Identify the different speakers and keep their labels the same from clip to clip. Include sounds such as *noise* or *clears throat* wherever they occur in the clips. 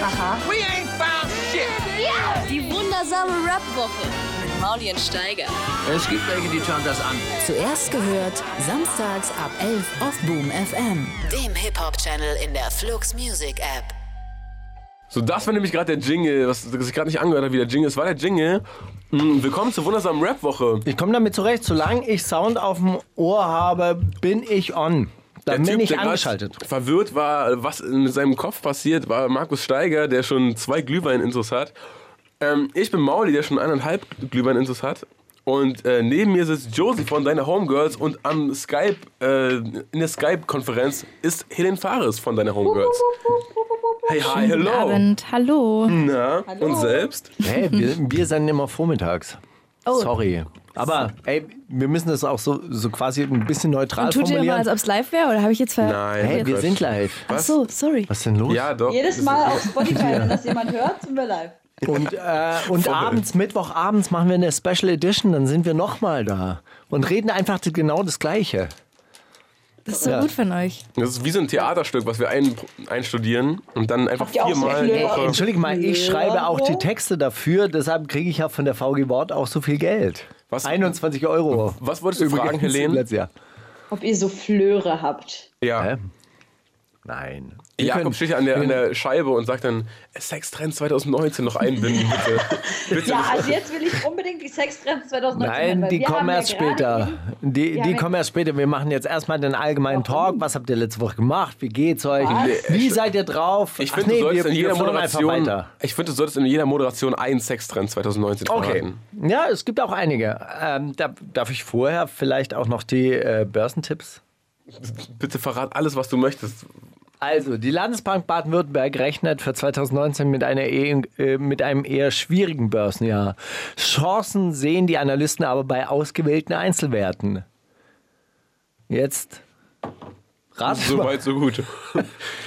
Speaker 1: Aha.
Speaker 2: Die wundersame Rap-Woche mit Mauli und Steiger.
Speaker 3: Es gibt welche, die schauen das an.
Speaker 4: Zuerst gehört, samstags ab 11 auf Boom FM.
Speaker 5: dem Hip-Hop-Channel in der Flux Music App.
Speaker 6: So, das war nämlich gerade der Jingle, was das ich gerade nicht angehört habe, wie der Jingle ist, war der Jingle. Hm, willkommen zur wundersamen Rap-Woche.
Speaker 1: Ich komme damit zurecht, solange ich Sound auf dem Ohr habe, bin ich on. Dann bin ich
Speaker 6: der grad
Speaker 1: angeschaltet.
Speaker 6: Verwirrt war, was mit seinem Kopf passiert, war Markus Steiger, der schon zwei Glühwein-Intos hat. Ähm, ich bin Mauli, der schon eineinhalb Glühwein-Intos hat. Und äh, neben mir sitzt Josie von Deine Homegirls und am Skype, äh, in der Skype-Konferenz ist Helen Fares von Deine Homegirls. Hey, hi, hello.
Speaker 7: Abend, hallo.
Speaker 1: Hm,
Speaker 6: Na, und selbst?
Speaker 1: Hey, wir, wir senden immer vormittags.
Speaker 7: Oh.
Speaker 1: Sorry. Aber ey, wir müssen das auch so, so quasi ein bisschen neutral
Speaker 7: Tut ihr
Speaker 1: formulieren.
Speaker 7: immer, als ob es live wäre oder habe ich jetzt ver...
Speaker 6: Nein.
Speaker 1: hey, wir
Speaker 6: Quatsch.
Speaker 1: sind live.
Speaker 7: Ach so, sorry.
Speaker 1: Was ist denn los?
Speaker 6: Ja, doch.
Speaker 8: Jedes Mal auf Spotify, wenn das jemand hört, sind wir live.
Speaker 1: Und, äh, und abends, Mittwochabends machen wir eine Special Edition, dann sind wir nochmal da und reden einfach genau das Gleiche.
Speaker 7: Das ist so
Speaker 1: Ja.
Speaker 7: gut von euch.
Speaker 6: Das ist wie so ein Theaterstück, was wir ein, einstudieren und dann einfach
Speaker 8: ihr auch so
Speaker 6: viermal
Speaker 8: viele
Speaker 6: die Woche.
Speaker 1: Entschuldige mal, ich schreibe auch die Texte dafür, deshalb kriege ich ja von der VG Wort auch so viel Geld.
Speaker 6: Was-
Speaker 1: 21 Euro.
Speaker 6: Was wolltest du fragen, Helene?
Speaker 1: letztes Jahr.
Speaker 8: Ob ihr so Flöre habt.
Speaker 6: Ja.
Speaker 1: Hä? Nein. Wir
Speaker 6: Jakob
Speaker 1: können-
Speaker 6: steht ja an der, an der Scheibe und sagt dann, Sextrend 2019 noch einbinden, bitte.
Speaker 1: *laughs*
Speaker 6: bitte.
Speaker 8: Ja, also jetzt will ich unbedingt die Sextrends 2019.
Speaker 1: Nein,
Speaker 8: weil
Speaker 1: die
Speaker 8: wir
Speaker 1: kommen
Speaker 8: haben ja
Speaker 1: erst
Speaker 8: gerade
Speaker 1: später.
Speaker 8: eben-
Speaker 1: Die,
Speaker 8: Wir
Speaker 1: die
Speaker 8: haben
Speaker 1: kommen erst später. Wir machen jetzt erstmal den allgemeinen Talk. Was habt ihr letzte Woche gemacht? Wie geht's euch? Wie seid ihr drauf?
Speaker 6: Ich
Speaker 1: Ach
Speaker 6: finde, du solltest in jeder
Speaker 1: fahren einfach
Speaker 6: Moderation,
Speaker 1: weiter.
Speaker 6: ich finde, du solltest in jeder Moderation einen Sextrend 2019
Speaker 1: Okay.
Speaker 6: verraten.
Speaker 1: Ja, es gibt auch einige. Ähm, da, darf ich vorher vielleicht auch noch die äh, Börsentipps?
Speaker 6: Bitte verrat alles, was du möchtest.
Speaker 1: Also, die Landesbank Baden-Württemberg rechnet für 2019 mit, einer eh- äh, mit einem eher schwierigen Börsenjahr. Chancen sehen die Analysten aber bei ausgewählten Einzelwerten. Jetzt. Rat
Speaker 6: So weit, so gut.
Speaker 1: *laughs*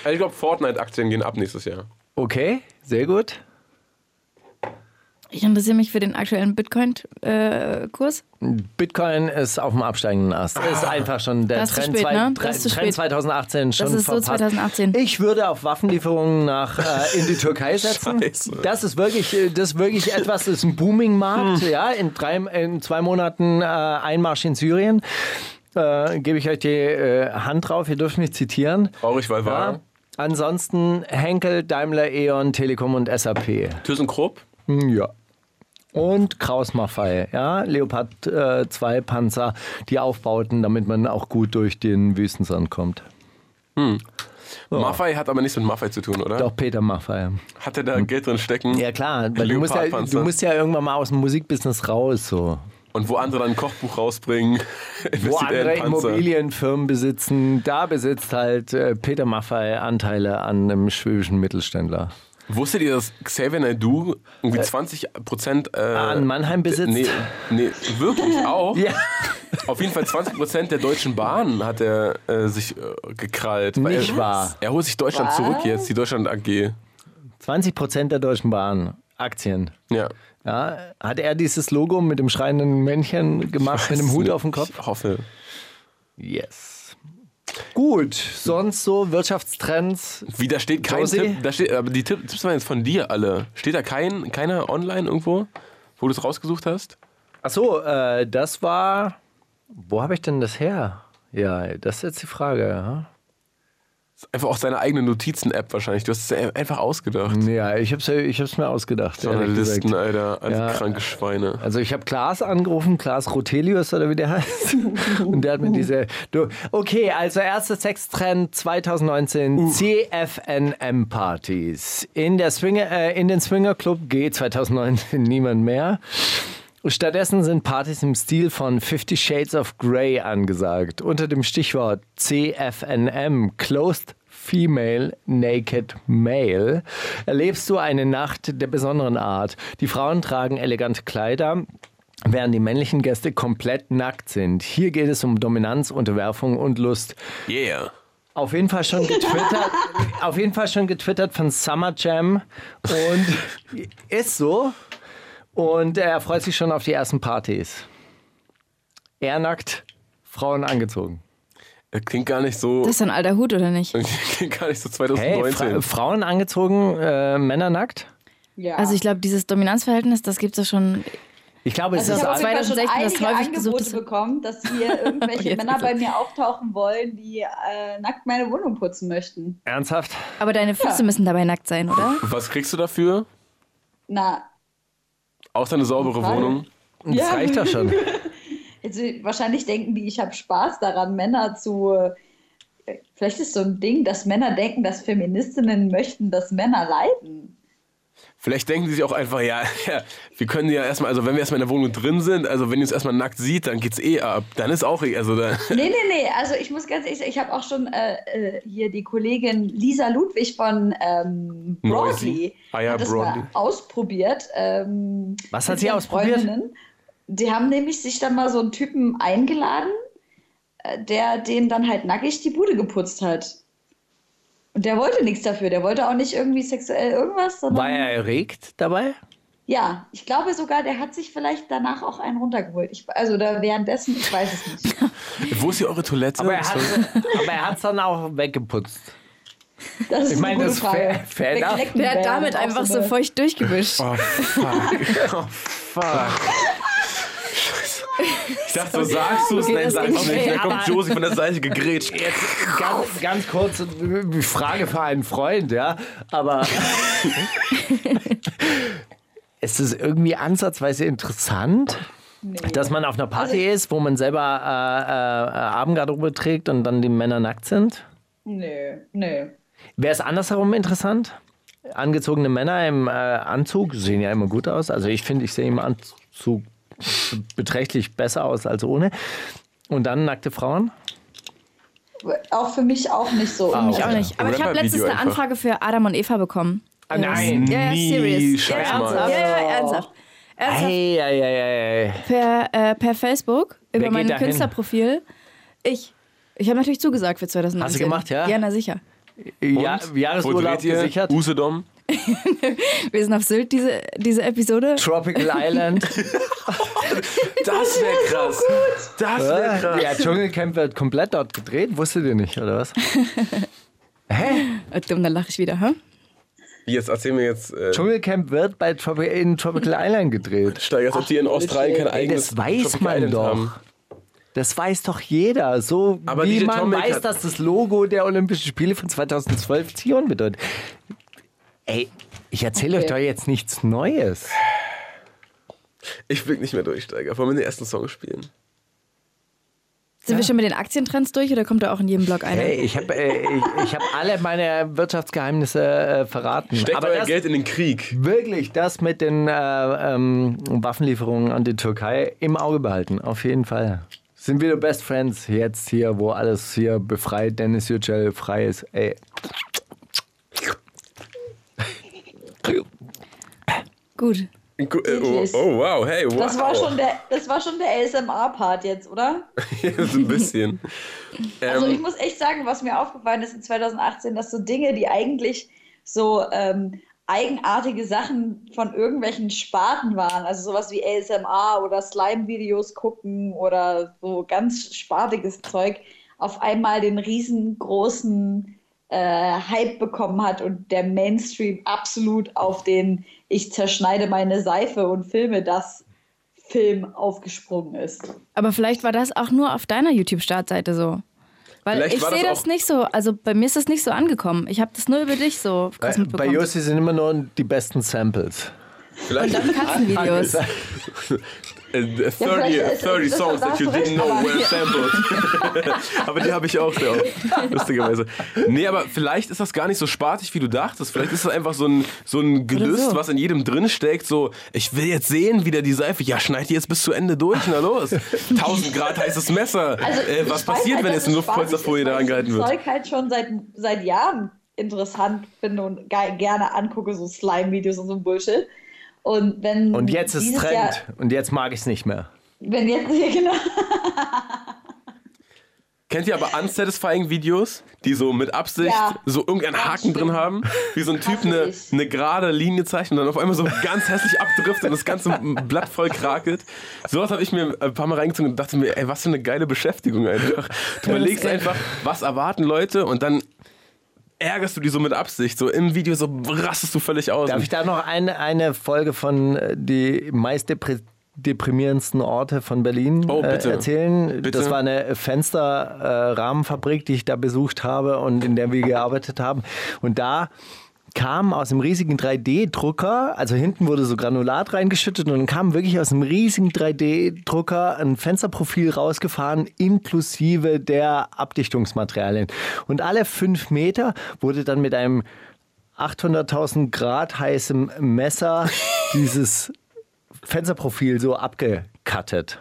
Speaker 6: Also ich glaube, Fortnite-Aktien gehen ab nächstes Jahr.
Speaker 1: Okay, sehr gut.
Speaker 7: Ich interessiere mich für den aktuellen äh, Bitcoin-Kurs.
Speaker 1: Bitcoin ist auf dem absteigenden Ast. Ist einfach schon der
Speaker 7: Ah. Das ist zu
Speaker 1: Trend,
Speaker 7: spät,
Speaker 1: zwei-
Speaker 7: ne?
Speaker 1: Tre-
Speaker 7: Das ist zu
Speaker 1: Trend
Speaker 7: spät.
Speaker 1: 2018 schon
Speaker 7: ist so
Speaker 1: verpasst.
Speaker 7: 2018.
Speaker 1: Ich würde auf Waffenlieferungen nach äh, in die
Speaker 7: *laughs*
Speaker 1: Türkei setzen.
Speaker 6: Scheiße.
Speaker 1: Das ist wirklich, äh, das ist wirklich etwas. Das ist ein Booming-Markt.
Speaker 7: Hm.
Speaker 1: Ja, in drei, in zwei Monaten äh, Einmarsch in Syrien. Äh, Gebe ich euch die äh, Hand drauf. Ihr dürft mich zitieren.
Speaker 6: Traurig, weil
Speaker 1: Ja.
Speaker 6: wahr.
Speaker 1: Ansonsten Henkel, Daimler, E.ON, Telekom und SAP.
Speaker 6: ThyssenKrupp,
Speaker 1: Ja. Und Kraus-Maffei, ja, Leopard 2 Panzer, die aufbauten, damit man auch gut durch den Wüstensand kommt.
Speaker 6: Maffei hat aber nichts mit Maffei zu tun, oder?
Speaker 1: Doch Peter Maffei.
Speaker 6: Hat er da Geld drin stecken?
Speaker 1: Ja klar, weil du musst ja,
Speaker 6: Leopardpanzer.
Speaker 1: du musst ja irgendwann mal aus dem Musikbusiness raus, so.
Speaker 6: Und wo andere dann ein Kochbuch rausbringen, *laughs*
Speaker 1: Wo
Speaker 6: investiert er
Speaker 1: andere
Speaker 6: in Panzer.
Speaker 1: Immobilienfirmen besitzen, da besitzt halt äh, Peter Maffei Anteile an einem schwäbischen Mittelständler.
Speaker 6: Wusstet ihr, dass Xavier Naidoo
Speaker 1: Äh,
Speaker 6: irgendwie 20 Prozent... Äh,
Speaker 1: An Mannheim besitzt?
Speaker 6: Nee, nee wirklich auch.
Speaker 1: *laughs* Ja.
Speaker 6: Auf jeden Fall 20 Prozent der Deutschen Bahn hat er äh, sich äh, gekrallt. weil
Speaker 1: Nicht
Speaker 6: er,
Speaker 1: wahr.
Speaker 6: Er holt sich Deutschland zurück jetzt, die Deutschland AG.
Speaker 1: 20 Prozent der Deutschen Bahn Aktien.
Speaker 6: Ja.
Speaker 1: Ja, hat er dieses Logo mit dem schreienden Männchen
Speaker 6: *laughs*
Speaker 1: gemacht, mit dem Hut auf dem Kopf?
Speaker 6: Ich hoffe.
Speaker 1: Yes. Gut, sonst so Wirtschaftstrends.
Speaker 6: Wie, da steht kein
Speaker 1: Josie?
Speaker 6: Tipp. Da steht, aber die Tipp, Tipps waren jetzt von dir alle. Steht da kein, keiner online irgendwo, wo du es rausgesucht hast?
Speaker 1: Achso, äh, das war. Wo habe ich denn das her? Ja, das ist jetzt die Frage. Ja,
Speaker 6: Einfach auch seine eigene Notizen-App wahrscheinlich. Du hast es ja einfach ausgedacht.
Speaker 1: ja ich habe es ich hab's mir ausgedacht. ehrlich
Speaker 6: Journalisten,
Speaker 1: gesagt.
Speaker 6: Alter. Alles
Speaker 1: Ja.
Speaker 6: kranke Schweine.
Speaker 1: Also ich habe Klaas angerufen, Klaas Rotelius oder wie der heißt. Und der hat mir diese... Du, okay, also erster Sextrend 2019, CFNM-Partys. In, der Swinger- äh, in den Swingerclub geht 2019 niemand mehr. Stattdessen sind Partys im Stil von Fifty Shades of Grey angesagt. Unter dem Stichwort CFNM, Closed Female Naked Male, erlebst du eine Nacht der besonderen Art. Die Frauen tragen elegante Kleider. Während die männlichen Gäste komplett nackt sind. Hier geht es um Dominanz, Unterwerfung und Lust.
Speaker 6: Yeah.
Speaker 1: Auf jeden Fall schon *laughs* getwittert, auf jeden Fall schon getwittert von Summer Jam und ist so. Und er freut sich schon auf die ersten Partys. Er nackt, Frauen angezogen.
Speaker 6: Das klingt gar nicht so.
Speaker 7: Das
Speaker 6: *laughs*
Speaker 7: ist ein alter Hut, oder nicht?
Speaker 6: klingt gar nicht so
Speaker 1: Hey,
Speaker 6: 2019.
Speaker 1: Fra Frauen angezogen, äh, Männer nackt?
Speaker 8: Ja.
Speaker 7: Also ich glaube, dieses Dominanzverhältnis, das gibt es ja schon.
Speaker 1: Ich glaube, es
Speaker 7: Also
Speaker 8: ich
Speaker 1: ist
Speaker 8: habe auf
Speaker 1: alles.
Speaker 8: jeden Fall schon
Speaker 7: 2016 das
Speaker 8: einige
Speaker 7: häufig
Speaker 8: Angebote
Speaker 7: gesuchteste-
Speaker 8: bekommen, dass
Speaker 7: *laughs*
Speaker 8: hier irgendwelche
Speaker 7: Jetzt
Speaker 8: Männer
Speaker 7: ist
Speaker 8: bei
Speaker 7: es.
Speaker 8: mir auftauchen wollen, die äh, nackt meine Wohnung putzen möchten.
Speaker 1: Ernsthaft?
Speaker 7: Aber deine Füße müssen dabei nackt sein, oder?
Speaker 6: Was kriegst du dafür?
Speaker 8: Na,
Speaker 6: Außer eine saubere
Speaker 8: Frage.
Speaker 6: Wohnung.
Speaker 1: Das
Speaker 8: Ja.
Speaker 1: reicht doch *laughs* schon.
Speaker 8: also wahrscheinlich denken die, ich habe Spaß daran, Männer zu. äh, Vielleicht ist so ein Ding, dass Männer denken, dass Feministinnen möchten, dass Männer leiden.
Speaker 6: Vielleicht denken die sich auch einfach, ja, *laughs* ja, wir können ja erstmal, also wenn wir erstmal in der Wohnung drin sind, also wenn ihr uns erstmal nackt sieht, dann geht's eh ab. Dann *laughs* ist auch, eh- also da,
Speaker 8: Nee, nee, nee. Also ich muss ganz ehrlich sagen, ich habe auch schon äh, äh, hier die Kollegin Lisa Ludwig von ähm,
Speaker 6: Noisy.
Speaker 8: Broadly
Speaker 6: Ah ja,
Speaker 8: hat das
Speaker 6: Broadly.
Speaker 8: mal ausprobiert. Ähm,
Speaker 1: Was hat
Speaker 8: mit
Speaker 1: sie
Speaker 8: ihren
Speaker 1: ausprobiert?
Speaker 8: Freundinnen. Die haben nämlich sich dann mal so einen Typen eingeladen, äh, der denen dann halt nackig die Bude geputzt hat. Und der wollte nichts dafür. Der wollte auch nicht irgendwie sexuell irgendwas, sondern
Speaker 1: War er erregt dabei?
Speaker 8: ja, ich glaube sogar, der hat sich vielleicht danach auch einen runtergeholt. Ich, also da währenddessen, ich weiß es nicht.
Speaker 6: wo ist hier eure Toilette?
Speaker 1: *laughs* Aber er hat es dann auch weggeputzt.
Speaker 8: Das ist
Speaker 1: Ich meine,
Speaker 8: eine
Speaker 1: das ist
Speaker 8: gute Frage.
Speaker 1: fair- fair
Speaker 8: Weglecken
Speaker 1: enough.
Speaker 7: *laughs* Der
Speaker 8: wäre
Speaker 7: hat damit
Speaker 8: auch
Speaker 7: einfach so
Speaker 8: eine-
Speaker 7: feucht durchgewischt.
Speaker 6: Oh, fuck. *laughs* Oh, fuck. Ich dachte, du sagst du es,
Speaker 7: Geht
Speaker 6: nein,
Speaker 7: das
Speaker 6: sagst du
Speaker 7: nicht?
Speaker 6: nicht. Dann
Speaker 1: Aber-
Speaker 6: kommt Josie von der Seite gegrätscht.
Speaker 1: Jetzt ganz, ganz kurz eine Frage für einen Freund, ja. Aber *laughs* ist es irgendwie ansatzweise interessant, dass man auf einer Party ist, wo man selber äh, äh, Abendgarderobe trägt und dann die Männer nackt sind?
Speaker 8: Nö, nö.
Speaker 1: Wäre es andersherum interessant? Angezogene Männer im äh, Anzug sehen ja immer gut aus. Also ich finde, ich sehe im Anzug beträchtlich besser aus als ohne. Und dann nackte Frauen?
Speaker 8: Auch für mich auch nicht so.
Speaker 1: Ah,
Speaker 7: Ich auch nicht. Aber ich habe
Speaker 6: Rapper-Video
Speaker 7: letztens eine
Speaker 6: einfach.
Speaker 7: Anfrage für Adam und Eva bekommen.
Speaker 1: Ah,
Speaker 7: Ja,
Speaker 1: nein,
Speaker 7: Ja, ja,
Speaker 6: nie.
Speaker 7: serious.
Speaker 6: Scheiß
Speaker 7: ja,
Speaker 6: mal.
Speaker 7: ernsthaft. Ja, ja, ernsthaft. ernsthaft.
Speaker 1: Ei, ei, ei, ei.
Speaker 7: Per, äh, per Facebook über
Speaker 1: geht
Speaker 7: mein
Speaker 1: dahin?
Speaker 7: Künstlerprofil. Ich. Ich habe natürlich zugesagt für 2019.
Speaker 1: Hast du gemacht, ja?
Speaker 7: Ja, na sicher.
Speaker 1: Ja,
Speaker 6: Und? Wo
Speaker 1: Jahresurlaub
Speaker 6: dreht ihr?
Speaker 1: gesichert.
Speaker 6: Usedom.
Speaker 7: Wir sind auf Sylt diese, diese Episode.
Speaker 1: Tropical
Speaker 6: *laughs*
Speaker 1: Island.
Speaker 6: Das wäre
Speaker 1: *laughs*
Speaker 6: krass. Das wäre krass.
Speaker 1: ja, Dschungelcamp wird komplett dort gedreht. Wusstet ihr
Speaker 6: *laughs*
Speaker 1: nicht, oder was?
Speaker 7: Äh, Dumm, dann lache ich wieder, hä?
Speaker 6: Jetzt erzähl mir jetzt. Äh,
Speaker 1: Dschungelcamp wird bei Tropi in Tropical Island gedreht.
Speaker 6: Steiger, als ob die in Australien kein eigenes.
Speaker 1: Das weiß
Speaker 6: Tropical
Speaker 1: man
Speaker 6: Island haben.
Speaker 1: doch. Das weiß doch jeder. So
Speaker 6: Aber
Speaker 1: wie
Speaker 6: DJ
Speaker 1: man
Speaker 6: Tomic
Speaker 1: weiß,
Speaker 6: hat-
Speaker 1: dass das Logo der Olympischen Spiele von 2012 Zion bedeutet. Ey, ich erzähle euch doch jetzt nichts Neues.
Speaker 6: Ich blick nicht mehr durch, Steiger. Wollen wir den ersten Song spielen?
Speaker 7: Sind wir schon mit den Aktientrends durch oder kommt da auch in jedem Blog einer?
Speaker 1: Ey, ich habe äh, ich, ich hab alle meine Wirtschaftsgeheimnisse äh, verraten.
Speaker 6: Steckt
Speaker 1: Aber
Speaker 6: euer
Speaker 1: das,
Speaker 6: Geld in den Krieg.
Speaker 1: wirklich das mit den äh, ähm, Waffenlieferungen an die Türkei im Auge behalten. Auf jeden Fall. Sind wir Best Friends jetzt hier, wo alles hier befreit, Dennis Yücel frei ist. Ey.
Speaker 7: Gut.
Speaker 6: Gu- äh, Oh, oh, wow, hey, wow.
Speaker 8: Das war
Speaker 6: *laughs*
Speaker 8: schon der, das war schon der ASMR-Part jetzt, oder?
Speaker 6: so ein bisschen.
Speaker 8: Also ich
Speaker 6: Ähm,
Speaker 8: muss echt sagen, was mir aufgefallen ist in 2018, dass so Dinge, die eigentlich so ähm, eigenartige Sachen von irgendwelchen Sparten waren, also sowas wie ASMR oder Slime-Videos gucken oder so ganz spartiges Zeug, auf einmal den riesengroßen äh, Hype bekommen hat und der Mainstream absolut auf den ich zerschneide meine Seife und filme das Film aufgesprungen ist.
Speaker 7: Aber vielleicht war das auch nur auf deiner YouTube-Startseite so. Weil
Speaker 6: Vielleicht
Speaker 7: ich
Speaker 6: war das
Speaker 7: sehe das,
Speaker 6: auch-
Speaker 7: nicht so, also bei mir ist das nicht so angekommen. Ich habe das nur über dich so
Speaker 1: Bei,
Speaker 7: krass
Speaker 1: äh, bei
Speaker 7: mitbekommen.
Speaker 1: Jussi sind immer nur die besten Samples.
Speaker 6: vielleicht
Speaker 7: Katzenvideos.
Speaker 6: äh, 30,
Speaker 8: Ja, vielleicht-
Speaker 6: 30 Songs that you
Speaker 8: da hast du
Speaker 6: didn't know
Speaker 8: recht,
Speaker 6: were sampled. *laughs* aber die habe ich auch sehr oft, lustigerweise. Nee, aber vielleicht ist das gar nicht so spartig, wie du dachtest. Vielleicht ist das einfach so ein, so ein Gelüst,
Speaker 7: so.
Speaker 6: was in jedem drin steckt. So, ich will jetzt sehen, wie der die Seife. Ja, schneid die jetzt bis zu Ende durch. Na
Speaker 8: *laughs*
Speaker 6: los. 1000 Grad heißes Messer. äh,
Speaker 8: ich
Speaker 6: was
Speaker 8: weiß
Speaker 6: passiert,
Speaker 8: halt,
Speaker 6: wenn
Speaker 8: dass
Speaker 6: jetzt eine
Speaker 8: es spaßig
Speaker 6: Luftpolsterfolie
Speaker 8: ist,
Speaker 6: da
Speaker 8: weil ich
Speaker 6: angehalten
Speaker 8: das
Speaker 6: wird?
Speaker 8: Zeug halt schon seit, seit Jahren interessant finde und ge gerne angucke, so Slime-Videos und so Bullshit. Und wenn
Speaker 1: Und jetzt ist
Speaker 8: dieses
Speaker 1: Trend.
Speaker 8: Jahr- *laughs*
Speaker 1: Und jetzt mag ich es nicht mehr.
Speaker 8: wenn jetzt, ja, genau.
Speaker 6: Kennt ihr aber unsatisfying Videos, die so mit Absicht
Speaker 8: Ja.
Speaker 6: so irgendeinen Haken
Speaker 8: schlimm.
Speaker 6: drin haben, wie so ein Typ
Speaker 8: Hasse
Speaker 6: eine,
Speaker 8: ich.
Speaker 6: eine gerade Linie zeichnet und dann auf einmal so ganz hässlich abdriftet und das ganze Blatt voll krakelt. Sowas habe ich mir ein paar Mal reingezogen und dachte mir, ey, was für eine geile Beschäftigung
Speaker 8: *laughs*
Speaker 6: einfach. Du überlegst einfach, was erwarten Leute und dann ärgerst du die so mit Absicht. So im Video so rastest du völlig aus.
Speaker 1: Darf ich da noch eine, eine Folge von äh, die meist depre- deprimierendsten Orte von Berlin
Speaker 6: Oh,
Speaker 1: äh,
Speaker 6: bitte.
Speaker 1: erzählen?
Speaker 6: Bitte.
Speaker 1: Das war eine Fensterrahmenfabrik, die ich da besucht habe und in der wir gearbeitet haben. Und da kam aus einem riesigen 3D-Drucker, also hinten wurde so Granulat reingeschüttet und dann kam wirklich aus einem riesigen 3D-Drucker ein Fensterprofil rausgefahren, inklusive der Abdichtungsmaterialien. Und alle fünf Meter wurde dann mit einem 800.000 Grad heißem Messer dieses Fensterprofil so abgekattet.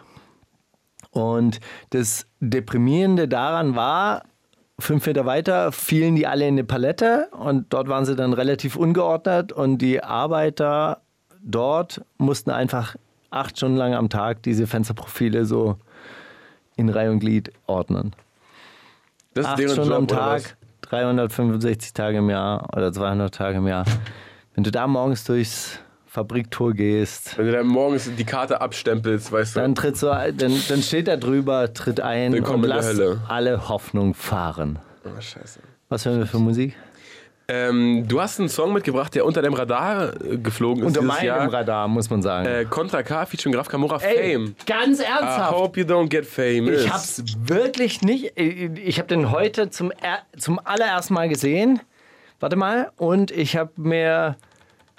Speaker 1: Und das Deprimierende daran war, fünf Meter weiter fielen die alle in eine Palette und dort waren sie dann relativ ungeordnet und die Arbeiter dort mussten einfach acht Stunden lang am Tag diese Fensterprofile so in Reihe und Glied ordnen.
Speaker 6: das
Speaker 1: Acht
Speaker 6: deren
Speaker 1: Stunden
Speaker 6: Job,
Speaker 1: am
Speaker 6: oder was?
Speaker 1: Tag, 365 Tage im Jahr oder 200 Tage im Jahr. Wenn du da morgens durchs Fabriktor gehst,
Speaker 6: Wenn du dann morgens die Karte abstempelst, weißt du.
Speaker 1: dann, tritt so, dann, dann steht da drüber, tritt ein
Speaker 6: Willkommen
Speaker 1: und
Speaker 6: in der
Speaker 1: lass
Speaker 6: Hölle.
Speaker 1: alle Hoffnung fahren.
Speaker 6: oh, scheiße.
Speaker 1: Was hören wir für Musik?
Speaker 6: Ähm, du hast einen Song mitgebracht, der unter dem Radar äh, geflogen ist.
Speaker 1: Unter
Speaker 6: dieses
Speaker 1: meinem
Speaker 6: Jahr.
Speaker 1: Radar, muss man sagen.
Speaker 6: Äh, Contra K featuring Graf Kamora Fame. Ah,
Speaker 1: ganz
Speaker 6: I
Speaker 1: ernsthaft.
Speaker 6: hope you don't get famous.
Speaker 1: Ich hab's wirklich nicht. Ich habe den heute zum, er- zum allerersten Mal gesehen. Warte mal. Und ich habe mir.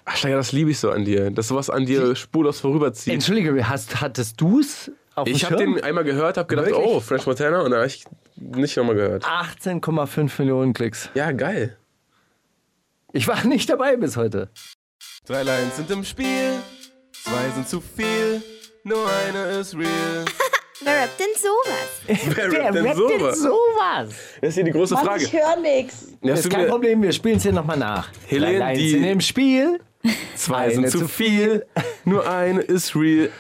Speaker 6: Ach, Steiger, das liebe ich so an dir. Dass sowas an dir spurlos vorüberzieht.
Speaker 1: Entschuldige, hast, hattest du's auf
Speaker 6: Ich
Speaker 1: dem
Speaker 6: habe
Speaker 1: Schirm?
Speaker 6: den einmal gehört, habe gedacht,
Speaker 1: Wirklich?
Speaker 6: oh, French Montana. Und dann habe ich nicht nochmal gehört.
Speaker 1: 18,5 Millionen Klicks.
Speaker 6: Ja, geil.
Speaker 1: Ich war nicht dabei bis heute.
Speaker 6: Drei Lines sind im Spiel, zwei sind zu viel, nur eine ist real.
Speaker 9: *laughs* Wer rappt denn sowas?
Speaker 6: Wer rappt denn sowas?
Speaker 1: sowas?
Speaker 6: Das ist hier die große
Speaker 8: Mann,
Speaker 6: Frage.
Speaker 8: ich höre nichts.
Speaker 6: Hast
Speaker 1: Ist
Speaker 6: du
Speaker 1: kein
Speaker 6: mir-
Speaker 1: Problem, wir spielen es hier nochmal nach.
Speaker 6: Helene,
Speaker 1: Allein
Speaker 6: die-
Speaker 1: in dem Spiel.
Speaker 6: Zwei
Speaker 1: Eine
Speaker 6: sind zu
Speaker 1: zu
Speaker 6: viel, nur eine ist
Speaker 1: *laughs*
Speaker 6: real.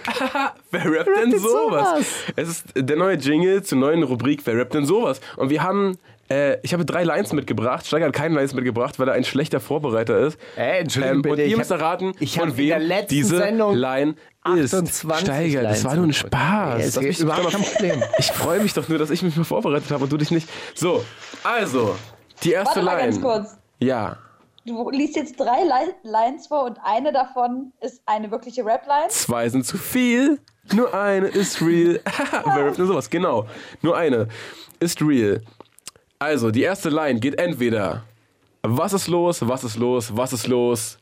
Speaker 6: Wer rappt denn
Speaker 1: denn
Speaker 6: sowas?
Speaker 1: sowas?
Speaker 6: Es ist der neue Jingle zur neuen Rubrik Wer rappt denn sowas? Und wir haben, äh, ich habe drei Lines mitgebracht. Steiger hat keine Lines mitgebracht, weil er ein schlechter Vorbereiter ist. Ähm,
Speaker 1: Ey, entschuldige Äh, bitte,
Speaker 6: Und ihr
Speaker 1: ich
Speaker 6: müsst
Speaker 1: hab-
Speaker 6: erraten,
Speaker 1: ich hab
Speaker 6: von
Speaker 1: in
Speaker 6: wem
Speaker 1: der letzten
Speaker 6: diese
Speaker 1: Sendung
Speaker 6: Line ist.
Speaker 1: 28
Speaker 6: Steiger, das
Speaker 1: Lines
Speaker 6: war nur ein Spaß.
Speaker 1: mitgebracht. Ja, es
Speaker 6: Lass
Speaker 1: geht
Speaker 6: mich-
Speaker 1: überhaupt kein Problem.
Speaker 6: Ich freue mich doch nur, dass ich mich mal vorbereitet habe und du dich nicht. So, also, die erste
Speaker 8: Warte mal
Speaker 6: Line.
Speaker 8: ganz kurz.
Speaker 6: Ja,
Speaker 8: Du liest jetzt drei Li- Lines vor und eine davon ist eine wirkliche Rap-Line.
Speaker 6: Zwei sind zu viel, nur eine ist real. *laughs* Wer rappt nur sowas? Genau. Nur eine ist real. Also, die erste Line geht entweder Was ist los, was ist los, was ist los?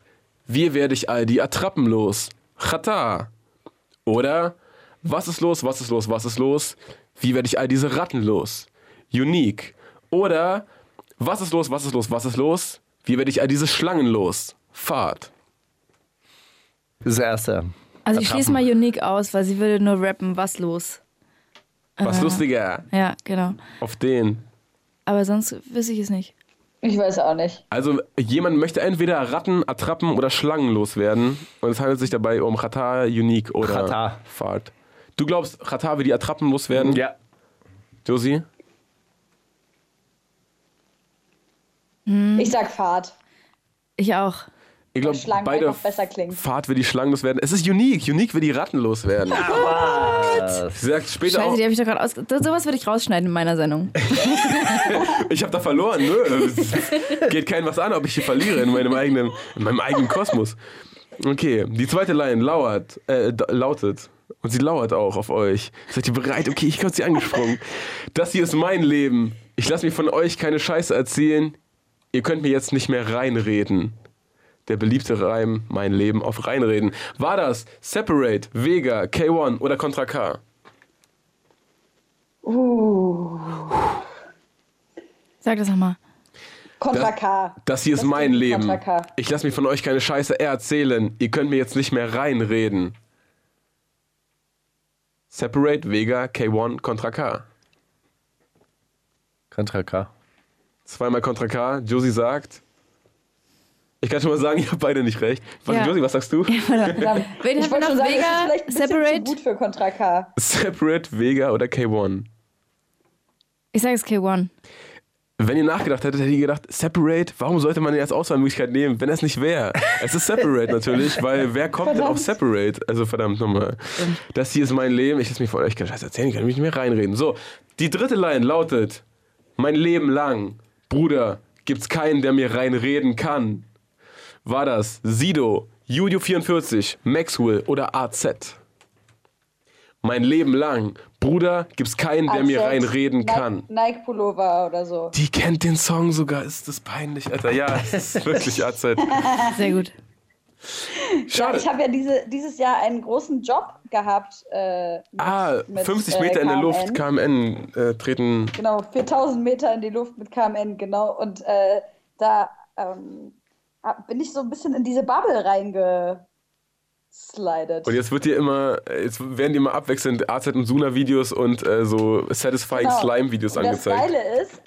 Speaker 6: Wie werde ich all die Attrappen los? Chata. Oder Was ist los, was ist los, was ist los? Wie werde ich all diese Ratten los? Unique. Oder Was ist los, was ist los, was ist los? Wie werde ich all diese Schlangen los? Fahrt.
Speaker 1: Das erste.
Speaker 7: Also ich schließe mal Unique aus, weil sie würde nur rappen, was los.
Speaker 6: Was lustiger
Speaker 7: Ja, genau.
Speaker 6: auf den.
Speaker 7: Aber sonst wüsste ich es nicht.
Speaker 8: Ich weiß auch nicht.
Speaker 6: Also jemand möchte entweder Ratten, Attrappen oder Schlangen loswerden. Und es handelt sich dabei um Chata, Unique oder
Speaker 1: Chata.
Speaker 6: Fahrt. Du glaubst, Chata will die Attrappen loswerden?
Speaker 1: Ja.
Speaker 6: Josi?
Speaker 8: Ich sag Fahrt.
Speaker 7: Ich auch.
Speaker 6: Ich glaube,
Speaker 8: Schlangen
Speaker 6: beide
Speaker 8: einfach besser klingt.
Speaker 6: Fahrt will die Schlangen loswerden. Es ist Unique. Unique will die Ratten loswerden.
Speaker 1: Ah,
Speaker 6: Sie sagt später
Speaker 7: Scheiße,
Speaker 6: auch,
Speaker 7: die habe ich doch gerade aus... So- Sowas würde ich rausschneiden in meiner Sendung.
Speaker 6: ich habe da verloren. Nö, es geht keinem was an, ob ich hier verliere in meinem eigenen, in meinem eigenen Kosmos. Okay, die zweite Line lauert, äh, da- lautet, und sie lauert auch auf euch. Seid ihr bereit? Okay, ich habe sie angesprungen. Das hier ist mein Leben. Ich lasse mir von euch keine Scheiße erzählen. Ihr könnt mir jetzt nicht mehr reinreden. Der beliebte Reim, mein Leben auf reinreden. War das Separate, Vega, K1 oder Contra K?
Speaker 7: Sag das nochmal.
Speaker 8: Kontra
Speaker 6: Das-
Speaker 8: K.
Speaker 6: Das hier ist
Speaker 8: Das
Speaker 6: mein
Speaker 8: klingt wie
Speaker 6: Leben.
Speaker 8: Kontra K.
Speaker 6: Ich lasse mir von euch keine Scheiße erzählen. Ihr könnt mir jetzt nicht mehr reinreden. Separate, Vega, K1, Contra K.
Speaker 1: Contra K.
Speaker 6: Zweimal Contra K. Josie sagt. Ich kann schon mal sagen, *laughs* ihr habt beide nicht recht. Was,
Speaker 7: Ja.
Speaker 6: Josie, was sagst du?
Speaker 7: Wen
Speaker 8: *laughs* Ich
Speaker 7: haben wir
Speaker 8: wollte schon
Speaker 7: noch?
Speaker 8: sagen, das ist
Speaker 7: Vega,
Speaker 8: vielleicht ein bisschen zu
Speaker 7: Separate?
Speaker 8: gut für Kontra K.
Speaker 6: Separate, Vega oder K1?
Speaker 7: Ich sage es K1.
Speaker 6: Wenn ihr nachgedacht hättet, hättet ihr gedacht, Separate, warum sollte man den als Auswahlmöglichkeit nehmen, wenn es nicht wäre? Es ist Separate natürlich, weil wer kommt denn auf Separate? Also verdammt nochmal. Das hier ist mein Leben, ich lasse mich von euch keinen Scheiß erzählen, ich kann mich nicht mehr reinreden. So, die dritte Line lautet, mein Leben lang, Bruder, gibt's keinen, der mir reinreden kann. War das Sido, Juju44, Maxwell oder AZ? Mein Leben lang, Bruder, gibt's keinen, der mir
Speaker 8: AZ,
Speaker 6: reinreden
Speaker 8: Nike-
Speaker 6: kann.
Speaker 8: Nike-Pullover oder so.
Speaker 6: Die kennt den Song sogar, ist das peinlich, Alter. Ja, es
Speaker 8: *laughs*
Speaker 6: ist wirklich AZ.
Speaker 7: Sehr gut.
Speaker 8: Ja,
Speaker 6: Schade.
Speaker 8: ich habe ja diese, dieses Jahr einen großen Job gehabt. Äh, mit,
Speaker 6: ah,
Speaker 8: mit,
Speaker 6: 50
Speaker 8: äh,
Speaker 6: Meter in der
Speaker 8: KMN.
Speaker 6: Luft, KMN äh, treten.
Speaker 8: Genau, 4000 Meter in die Luft mit KMN, genau. Und äh, da ähm, hab- bin ich so ein bisschen in diese Bubble reingeslidet.
Speaker 6: Und jetzt wird dir immer, äh, jetzt werden dir immer abwechselnd AZ und Suna Videos und äh, so satisfying
Speaker 8: Genau.
Speaker 6: Slime Videos
Speaker 8: Und
Speaker 6: angezeigt.
Speaker 8: Das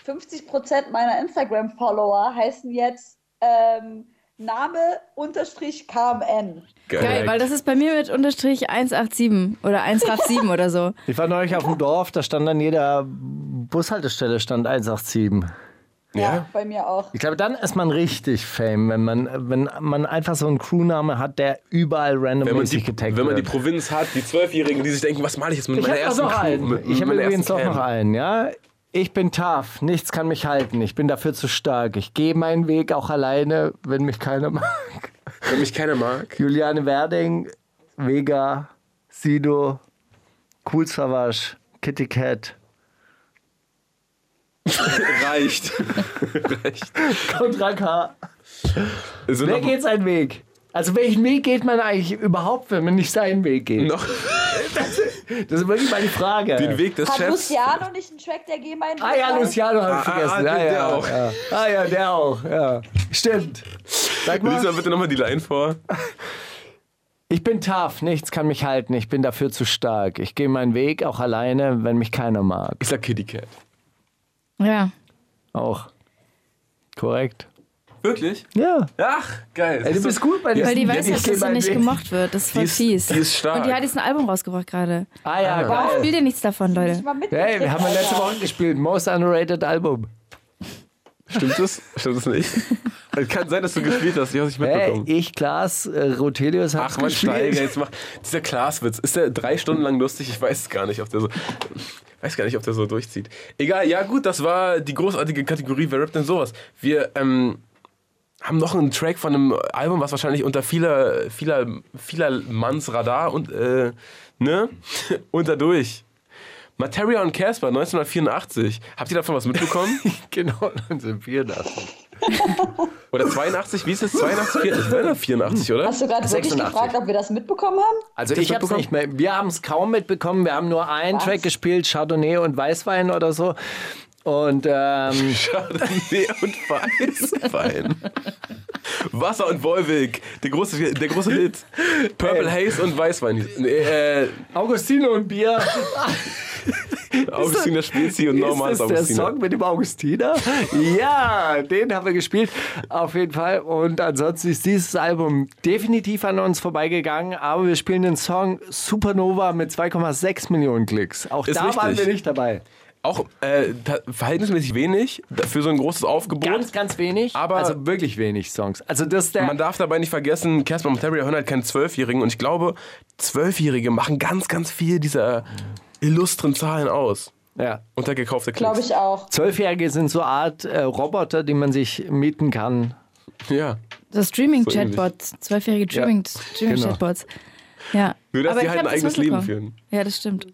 Speaker 8: Geile ist, 50% meiner Instagram-Follower heißen jetzt ähm, Name unterstrich KMN.
Speaker 7: Geil, weil das ist bei mir mit Unterstrich 187 oder 187 oder
Speaker 6: *laughs*
Speaker 7: so.
Speaker 1: Ich war neulich auf dem Dorf, da stand an jeder Bushaltestelle stand 187.
Speaker 8: Ja, bei mir auch.
Speaker 1: Ich glaube, dann ist man richtig Fame, wenn man, wenn man einfach so einen Crewname hat, der überall
Speaker 6: wenn man,
Speaker 1: randommäßig
Speaker 6: die,
Speaker 1: getaggt
Speaker 6: wenn man die
Speaker 1: wird.
Speaker 6: Provinz hat, die Zwölfjährigen, die sich denken, was male ich jetzt mit
Speaker 1: Ich
Speaker 6: meiner
Speaker 1: habe
Speaker 6: ersten
Speaker 1: noch
Speaker 6: Crew,
Speaker 1: einen.
Speaker 6: mit- mit
Speaker 1: Ich habe
Speaker 6: meiner
Speaker 1: übrigens
Speaker 6: ersten
Speaker 1: auch
Speaker 6: Cam?
Speaker 1: noch einen, ja. Ich bin tough, nichts kann mich halten. Ich bin dafür zu stark. Ich gehe meinen Weg auch alleine, wenn mich keiner *laughs* mag.
Speaker 6: Wenn mich keiner
Speaker 8: *laughs*
Speaker 6: mag.
Speaker 1: Juliane Werding, Vega, Sido, Cool Savage, Kitty Cat.
Speaker 6: Reicht. *laughs* Reicht.
Speaker 1: Und Raka.
Speaker 6: Es Sind
Speaker 1: Wer
Speaker 6: noch,
Speaker 1: geht seinen Weg? Also welchen Weg geht man eigentlich überhaupt, wenn man nicht seinen Weg geht?
Speaker 6: noch
Speaker 1: Das ist wirklich meine Frage.
Speaker 6: den Weg des
Speaker 8: Hat
Speaker 6: Chefs.
Speaker 8: Luciano nicht einen Track, der geht meinen
Speaker 1: Ah ja, Luciano habe ich
Speaker 6: Ah, ah,
Speaker 1: vergessen.
Speaker 6: ah,
Speaker 1: ja,
Speaker 6: der
Speaker 1: ja,
Speaker 6: auch.
Speaker 1: Ja. Ah ja, der auch. Ja. Stimmt. Sag mal,
Speaker 6: Lies mal bitte nochmal die Line vor.
Speaker 1: ich bin tough, nichts kann mich halten, ich bin dafür zu stark. Ich gehe meinen Weg auch alleine, wenn mich keiner mag.
Speaker 6: Ich sag Kitty Cat.
Speaker 7: Ja.
Speaker 1: Auch. Korrekt.
Speaker 6: Wirklich?
Speaker 1: Ja.
Speaker 6: Ach, geil.
Speaker 1: Ey, du
Speaker 6: Siehst
Speaker 1: bist gut bei
Speaker 7: Weil
Speaker 1: diesem
Speaker 7: die
Speaker 1: Ding.
Speaker 7: weiß
Speaker 1: Ich
Speaker 7: halt,
Speaker 1: geh
Speaker 7: dass sie
Speaker 1: meinen
Speaker 7: nicht
Speaker 1: Weg.
Speaker 7: gemocht wird. Das ist voll
Speaker 6: Die ist-
Speaker 7: fies.
Speaker 6: die ist stark.
Speaker 7: Und die hat jetzt ein Album rausgebracht gerade.
Speaker 1: Ah ja,
Speaker 7: Warum
Speaker 1: geil.
Speaker 7: spielt ihr nichts davon, Leute?
Speaker 8: Mal mit
Speaker 1: Hey, wir haben ja letzte Woche gespielt. Most underrated Album.
Speaker 6: Stimmt es? Stimmt es
Speaker 1: *laughs*
Speaker 6: nicht? Es kann sein, dass du gespielt hast. Ich habe es nicht
Speaker 1: Hey,
Speaker 6: mitbekommen.
Speaker 1: ich, Klaas, äh, Rotelius hat
Speaker 6: Ach, man
Speaker 1: gespielt.
Speaker 6: Steiger, jetzt mach. Dieser Klaas-Witz, ist der drei Stunden lang lustig? Ich weiß es gar nicht, ob der so. Weiß gar nicht, ob der so durchzieht. Egal, ja, gut, das war die großartige Kategorie. Wer rappt denn sowas? Wir ähm, haben noch einen Track von einem Album, was wahrscheinlich unter vieler, vieler, vieler Manns Radar und, äh, ne? *laughs* Unterdurch. Materia und Casper, 1984. Habt ihr davon was mitbekommen?
Speaker 1: *laughs* Genau, dann sind wir das.
Speaker 6: Oder 82, wie ist es? 82, 84, 84 oder?
Speaker 8: Hast du gerade wirklich
Speaker 1: 86.
Speaker 8: gefragt, ob wir das mitbekommen haben?
Speaker 1: Also
Speaker 6: Das
Speaker 1: ich hab's
Speaker 6: mitbekommen?
Speaker 1: nicht mehr. Wir haben es kaum mitbekommen. Wir haben nur einen
Speaker 8: Was?
Speaker 1: Track gespielt, Chardonnay und Weißwein oder so. Und
Speaker 6: *laughs*
Speaker 1: ähm,
Speaker 6: Chardonnay und Weißwein. Wasser und Wolwig, der große, der große Hit. Purple Haze und Weißwein. Äh, äh,
Speaker 1: Augustino und Bier.
Speaker 6: Augustiner Spezi und normales
Speaker 1: Ist das der
Speaker 6: Genau, Augustiner.
Speaker 1: Song mit dem Augustiner? *laughs* ja, den haben wir gespielt, auf jeden Fall. Und ansonsten ist dieses Album definitiv an uns vorbeigegangen, aber wir spielen den Song Supernova mit 2,6 Millionen Klicks. Auch
Speaker 6: Ist
Speaker 1: da waren
Speaker 6: richtig.
Speaker 1: wir nicht dabei.
Speaker 6: Auch äh, ta- verhältnismäßig wenig für so ein großes Aufgebot.
Speaker 1: Ganz, ganz wenig,
Speaker 6: Aber-
Speaker 1: also wirklich wenig Songs. Also das ist der...
Speaker 6: Man darf dabei nicht vergessen, Casper Materia hören halt keinen Zwölfjährigen und ich glaube, Zwölfjährige machen ganz, ganz viel dieser illustren Zahlen aus.
Speaker 1: ja.
Speaker 6: Untergekaufte Klicks.
Speaker 8: Glaube ich auch.
Speaker 1: Zwölfjährige sind so eine Art äh, Roboter, die man sich mieten kann.
Speaker 6: Ja.
Speaker 7: So Streaming-Chatbots. Zwölfjährige Streaming-
Speaker 1: genau.
Speaker 7: Streaming-Chatbots. Ja.
Speaker 6: Nur, dass
Speaker 7: Aber
Speaker 6: die
Speaker 7: ich
Speaker 6: halt ein
Speaker 7: hab das
Speaker 6: eigenes Leben
Speaker 7: mitbekommen.
Speaker 6: führen.
Speaker 7: Ja, das stimmt.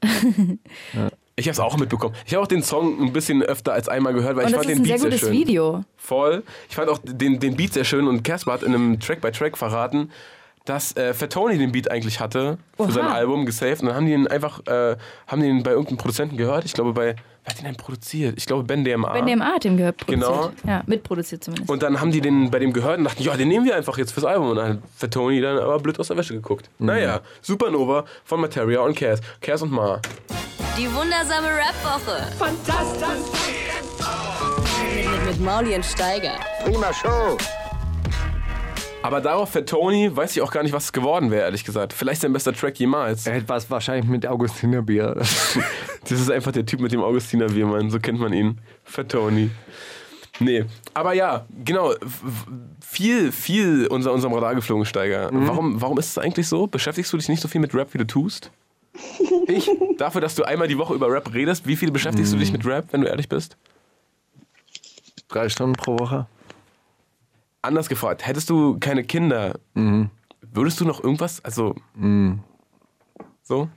Speaker 6: Ich habe es auch mitbekommen. Ich habe auch den Song ein bisschen öfter als einmal gehört, weil
Speaker 7: Und
Speaker 6: ich
Speaker 7: das
Speaker 6: fand
Speaker 7: ist
Speaker 6: den
Speaker 7: ein sehr
Speaker 6: Beat sehr,
Speaker 7: gutes
Speaker 6: schön.
Speaker 7: Video.
Speaker 6: Voll. Ich fand auch den, den Beat sehr schön und Casper hat in einem Track by Track verraten, dass äh, Fat Tony den Beat eigentlich hatte für
Speaker 7: Oha.
Speaker 6: sein Album gesaved und dann haben die ihn einfach äh, haben die ihn bei irgendeinem Produzenten gehört. Ich glaube bei wer hat den denn produziert? Ich glaube Ben DMA.
Speaker 7: Wenn dem A hat dem gehört, produziert.
Speaker 6: Genau.
Speaker 7: Ja, mitproduziert zumindest.
Speaker 6: und dann haben die den bei dem gehört und dachten, ja, den nehmen wir einfach jetzt fürs Album. Und dann hat Fat Tony dann aber blöd aus der Wäsche geguckt. Naja, Supernova von Materia und Cass. Cass und Ma.
Speaker 2: Die wundersame Rap-Woche. Fantastisch. Mit, mit Mauli und Steiger.
Speaker 6: Aber darauf Fat Tony weiß ich auch gar nicht, was es geworden wäre, ehrlich gesagt. Vielleicht sein bester Track jemals.
Speaker 1: Etwas wahrscheinlich mit Augustiner Bier. *laughs*
Speaker 6: *laughs* Das ist einfach der Typ mit dem Augustiner Biermann, so kennt man ihn. Fat Tony. Nee, aber ja, genau. w- w- Viel, viel unter unserem Radar geflogen, Steiger. Warum, warum ist es eigentlich so? Beschäftigst du dich nicht so viel mit Rap, wie du tust? Ich? Dafür, dass du einmal die Woche über Rap redest, wie viel beschäftigst du dich mit Rap, wenn du ehrlich bist?
Speaker 1: Drei Stunden pro Woche.
Speaker 6: Anders gefragt, hättest du keine Kinder, würdest du noch irgendwas, also so?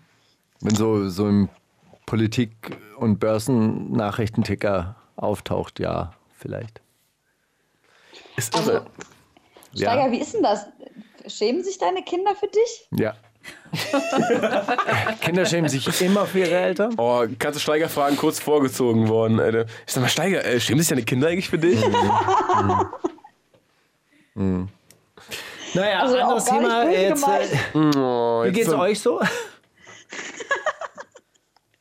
Speaker 1: Wenn so, so im Politik- und Börsennachrichtenticker auftaucht, ja, vielleicht.
Speaker 6: Ist irre.
Speaker 1: Ja.
Speaker 8: Steiger, wie ist denn das? Schämen sich deine Kinder für dich?
Speaker 1: ja. *laughs* Kinder schämen sich immer für ihre Eltern.
Speaker 6: Oh, kannst du Steiger fragen, kurz vorgezogen worden, Alter. Ich sag mal, Steiger, äh, schämen sich deine Kinder eigentlich für dich?
Speaker 1: Naja,
Speaker 8: Also auch
Speaker 1: anderes
Speaker 8: gar nicht
Speaker 1: Thema.
Speaker 8: böse
Speaker 1: Jetzt,
Speaker 8: gemeint.
Speaker 1: äh,
Speaker 6: Oh,
Speaker 1: wie
Speaker 6: jetzt
Speaker 1: geht's
Speaker 6: so-
Speaker 1: euch so?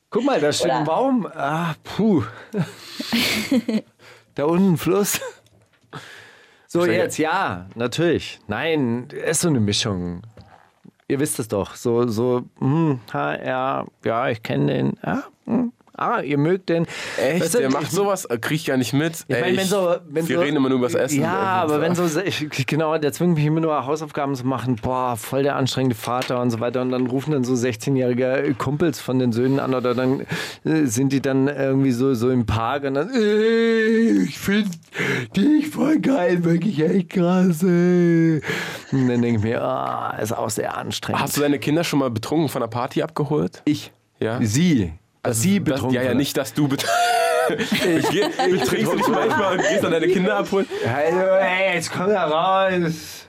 Speaker 1: Guck mal, da steht ein
Speaker 8: Oder-
Speaker 1: Baum. Ah, puh. da unten ein Fluss. So,
Speaker 6: Schön.
Speaker 1: jetzt, ja, natürlich. Nein, ist so eine Mischung. Ihr wisst es doch. So, so, hm, ha, ja, ja, ich kenne den. Ja, hm, ah, ihr mögt den.
Speaker 6: Echt?
Speaker 1: Weißt du,
Speaker 6: Der
Speaker 1: ich-
Speaker 6: macht sowas, äh, krieg ich gar nicht mit.
Speaker 1: ich
Speaker 6: Ey,
Speaker 1: meine, wenn
Speaker 6: ich-
Speaker 1: so, wenn
Speaker 6: wir
Speaker 1: so,
Speaker 6: reden immer nur über das Essen.
Speaker 1: Ja,
Speaker 6: Ey,
Speaker 1: aber wenn so, ich- genau, der zwingt mich immer nur Hausaufgaben zu machen. Boah, voll der anstrengende Vater und so weiter. Und dann rufen dann so 16-jährige Kumpels von den Söhnen an oder dann äh, sind die dann irgendwie so, so im Park und dann, äh, ich finde dich voll geil, wirklich echt krass. Ey. Und dann denke ich mir, ah, ist auch sehr anstrengend.
Speaker 6: Hast du deine Kinder schon mal betrunken von einer Party abgeholt?
Speaker 1: ich?
Speaker 6: Ja. Also,
Speaker 1: Sie. Dass sie
Speaker 6: Das-
Speaker 1: betrunken
Speaker 6: Ja, ja,
Speaker 1: war.
Speaker 6: nicht, dass du betrunken *laughs* ich geh, ich trinkst dich manchmal und gehst dann deine Kinder abholen.
Speaker 1: Hallo, ey, jetzt komm da
Speaker 6: *laughs*
Speaker 1: raus.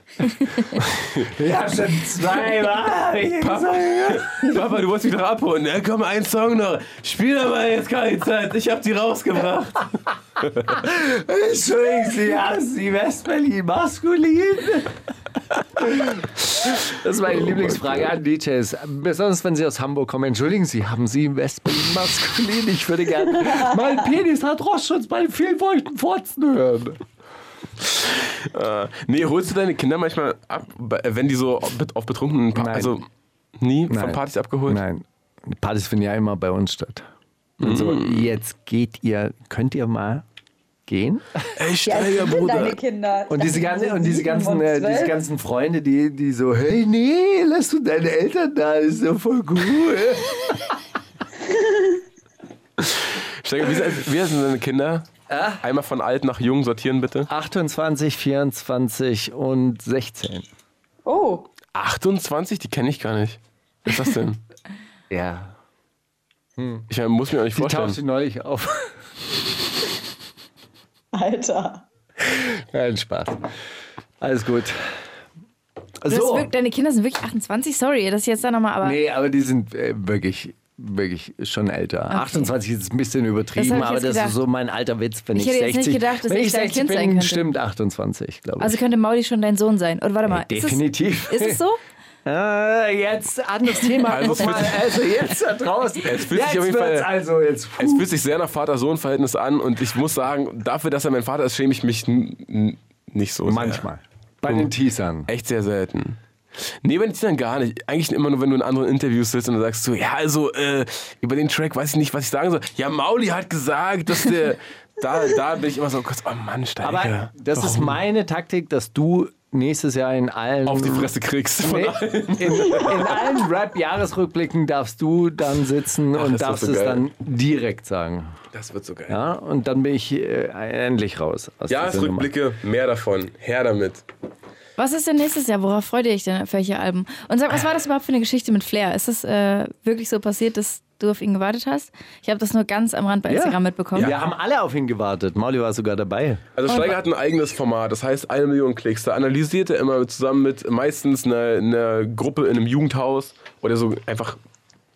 Speaker 1: ich hab schon zweimal.
Speaker 6: Papa, du wolltest mich doch abholen. Ja, komm, ein Song noch. Spiel doch mal jetzt keine Zeit. Ich hab die rausgebracht.
Speaker 1: Entschuldigen Sie, ja, Sie Westberlin maskulin? Oh Das ist meine Lieblingsfrage an DJs. Besonders wenn Sie aus Hamburg kommen. Entschuldigen Sie, haben Sie Westberlin maskulin? Ich würde gerne. Mein Penis hat Rostschutz bei vielen feuchten Furzen hören.
Speaker 6: Äh, nee, holst du deine Kinder manchmal ab, bei- wenn die so auf auf betrunkenen Partys.
Speaker 1: Nein.
Speaker 6: Also nie
Speaker 1: Nein.
Speaker 6: von Partys abgeholt?
Speaker 1: Nein, die Partys finden ja immer bei uns statt. Also
Speaker 6: Mm.
Speaker 1: jetzt geht ihr, könnt ihr mal gehen?
Speaker 6: Ey,
Speaker 8: Ja,
Speaker 6: Steiger,
Speaker 8: ja sind
Speaker 6: Bruder.
Speaker 8: deine Kinder.
Speaker 1: Und diese ganzen, und diese ganzen, äh, diese
Speaker 8: ganzen.
Speaker 1: ganzen Freunde, die, die so, hey, nee, lass du deine Eltern da, ist ja voll *laughs* cool.
Speaker 6: Steiger, wie sind wie sind deine Kinder? Einmal von alt nach jung sortieren, bitte.
Speaker 1: 28, 24 und 16.
Speaker 8: Oh,
Speaker 6: 28? Die kenne ich gar nicht. Was ist das denn?
Speaker 1: Ja.
Speaker 6: Ich meine, muss mir auch nicht
Speaker 1: Die tauchte
Speaker 6: vorstellen.
Speaker 1: neulich auf.
Speaker 8: Alter.
Speaker 1: *laughs* Nein, Spaß. Alles gut.
Speaker 7: Du hast
Speaker 1: So.
Speaker 7: wirklich, deine Kinder sind wirklich 28, sorry, das ist jetzt da nochmal, aber
Speaker 1: Nee, aber die sind äh, wirklich, wirklich schon älter. 28 ist ein bisschen übertrieben,
Speaker 7: Das hab ich
Speaker 1: aber
Speaker 7: jetzt
Speaker 1: das ist
Speaker 7: gedacht.
Speaker 1: so mein alter Witz, wenn ich,
Speaker 7: Ich hätte jetzt
Speaker 1: 60
Speaker 7: nicht gedacht, dass
Speaker 1: wenn
Speaker 7: ich
Speaker 1: ich
Speaker 7: dein
Speaker 1: 60
Speaker 7: Kind
Speaker 1: bin,
Speaker 7: sein könnte.
Speaker 1: stimmt 28, glaube ich.
Speaker 7: also könnte Mauli schon dein Sohn sein. Oder warte mal, ist es-
Speaker 1: definitiv.
Speaker 7: Ist es so?
Speaker 1: Äh, jetzt anderes Thema.
Speaker 6: Also es
Speaker 1: Also,
Speaker 6: fühlt sich-
Speaker 1: also jetzt da draußen.
Speaker 6: Es fühlt sich
Speaker 1: jetzt
Speaker 6: auf jeden Fall-
Speaker 1: wird's Also jetzt.
Speaker 6: Es fühlt sich sehr nach Vater-Sohn-Verhältnis an und ich muss sagen, dafür, dass er mein Vater ist, schäme ich mich n- n- nicht so sehr.
Speaker 1: Manchmal. Bei den Teasern.
Speaker 6: Echt sehr selten. Nee, bei den Tieren gar nicht. Eigentlich immer nur, wenn du in anderen Interviews sitzt und dann sagst du, ja, also äh, über den Track weiß ich nicht, was ich sagen soll. Ja, Mauli hat gesagt, dass der.
Speaker 1: *laughs*
Speaker 6: da, da bin ich immer so kurz, oh Mann, Steiger.
Speaker 1: Aber das ist
Speaker 6: warum?
Speaker 1: meine Taktik, dass du nächstes Jahr in allen.
Speaker 6: Auf die Fresse kriegst. Von
Speaker 1: Nee,
Speaker 6: allen.
Speaker 1: in, in allen Rap-Jahresrückblicken darfst du dann sitzen und
Speaker 6: das wird
Speaker 1: darfst
Speaker 6: so
Speaker 1: es
Speaker 6: geil.
Speaker 1: dann direkt sagen.
Speaker 6: Das wird so geil.
Speaker 1: Ja, und dann bin ich äh, endlich raus. aus dieser Nummer.
Speaker 6: Jahresrückblicke, mehr davon. Her damit.
Speaker 7: Was ist denn nächstes Jahr? Worauf freut ihr euch denn auf welche Alben? Und sag, was war das überhaupt für eine Geschichte mit Flair? Ist das äh, wirklich so passiert, dass du auf ihn gewartet hast? Ich habe das nur ganz am Rand bei
Speaker 1: Ja.
Speaker 7: Instagram mitbekommen.
Speaker 1: Wir haben alle auf ihn gewartet. Mauli war sogar dabei.
Speaker 6: Also Steiger hat ein eigenes Format, das heißt eine Million Klicks. Da analysiert er immer zusammen mit meistens einer, einer Gruppe in einem Jugendhaus oder so einfach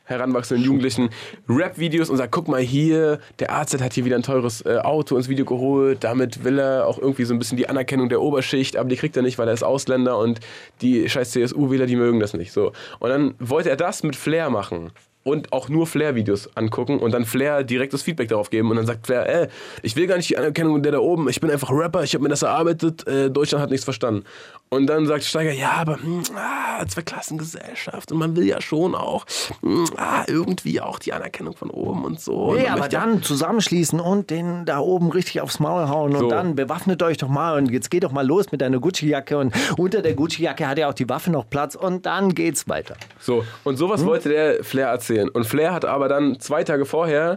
Speaker 6: heranwachsenden Jugendlichen Rap-Videos und sagt, guck mal hier, der AZ hat hier wieder ein teures äh, Auto ins Video geholt, damit will er auch irgendwie so ein bisschen die Anerkennung der Oberschicht, aber die kriegt er nicht, weil er ist Ausländer und die scheiß CSU-Wähler, die mögen das nicht. So. Und dann wollte er das mit Flair machen und auch nur Flair-Videos angucken und dann Flair direktes Feedback darauf geben und dann sagt Flair, ey, ich will gar nicht die Anerkennung der da oben, ich bin einfach Rapper, ich habe mir das erarbeitet, äh, Deutschland hat äh, nichts verstanden. Und dann sagt Steiger, ja, aber hm, ah, Zweiklassengesellschaft und man will ja schon auch hm, ah, irgendwie auch die Anerkennung von oben und so. und
Speaker 1: Nee,
Speaker 6: man
Speaker 1: aber
Speaker 6: möchte-
Speaker 1: dann zusammenschließen und den da oben richtig aufs Maul hauen
Speaker 6: So.
Speaker 1: und dann bewaffnet euch doch mal und jetzt geht doch mal los mit deiner Gucci-Jacke und unter der Gucci-Jacke hat ja auch die Waffe noch Platz und dann geht's weiter.
Speaker 6: So, und
Speaker 1: Hm?
Speaker 6: sowas wollte der Flair erzählen. Und Flair hat aber dann zwei Tage vorher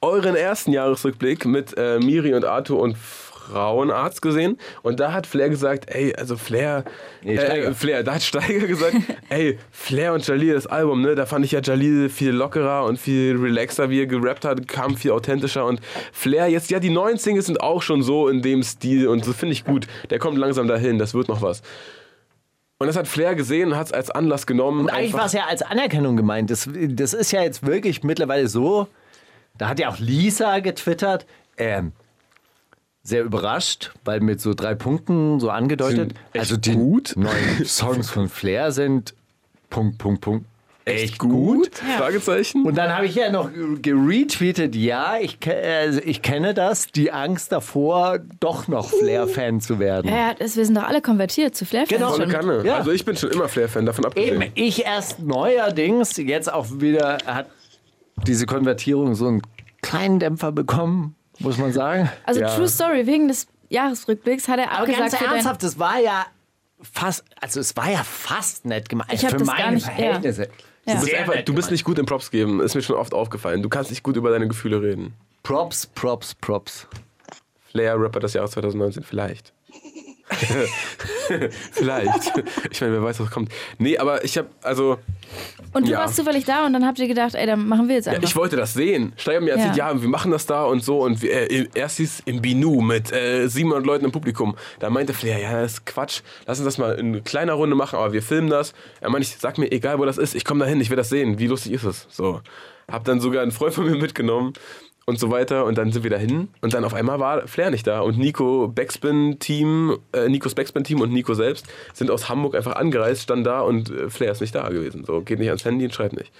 Speaker 6: euren ersten Jahresrückblick mit äh, Miri und Arthur und Frauenarzt gesehen. Und da hat Flair gesagt, ey, also Flair,
Speaker 1: Nee,
Speaker 6: äh,
Speaker 1: Steiger.
Speaker 6: Flair, da hat Steiger
Speaker 1: *laughs*
Speaker 6: gesagt, ey, Flair und Jalil, das Album, ne, da fand ich ja Jalil viel lockerer und viel relaxer, wie er gerappt hat, kam viel authentischer und Flair jetzt, ja, die neuen Singles sind auch schon so in dem Stil und so finde ich gut. Der kommt langsam dahin, das wird noch was. Und das hat Flair gesehen und hat es als Anlass genommen.
Speaker 1: Und eigentlich
Speaker 6: einfach-
Speaker 1: war es ja als Anerkennung gemeint. Das, das ist ja jetzt wirklich mittlerweile so, da hat ja auch Lisa getwittert, ähm, sehr überrascht, weil mit so drei Punkten so angedeutet.
Speaker 6: Sind echt
Speaker 1: also die
Speaker 6: gut? *laughs*
Speaker 1: neuen Songs von Flair sind Punkt, Punkt, Punkt.
Speaker 6: echt gut? Fragezeichen.
Speaker 1: Und dann habe ich ja noch geretweetet, ja, ich, ke- äh, ich kenne das, die Angst davor, doch noch Flair-Fan zu werden.
Speaker 7: Ja, ja, das- wir sind doch alle konvertiert zu Flair.
Speaker 1: Genau.
Speaker 6: Volle
Speaker 1: schon.
Speaker 6: Kanne.
Speaker 1: Ja.
Speaker 6: Also ich bin schon immer Flair-Fan, davon abgesehen.
Speaker 1: Eben, ich erst neuerdings, jetzt auch wieder, hat diese Konvertierung so einen kleinen Dämpfer bekommen, muss man sagen.
Speaker 7: Also
Speaker 6: Ja.
Speaker 7: True Story, wegen des Jahresrückblicks hat er
Speaker 1: Aber
Speaker 7: abgesagt.
Speaker 1: ganz
Speaker 7: für dein-
Speaker 1: ernsthaft, das war ja fast, also es war ja fast nett gemeint.
Speaker 7: Ich hab
Speaker 1: Für
Speaker 7: das gar
Speaker 1: meine
Speaker 7: nicht- ja.
Speaker 1: Verhältnisse.
Speaker 6: Du bist,
Speaker 1: Sehr
Speaker 6: einfach,
Speaker 1: nett
Speaker 6: du bist nicht gut im Props geben, ist mir schon oft aufgefallen. Du kannst nicht gut über deine Gefühle reden.
Speaker 1: Props, Props, Props.
Speaker 6: Flair, Rapper des Jahres 2019,
Speaker 1: *laughs*
Speaker 6: vielleicht. *laughs* vielleicht. Ich meine, wer weiß, was kommt. Nee, aber ich habe, also,
Speaker 7: Und du
Speaker 6: Ja.
Speaker 7: warst zufällig da und dann habt ihr gedacht, ey, dann machen wir jetzt
Speaker 6: ja,
Speaker 7: einfach.
Speaker 6: ich wollte das sehen. Steiger hat mir erzählt, ja.
Speaker 7: Ja.
Speaker 6: wir machen das da und so. Und wir, äh, erst hieß im Binu mit äh, 700 Leuten im Publikum. Da meinte Flair, ja, das ist Quatsch. Lass uns das mal in kleiner Runde machen, aber wir filmen das. Er meinte, ich sag mir, egal wo das ist, ich komme da hin, ich will das sehen. Wie lustig ist es? So. Hab dann sogar einen Freund von mir *laughs* mitgenommen. Und so weiter. Und dann sind wir dahin. Und dann auf einmal war Flair nicht da. Und Nico Backspin-Team, äh, Nikos Backspin-Team und Nico selbst sind aus Hamburg einfach angereist, standen da und äh, Flair ist nicht da gewesen. So, geht nicht ans Handy und schreibt nicht.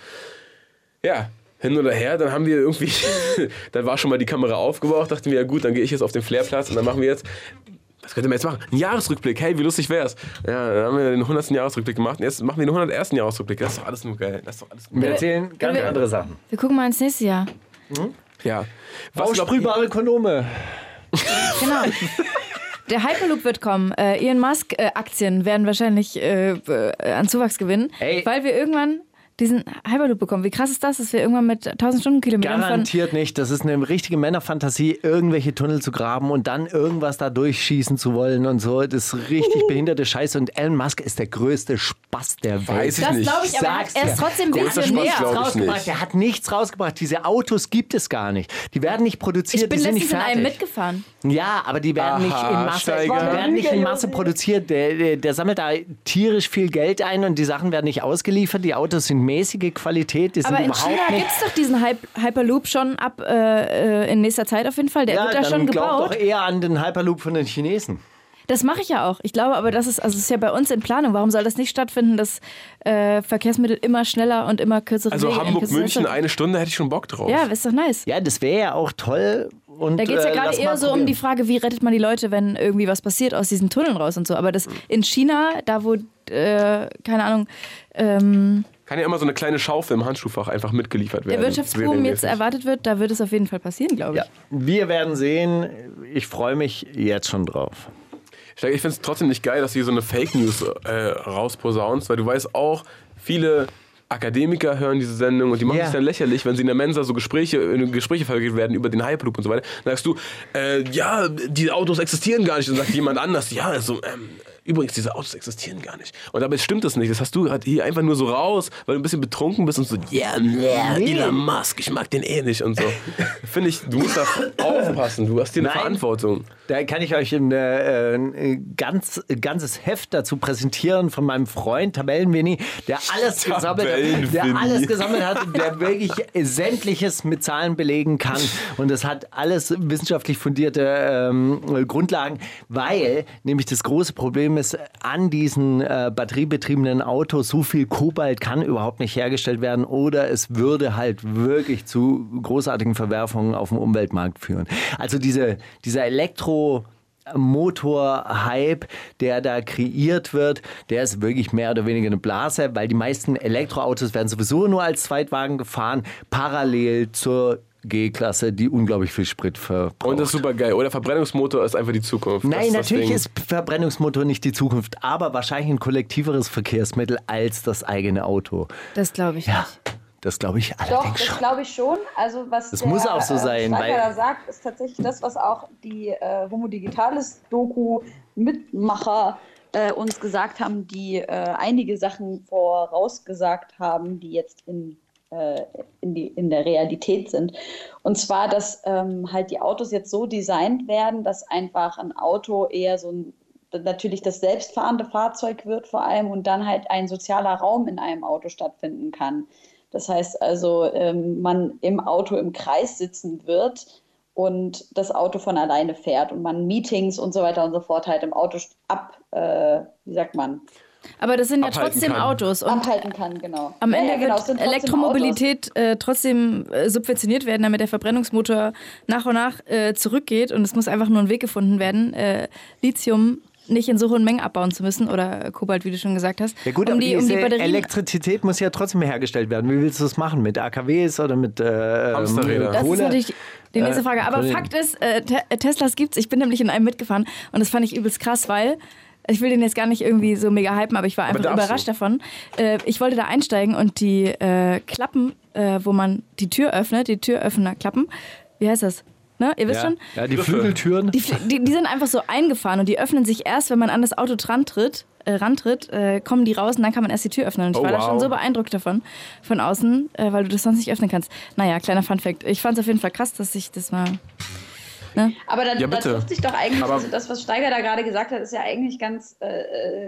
Speaker 6: Ja, hin oder her, dann haben wir irgendwie, *laughs* dann war schon mal die Kamera aufgebraucht, dachten wir, ja gut, dann gehe ich jetzt auf den Flairplatz und dann machen wir jetzt, was könnte man jetzt machen? Ein Jahresrückblick, hey, wie lustig wär's. Ja, dann haben wir den 100. Jahresrückblick gemacht und jetzt machen wir den 101. Jahresrückblick. Das ist doch alles nur geil. Das ist doch alles nur
Speaker 1: Äh, Wir
Speaker 6: geil.
Speaker 1: erzählen ganz andere Sachen.
Speaker 7: Wir gucken mal ins nächste Jahr. Äh,
Speaker 6: Ja. Was glaubt ihr-
Speaker 1: Aussprühbare Kondome.
Speaker 7: Genau. Der Hyperloop wird kommen. Äh, Elon Musk-Aktien werden wahrscheinlich äh, äh, an Zuwachs gewinnen,
Speaker 1: Ey.
Speaker 7: weil wir irgendwann diesen Hyperloop bekommen. Wie krass ist das, dass wir irgendwann mit 1000 Stundenkilometern von...
Speaker 1: Garantiert nicht. Das ist eine richtige Männerfantasie, irgendwelche Tunnel zu graben und dann irgendwas da durchschießen zu wollen und so. Das ist richtig behinderte Scheiße. Und Elon Musk ist der größte Spaß der Welt.
Speaker 6: Weiß ich
Speaker 7: Das
Speaker 6: nicht.
Speaker 7: glaube ich, aber er hat-
Speaker 1: Sag's
Speaker 7: er
Speaker 1: dir.
Speaker 7: ist trotzdem
Speaker 6: Größter Spaß,
Speaker 7: Visionär.
Speaker 6: glaub ich.
Speaker 1: rausgebracht.
Speaker 6: nicht.
Speaker 1: Er hat nichts rausgebracht. Diese Autos gibt es gar nicht. Die werden nicht produziert.
Speaker 7: Ich bin
Speaker 1: die sind
Speaker 7: letztens
Speaker 1: nicht
Speaker 7: in
Speaker 1: fertig.
Speaker 7: einem mitgefahren.
Speaker 1: Ja, aber die werden nicht in
Speaker 6: Aha,
Speaker 1: Masse, die
Speaker 6: Steiger.
Speaker 1: werden nicht in Masse produziert. Der, der, der sammelt da tierisch viel Geld ein und die Sachen werden nicht ausgeliefert. Die Autos sind mäßige Qualität. Die sind
Speaker 7: Aber in
Speaker 1: überhaupt
Speaker 7: China
Speaker 1: nicht
Speaker 7: gibt es doch diesen Hype Hyperloop schon ab äh, äh, in nächster Zeit auf jeden Fall. Der wird da
Speaker 1: dann
Speaker 7: schon
Speaker 1: glaub
Speaker 7: gebaut.
Speaker 1: doch eh- eher an den Hyperloop von den Chinesen.
Speaker 7: Das mache ich ja auch. Ich glaube aber, das ist, also es ist ja bei uns in Planung. Warum soll das nicht stattfinden, dass äh, Verkehrsmittel immer schneller und immer kürzere
Speaker 6: Also
Speaker 7: Wege kürzere
Speaker 6: Hamburg-München,
Speaker 7: Distanz-
Speaker 6: eine Stunde hätte ich schon Bock drauf.
Speaker 7: Ja, ist doch nice.
Speaker 1: Ja, das wäre ja auch toll. Und,
Speaker 7: Da geht es ja
Speaker 1: äh,
Speaker 7: gerade
Speaker 1: lass mal
Speaker 7: eher so um die
Speaker 1: probieren.
Speaker 7: Frage, wie rettet man die Leute, wenn irgendwie was passiert aus diesen Tunneln raus und so. Aber
Speaker 1: Hm.
Speaker 7: das in China, da wo, äh, keine Ahnung, ähm,
Speaker 6: Kann ja immer so eine kleine Schaufel im Handschuhfach einfach mitgeliefert werden.
Speaker 7: der Wirtschaftsboom jetzt
Speaker 6: Serienmäßig.
Speaker 7: erwartet wird, da wird es auf jeden Fall passieren, glaube ich.
Speaker 1: Ja, wir werden sehen. Ich freue mich jetzt schon drauf.
Speaker 6: Steiger, ich finde es trotzdem nicht geil, dass du hier so eine Fake News äh, rausposaunst, weil du weißt auch, viele Akademiker hören diese Sendung und die machen
Speaker 1: Ja.
Speaker 6: sich dann lächerlich, wenn sie in der Mensa so Gespräche, in Gespräche verwickelt werden über den Hyperloop und so weiter. Dann sagst du, äh, ja, diese Autos existieren gar nicht. Und sagt jemand anders, ja, also, ähm, übrigens, diese Autos existieren gar nicht. Und dabei stimmt das nicht. Das hast du grad hier einfach nur so raus, weil du ein bisschen betrunken bist und so, ja, yeah, Elon Musk, ich mag den eh nicht
Speaker 1: *laughs*
Speaker 6: und so. Finde ich, du musst da aufpassen. Du hast hier eine
Speaker 1: Nein.
Speaker 6: Verantwortung.
Speaker 1: Da kann ich euch ein, äh, ein ganz, ein ganzes Heft dazu präsentieren von meinem Freund Tabellenvini, der alles gesammelt hat, der
Speaker 6: Tabellenvini.
Speaker 1: alles gesammelt hat, und der wirklich sämtliches mit Zahlen belegen kann. Und das hat alles wissenschaftlich fundierte ähm, Grundlagen, weil nämlich das große Problem ist, an diesen äh, batteriebetriebenen Autos so viel Kobalt kann überhaupt nicht hergestellt werden oder es würde halt wirklich zu großartigen Verwerfungen auf dem Umweltmarkt führen. Also diese, dieser Elektro Motorhype, der da kreiert wird, der ist wirklich mehr oder weniger eine Blase, weil die meisten Elektroautos werden sowieso nur als Zweitwagen gefahren, parallel zur G-Klasse, die unglaublich viel Sprit verbraucht.
Speaker 6: Und das ist super geil. Oder Verbrennungsmotor ist einfach die Zukunft. Das
Speaker 1: Nein,
Speaker 6: ist das
Speaker 1: natürlich
Speaker 6: Ding.
Speaker 1: ist Verbrennungsmotor nicht die Zukunft, aber wahrscheinlich ein kollektiveres Verkehrsmittel als das eigene Auto.
Speaker 7: Das glaube ich
Speaker 1: Ja,
Speaker 7: nicht.
Speaker 1: das glaube ich
Speaker 8: Doch,
Speaker 1: allerdings
Speaker 8: das
Speaker 1: schon.
Speaker 8: glaube ich schon. Also was
Speaker 1: Das
Speaker 8: der,
Speaker 1: muss auch so
Speaker 8: äh,
Speaker 1: sein,
Speaker 8: Steiger
Speaker 1: weil-
Speaker 8: da sagt, ist tatsächlich das, was auch die äh, Homo Digitalis Doku Mitmacher äh, uns gesagt haben, die äh, einige Sachen vorausgesagt haben, die jetzt in, äh, in, die, in der Realität sind. Und zwar, dass ähm, halt die Autos jetzt so designt werden, dass einfach ein Auto eher so ein natürlich das selbstfahrende Fahrzeug wird vor allem und dann halt ein sozialer Raum in einem Auto stattfinden kann. Das heißt also, ähm, man im Auto im Kreis sitzen wird und das Auto von alleine fährt und man Meetings und so weiter und so fort halt im Auto st- ab, äh, wie sagt man,
Speaker 7: Aber das sind ja
Speaker 6: Abhalten
Speaker 7: trotzdem
Speaker 6: kann.
Speaker 7: Autos. Und
Speaker 8: abhalten kann, genau.
Speaker 7: am
Speaker 8: Ja,
Speaker 7: Ende
Speaker 8: ja, genau, es
Speaker 7: wird
Speaker 8: sind trotzdem
Speaker 7: Elektromobilität äh, trotzdem äh, subventioniert werden, damit der Verbrennungsmotor nach und nach äh, zurückgeht. Und es muss einfach nur ein Weg gefunden werden, äh, Lithium nicht in so hohen Mengen abbauen zu müssen oder äh, Kobalt, wie du schon gesagt hast,
Speaker 1: Ja gut,
Speaker 7: um,
Speaker 1: aber
Speaker 7: die, um die
Speaker 1: diese
Speaker 7: Batterien
Speaker 1: Elektrizität muss ja trotzdem hergestellt werden. Wie willst du das machen? Mit AKWs oder mit äh,
Speaker 6: Hamsterräder.
Speaker 1: ähm,
Speaker 7: Das ist
Speaker 1: Kohle?
Speaker 7: natürlich die nächste
Speaker 1: Äh,
Speaker 7: Frage. Aber
Speaker 1: Kohle.
Speaker 7: Fakt ist, äh, Te Teslas gibt's. Ich bin nämlich in einem mitgefahren und das fand ich übelst krass, weil ich will den jetzt gar nicht irgendwie so mega hypen, aber ich war einfach
Speaker 6: darfst du.
Speaker 7: überrascht davon. Äh, ich wollte da einsteigen und die äh, Klappen, äh, wo man die Tür öffnet, die Türöffnerklappen, wie heißt das? Ne? Ihr wisst
Speaker 1: ja.
Speaker 7: schon?
Speaker 1: ja, die Flügeltüren.
Speaker 7: Die, fl- die, die sind einfach so eingefahren und die öffnen sich erst, wenn man an das Auto dran tritt, äh, rantritt, äh, kommen die raus und dann kann man erst die Tür öffnen. Und ich
Speaker 6: Oh,
Speaker 7: war da
Speaker 6: wow.
Speaker 7: schon so beeindruckt davon, von außen, äh, weil du das sonst nicht öffnen kannst. Naja, kleiner Funfact. Ich fand es auf jeden Fall krass, dass ich das mal.
Speaker 8: Aber dann,
Speaker 6: Ja,
Speaker 8: dann
Speaker 6: bitte.
Speaker 8: trifft sich doch eigentlich,
Speaker 6: Aber-
Speaker 8: also das, was Steiger da gerade gesagt hat, ist ja eigentlich ganz, äh,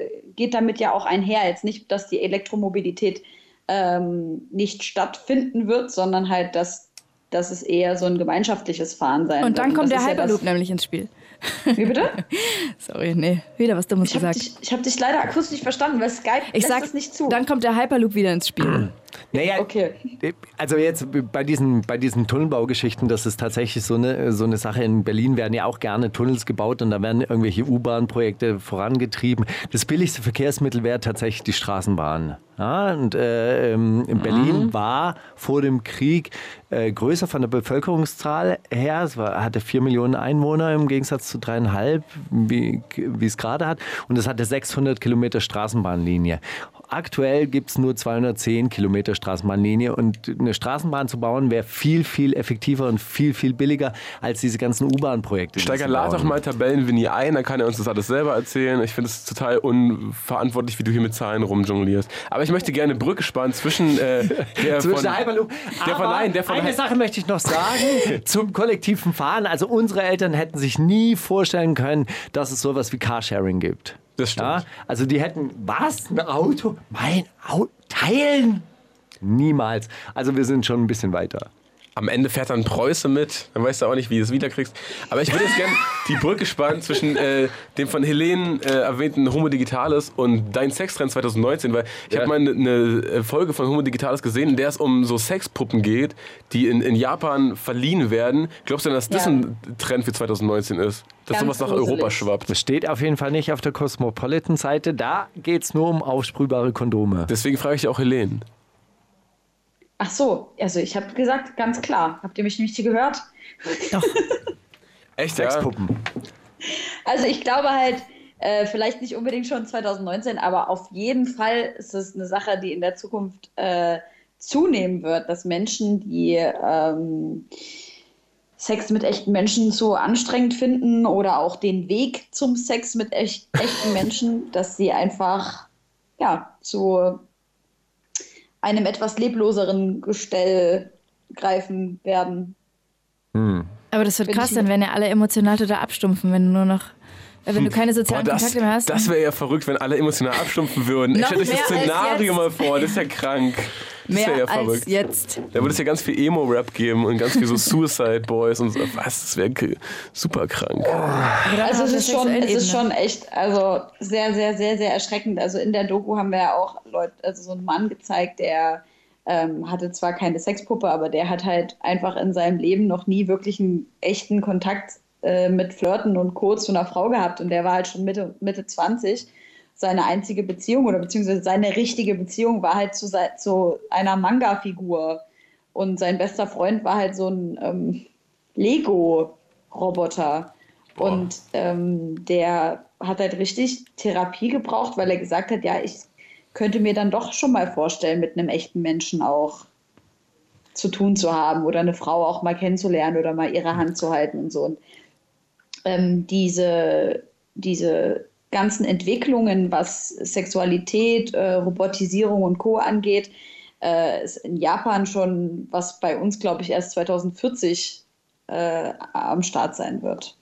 Speaker 8: äh, geht damit ja auch einher. Jetzt nicht, dass die Elektromobilität ähm, nicht stattfinden wird, sondern halt, dass, dass es eher so ein gemeinschaftliches Fahren sein
Speaker 7: Und dann
Speaker 8: wird.
Speaker 7: kommt
Speaker 8: das
Speaker 7: der
Speaker 8: ist ja das-
Speaker 7: Hyperloop nämlich ins Spiel.
Speaker 8: Wie
Speaker 7: *laughs*
Speaker 8: bitte?
Speaker 7: Sorry, nee, wieder was Dummes
Speaker 8: Ich habe
Speaker 7: gesagt.
Speaker 8: dich, ich hab dich leider akustisch nicht verstanden, weil Skype
Speaker 7: ich
Speaker 8: lässt
Speaker 7: sag,
Speaker 8: das nicht zu.
Speaker 7: dann kommt der Hyperloop wieder ins
Speaker 8: *clears throat*
Speaker 7: Spiel.
Speaker 1: Naja,
Speaker 8: Okay.
Speaker 1: Also jetzt bei diesen, bei diesen Tunnelbaugeschichten, das ist tatsächlich so eine, so eine Sache. In Berlin werden ja auch gerne Tunnels gebaut und da werden irgendwelche U-Bahn-Projekte vorangetrieben. Das billigste Verkehrsmittel wäre tatsächlich die Straßenbahn. Ja, und äh, ähm, in Berlin
Speaker 7: Mhm.
Speaker 1: war vor dem Krieg äh, größer von der Bevölkerungszahl her. Es war, hatte vier Millionen Einwohner im Gegensatz zu dreieinhalb, wie wie es gerade hat. Und es hatte 600 Kilometer Straßenbahnlinie. Aktuell gibt es nur 210 Kilometer Straßenbahnlinie und eine Straßenbahn zu bauen wäre viel, viel effektiver und viel, viel billiger als diese ganzen U-Bahn-Projekte. die
Speaker 6: Steiger,
Speaker 1: sie
Speaker 6: lad
Speaker 1: bauen.
Speaker 6: doch mal Tabellenvini ein, dann kann er uns das alles selber erzählen. Ich finde es total unverantwortlich, wie du hier mit Zahlen rumjonglierst. Aber ich möchte gerne eine Brücke spannen zwischen äh,
Speaker 1: *laughs*
Speaker 6: der
Speaker 1: Zwischen
Speaker 6: von,
Speaker 1: der Hyperloop.
Speaker 6: Der von,
Speaker 1: Aber
Speaker 6: nein, der von
Speaker 1: eine Sache möchte ich noch
Speaker 6: *laughs*
Speaker 1: sagen zum kollektiven Fahren. Also unsere Eltern hätten sich nie vorstellen können, dass es sowas wie Carsharing gibt.
Speaker 6: Das stimmt.
Speaker 1: Also die hätten, was, ein Auto? Mein Auto? Teilen? Niemals. Also wir sind schon ein bisschen weiter.
Speaker 6: Am Ende fährt dann Preuße mit. Dann weißt du auch nicht, wie du es wiederkriegst. Aber ich würde jetzt gerne die Brücke spannen zwischen äh, dem von Helene äh, erwähnten Homo Digitalis und Dein Sextrend 2019. Weil ich habe mal eine ne Folge von Homo Digitalis gesehen, in der es um so Sexpuppen geht, die in, in Japan verliehen werden. Glaubst du denn, dass das
Speaker 8: Ja.
Speaker 6: ein Trend für 2019 ist? Dass
Speaker 8: Ganz
Speaker 6: sowas nach
Speaker 8: gruselig.
Speaker 6: Europa schwappt?
Speaker 1: Das steht auf jeden Fall nicht auf der Cosmopolitan-Seite. Da geht es nur um aufsprühbare Kondome.
Speaker 6: Deswegen frage ich auch Helene.
Speaker 8: Ach so, also ich habe gesagt, ganz klar. Habt ihr mich nicht gehört?
Speaker 6: Echt,
Speaker 1: Sexpuppen.
Speaker 8: Also ich glaube halt, äh, vielleicht nicht unbedingt schon 2019, aber auf jeden Fall ist es eine Sache, die in der Zukunft äh, zunehmen wird, dass Menschen, die ähm, Sex mit echten Menschen zu anstrengend finden oder auch den Weg zum Sex mit echt, echten Menschen, dass sie einfach ja, zu einem etwas lebloseren Gestell greifen werden.
Speaker 7: Aber das wird
Speaker 8: Bin
Speaker 7: krass,
Speaker 8: ich-
Speaker 7: dann werden ja alle emotional total abstumpfen, wenn du nur noch. äh, Wenn du keine
Speaker 6: Hm. Boah,
Speaker 7: sozialen
Speaker 6: das,
Speaker 7: Kontakte mehr hast.
Speaker 6: das wäre ja verrückt, wenn alle emotional abstumpfen würden.
Speaker 7: Noch
Speaker 6: Stellt euch das
Speaker 7: mehr als
Speaker 6: Szenario
Speaker 7: jetzt.
Speaker 6: mal vor, das ist ja krank. Das
Speaker 7: mehr
Speaker 6: wäre ja
Speaker 7: als
Speaker 6: verrückt.
Speaker 7: jetzt.
Speaker 6: Da würde es ja ganz viel Emo-Rap geben und ganz viel so Suicide Boys und so. Was? Das wäre k- super krank.
Speaker 8: Also es
Speaker 7: auf der
Speaker 8: ist, schon, es
Speaker 7: sexuellen
Speaker 8: ist
Speaker 7: Ebene.
Speaker 8: schon echt, also sehr, sehr, sehr, sehr erschreckend. Also in der Doku haben wir ja auch Leute, also so einen Mann gezeigt, der ähm, hatte zwar keine Sexpuppe, aber der hat halt einfach in seinem Leben noch nie wirklich einen echten Kontakt äh, mit Flirten und Co. zu einer Frau gehabt und der war halt schon Mitte, Mitte 20. Seine einzige Beziehung oder beziehungsweise seine richtige Beziehung war halt zu, se- zu einer Manga-Figur. Und sein bester Freund war halt so ein ähm, Lego-Roboter. Und ähm, der hat halt richtig Therapie gebraucht, weil er gesagt hat, ja, ich könnte mir dann doch schon mal vorstellen, mit einem echten Menschen auch zu tun zu haben oder eine Frau auch mal kennenzulernen oder mal ihre Hand zu halten und so. Und ähm, diese, diese ganzen Entwicklungen, was Sexualität, äh, Robotisierung und Co. angeht, äh, ist in Japan schon, was bei uns, glaube ich, erst 2040 äh, am Start sein wird.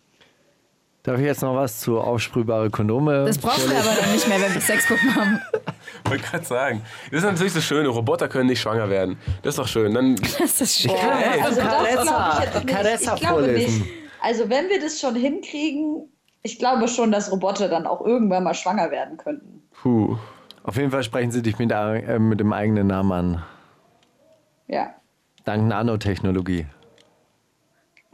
Speaker 1: Darf ich jetzt noch was zu aufsprühbare Kondome?
Speaker 7: Das brauchen wir aber dann nicht mehr, wenn wir Sexpuppen haben. *laughs*
Speaker 6: Wollte gerade sagen. Das ist natürlich das Schöne. Roboter können nicht schwanger werden. Das ist doch schön. Dann,
Speaker 7: Das ist schön.
Speaker 6: ey,
Speaker 8: Also das
Speaker 1: Caressa.
Speaker 8: glaube ich jetzt nicht.
Speaker 1: Caressa
Speaker 8: ich glaube
Speaker 1: vorlesen.
Speaker 8: nicht. Also wenn wir das schon hinkriegen, ich glaube schon, dass Roboter dann auch irgendwann mal schwanger werden könnten.
Speaker 7: *laughs*
Speaker 6: puh.
Speaker 1: Auf jeden Fall sprechen sie dich mit, äh, mit dem eigenen Namen an.
Speaker 8: Ja.
Speaker 1: Dank Nanotechnologie.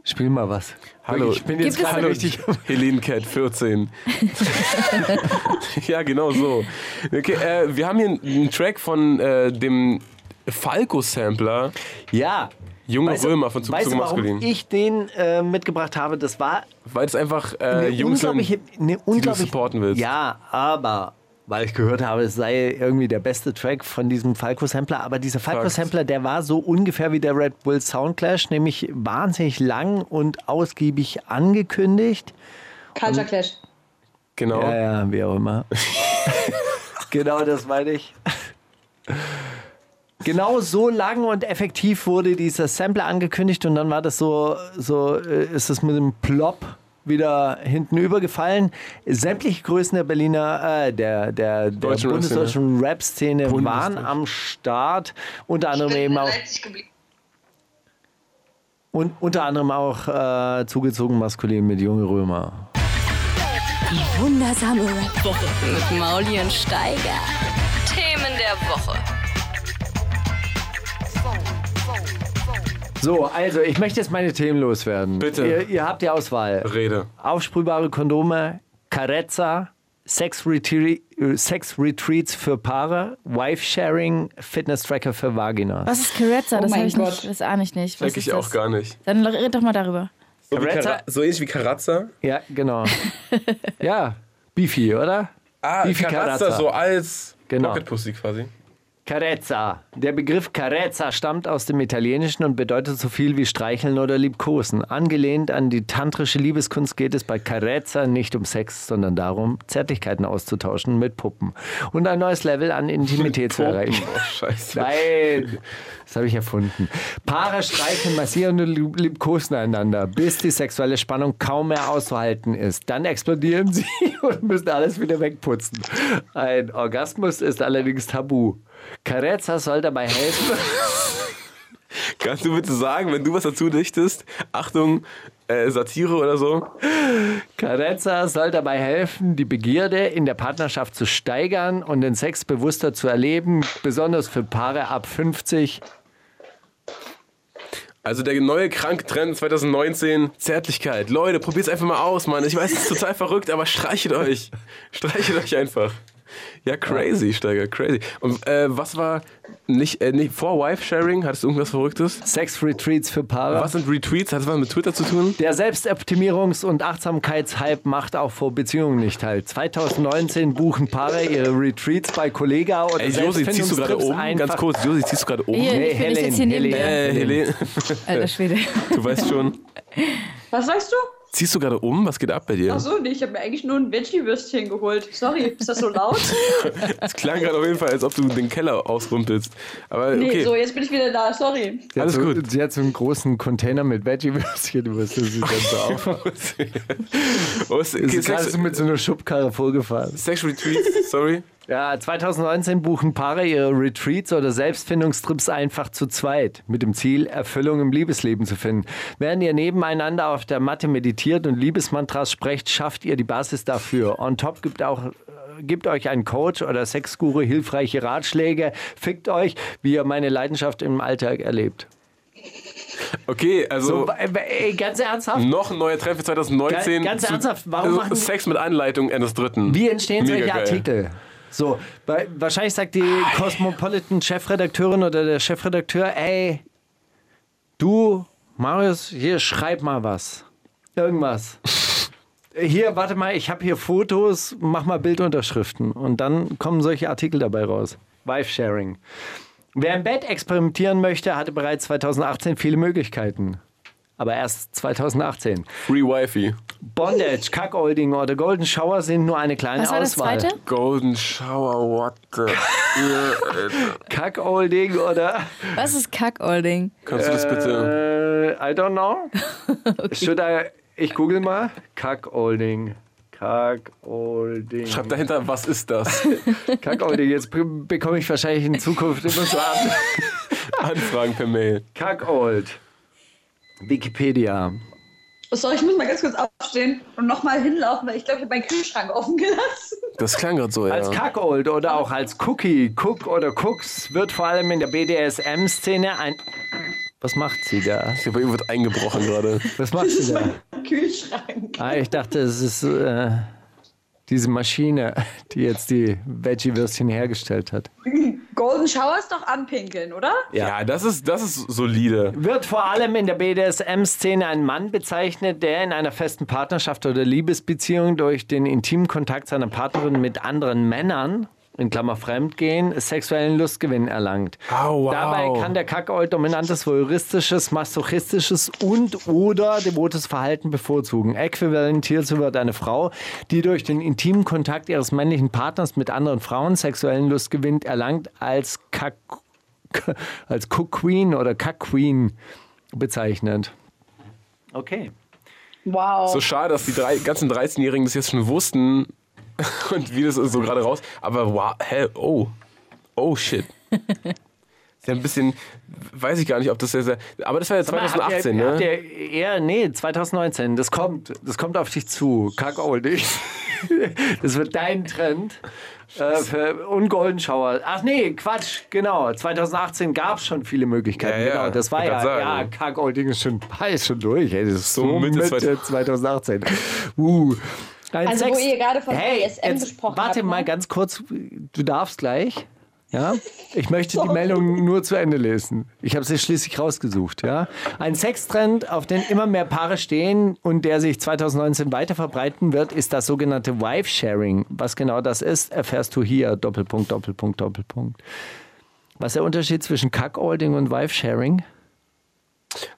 Speaker 1: Spiel mal was.
Speaker 6: Hallo,
Speaker 1: Ich bin
Speaker 7: Gibt
Speaker 1: jetzt
Speaker 7: es-
Speaker 1: gerade
Speaker 7: Hallo.
Speaker 1: richtig.
Speaker 6: Helene Cat
Speaker 7: *laughs*
Speaker 6: 14. ja, genau so. Okay, äh, wir haben hier einen Track von äh, dem Falco-Sampler.
Speaker 1: Ja.
Speaker 6: Junge
Speaker 1: Weißt du-
Speaker 6: Römer von Zug
Speaker 1: weißt
Speaker 6: zu
Speaker 1: du, warum
Speaker 6: Maskulin.
Speaker 1: ich den äh, mitgebracht habe? Das war
Speaker 6: Weil es einfach äh,
Speaker 1: eine
Speaker 6: Jungs sind,
Speaker 1: unglaubliche, eine
Speaker 6: die du
Speaker 1: unglaubliche,
Speaker 6: supporten willst.
Speaker 1: Ja, aber weil ich gehört habe, es sei irgendwie der beste Track von diesem Falco-Sampler. Aber dieser Falco-Sampler, der war so ungefähr wie der Red Bull Soundclash, nämlich wahnsinnig lang und ausgiebig angekündigt.
Speaker 8: Culture Clash.
Speaker 6: Genau.
Speaker 1: Ja, ja, wie auch immer. *laughs* genau das meine ich. Genau so lang und effektiv wurde dieser Sampler angekündigt und dann war das so, so äh, ist es mit dem Plop wieder hinten übergefallen. Sämtliche Größen der Berliner, äh, der, der, der
Speaker 6: Deutschen
Speaker 1: bundesdeutschen Rap-Szene waren
Speaker 6: Bundesdeutsch.
Speaker 1: am Start. Unter anderem eben auch,
Speaker 8: geblieben.
Speaker 1: und, unter anderem auch äh, zugezogen maskulin mit Junge Römer.
Speaker 4: Wundersame Rap.
Speaker 2: Mit Mauli und Steiger. Themen der Woche.
Speaker 1: So, also ich möchte jetzt meine Themen loswerden.
Speaker 6: Bitte.
Speaker 1: Ihr, ihr habt die Auswahl.
Speaker 6: Rede.
Speaker 1: Aufsprühbare Kondome, Carezza, Sex, Retreat, Sex Retreats für Paare, Wife Sharing, Fitness Tracker für Vaginas.
Speaker 7: Was ist Carezza? Das,
Speaker 8: mein
Speaker 7: hab ich
Speaker 8: Gott.
Speaker 7: nicht, das ahne ich nicht. Was
Speaker 6: Check ich
Speaker 7: ist
Speaker 6: auch
Speaker 7: das?
Speaker 6: gar nicht.
Speaker 7: Dann red doch mal darüber.
Speaker 6: So, wie
Speaker 1: Retta-
Speaker 6: Kara- so ähnlich wie Karazza.
Speaker 1: Ja, genau.
Speaker 6: *laughs*
Speaker 1: ja, Beefy, oder?
Speaker 6: Ah,
Speaker 1: Beefy
Speaker 6: Karazza
Speaker 1: Karazza.
Speaker 6: so als
Speaker 1: Genau.
Speaker 6: Pocket Pussy quasi.
Speaker 1: Carezza. Der Begriff Carezza stammt aus dem Italienischen und bedeutet so viel wie streicheln oder liebkosen. Angelehnt an die tantrische Liebeskunst geht es bei Carezza nicht um Sex, sondern darum, Zärtlichkeiten auszutauschen mit Puppen und ein neues Level an Intimität zu
Speaker 6: Popen.
Speaker 1: erreichen.
Speaker 6: Oh, scheiße.
Speaker 1: Nein, *laughs* das habe ich erfunden. Paare streicheln, massieren und lieb- liebkosen einander, bis die sexuelle Spannung kaum mehr auszuhalten ist. Dann explodieren *laughs* sie und müssen alles wieder wegputzen. Ein Orgasmus ist allerdings tabu. Carezza soll dabei helfen. *laughs*
Speaker 6: Kannst du bitte sagen, wenn du was dazu dichtest, Achtung, äh, Satire oder so?
Speaker 1: Carezza soll dabei helfen, die Begierde in der Partnerschaft zu steigern und den Sex bewusster zu erleben, besonders für Paare ab 50.
Speaker 6: Also der neue Kranktrend 2019, Zärtlichkeit. Leute, probiert's einfach mal aus, Mann. Ich weiß, es ist total verrückt, aber streichelt euch. Streichelt euch einfach. Ja, crazy, Steiger, crazy. Und äh, was war nicht, äh, nicht vor Wife-Sharing? Hattest du irgendwas Verrücktes?
Speaker 1: Sex-Retreats für Paare.
Speaker 6: Was sind Retweets? Hat das was mit Twitter zu tun?
Speaker 1: Der Selbstoptimierungs- und Achtsamkeitshype macht auch vor Beziehungen nicht halt. 2019 buchen Paare ihre Retreats bei Kollega oder
Speaker 6: Ey, Josi, ziehst du gerade
Speaker 1: Selbstfindungstrips
Speaker 6: oben?
Speaker 1: einfach-
Speaker 6: Ganz kurz, Josi, ziehst du gerade oben?
Speaker 7: Hier,
Speaker 1: Nee,
Speaker 7: ich bin nicht jetzt hier
Speaker 1: Helen,
Speaker 7: neben dir.
Speaker 1: Helen.
Speaker 6: Äh, Helene, *laughs*
Speaker 7: Alter Schwede.
Speaker 6: du weißt schon.
Speaker 8: Was sagst du?
Speaker 6: Ziehst du gerade um? Was geht ab bei dir?
Speaker 8: Achso, nee, ich habe mir eigentlich nur ein Veggie-Würstchen geholt. Sorry, ist das
Speaker 1: *laughs*
Speaker 8: so laut?
Speaker 6: Es klang gerade auf jeden Fall, als ob du den Keller ausrumpelst. Aber
Speaker 8: Nee,
Speaker 6: okay.
Speaker 8: so, jetzt bin ich wieder da, sorry.
Speaker 1: Sie hat
Speaker 6: Alles
Speaker 1: so,
Speaker 6: gut.
Speaker 1: Sie hat so einen großen Container mit Veggie-Würstchen,
Speaker 6: *laughs*
Speaker 1: du wirst das sieht dann so auf.
Speaker 6: Oh, es-
Speaker 1: Sie
Speaker 6: okay,
Speaker 1: ist gerade
Speaker 6: Sex,
Speaker 1: so mit so einer Schubkarre vorgefahren.
Speaker 6: Sex Retweets, sorry.
Speaker 1: Ja, 2019 buchen Paare ihre Retreats oder Selbstfindungstrips einfach zu zweit, mit dem Ziel, Erfüllung im Liebesleben zu finden. Während ihr nebeneinander auf der Matte meditiert und Liebesmantras sprecht, schafft ihr die Basis dafür. On top gibt auch äh, gibt euch ein Coach oder Sexguru hilfreiche Ratschläge, fickt euch, wie ihr meine Leidenschaft im Alltag erlebt.
Speaker 6: Okay, also
Speaker 1: So, ey, ganz ernsthaft.
Speaker 6: noch ein neuer Trend für 2019.
Speaker 1: Ganz- ganz
Speaker 6: zu-
Speaker 1: ernsthaft, warum
Speaker 6: also
Speaker 1: machen-
Speaker 6: Sex mit Anleitung eines Dritten.
Speaker 1: Wie entstehen
Speaker 6: Mega
Speaker 1: solche
Speaker 6: geil. Ah,
Speaker 1: Artikel? So, bei, wahrscheinlich sagt die Cosmopolitan-Chefredakteurin oder der Chefredakteur, ey, du, Marius, hier schreib mal was.
Speaker 6: *laughs*
Speaker 1: Irgendwas. Hier, warte mal, ich habe hier Fotos, mach mal Bildunterschriften. Und dann kommen solche Artikel dabei raus. Wife-Sharing. Wer im Bett experimentieren möchte, hatte bereits 2018 viele Möglichkeiten. Aber erst 2018.
Speaker 6: Free Wifi.
Speaker 1: Bondage, Cuckolding oder Golden Shower sind nur eine kleine
Speaker 7: Was war das
Speaker 1: Auswahl.
Speaker 7: zweite?
Speaker 6: Golden Shower, what the...
Speaker 1: *laughs*
Speaker 6: Yeah,
Speaker 1: Cuckolding oder
Speaker 7: Was ist Kackolding?
Speaker 6: Kannst du *laughs* das bitte...
Speaker 1: äh, I
Speaker 6: *laughs*
Speaker 1: don't know. Should I, ich google mal. Cuckolding. Cuckolding.
Speaker 6: Schreib dahinter, was ist
Speaker 1: *laughs*
Speaker 6: das?
Speaker 1: Cuckolding. Jetzt be- bekomme ich wahrscheinlich in Zukunft immer so ab.
Speaker 6: Anfragen per Mail.
Speaker 1: Cuckold. Wikipedia.
Speaker 8: So, ich muss mal ganz kurz aufstehen und nochmal hinlaufen, weil ich glaube, ich habe meinen Kühlschrank offen gelassen.
Speaker 6: Das klang gerade so, ja.
Speaker 1: Als Cuckold oder auch als Cookie, Cook oder Cooks wird vor allem in der BDSM-Szene ein... Was macht sie da?
Speaker 6: Ich glaube, ihm wird eingebrochen gerade.
Speaker 1: Was macht sie da?
Speaker 8: *laughs* Kühlschrank.
Speaker 1: Ah, ich dachte, es ist äh, diese Maschine, die jetzt die Veggie-Würstchen hergestellt hat.
Speaker 8: Golden Shower ist doch anpinkeln, oder?
Speaker 6: Ja, das, ist, das ist solide.
Speaker 1: Wird vor allem in der BDSM-Szene ein Mann bezeichnet, der in einer festen Partnerschaft oder Liebesbeziehung durch den intimen Kontakt seiner Partnerin mit anderen Männern in Klammer Fremdgehen, sexuellen Lustgewinn erlangt.
Speaker 6: Oh, wow.
Speaker 1: Dabei kann der Kackold dominantes, voyeuristisches, masochistisches und oder devotes Verhalten bevorzugen. Äquivalent hierzu wird eine Frau, die durch den intimen Kontakt ihres männlichen Partners mit anderen Frauen sexuellen Lust gewinnt, erlangt als Kack, *laughs* als Cook Queen oder Kack Queen bezeichnet. Okay.
Speaker 8: Wow.
Speaker 1: Oh.
Speaker 6: So schade, dass die drei, ganzen 13-Jährigen das jetzt schon wussten *laughs* und wie das ist so gerade raus. Aber wow, hä, oh. Oh shit. Ist ja ein bisschen, weiß ich gar nicht, ob das sehr, sehr. Aber das war ja 2018,
Speaker 1: habt
Speaker 6: ne?
Speaker 1: ihr, Habt ihr, eher, nee, 2019. Das kommt, das kommt auf dich zu. Kackolding. *laughs* Das wird dein Trend. Äh, für, und Golden Shower. Ach nee, Quatsch, genau. 2018 gab es schon viele Möglichkeiten.
Speaker 6: Ja, ja,
Speaker 1: genau, das war
Speaker 6: ich
Speaker 1: ja,
Speaker 6: grad
Speaker 1: ja,
Speaker 6: sagen.
Speaker 1: Kackolding ist schon, ist schon durch. Ey, das ist so,
Speaker 6: So Mitte
Speaker 1: Mitte, 2018. Uh. Ein
Speaker 8: Also, wo ihr gerade von BDSM
Speaker 1: jetzt
Speaker 8: gesprochen
Speaker 1: Warte
Speaker 8: habt,
Speaker 1: mal
Speaker 8: ne?
Speaker 1: ganz kurz, du darfst gleich. Ja,
Speaker 8: *laughs*
Speaker 1: ich möchte die Meldung nur zu Ende lesen. Ich habe sie schließlich rausgesucht. Ja? Ein Sextrend, auf den immer mehr Paare stehen und der sich 2019 weiter verbreiten wird, ist das sogenannte Wife-Sharing. Was genau das ist, erfährst du hier. Doppelpunkt, Doppelpunkt, Doppelpunkt. Was ist der Unterschied zwischen Cuckolding und Wife-Sharing?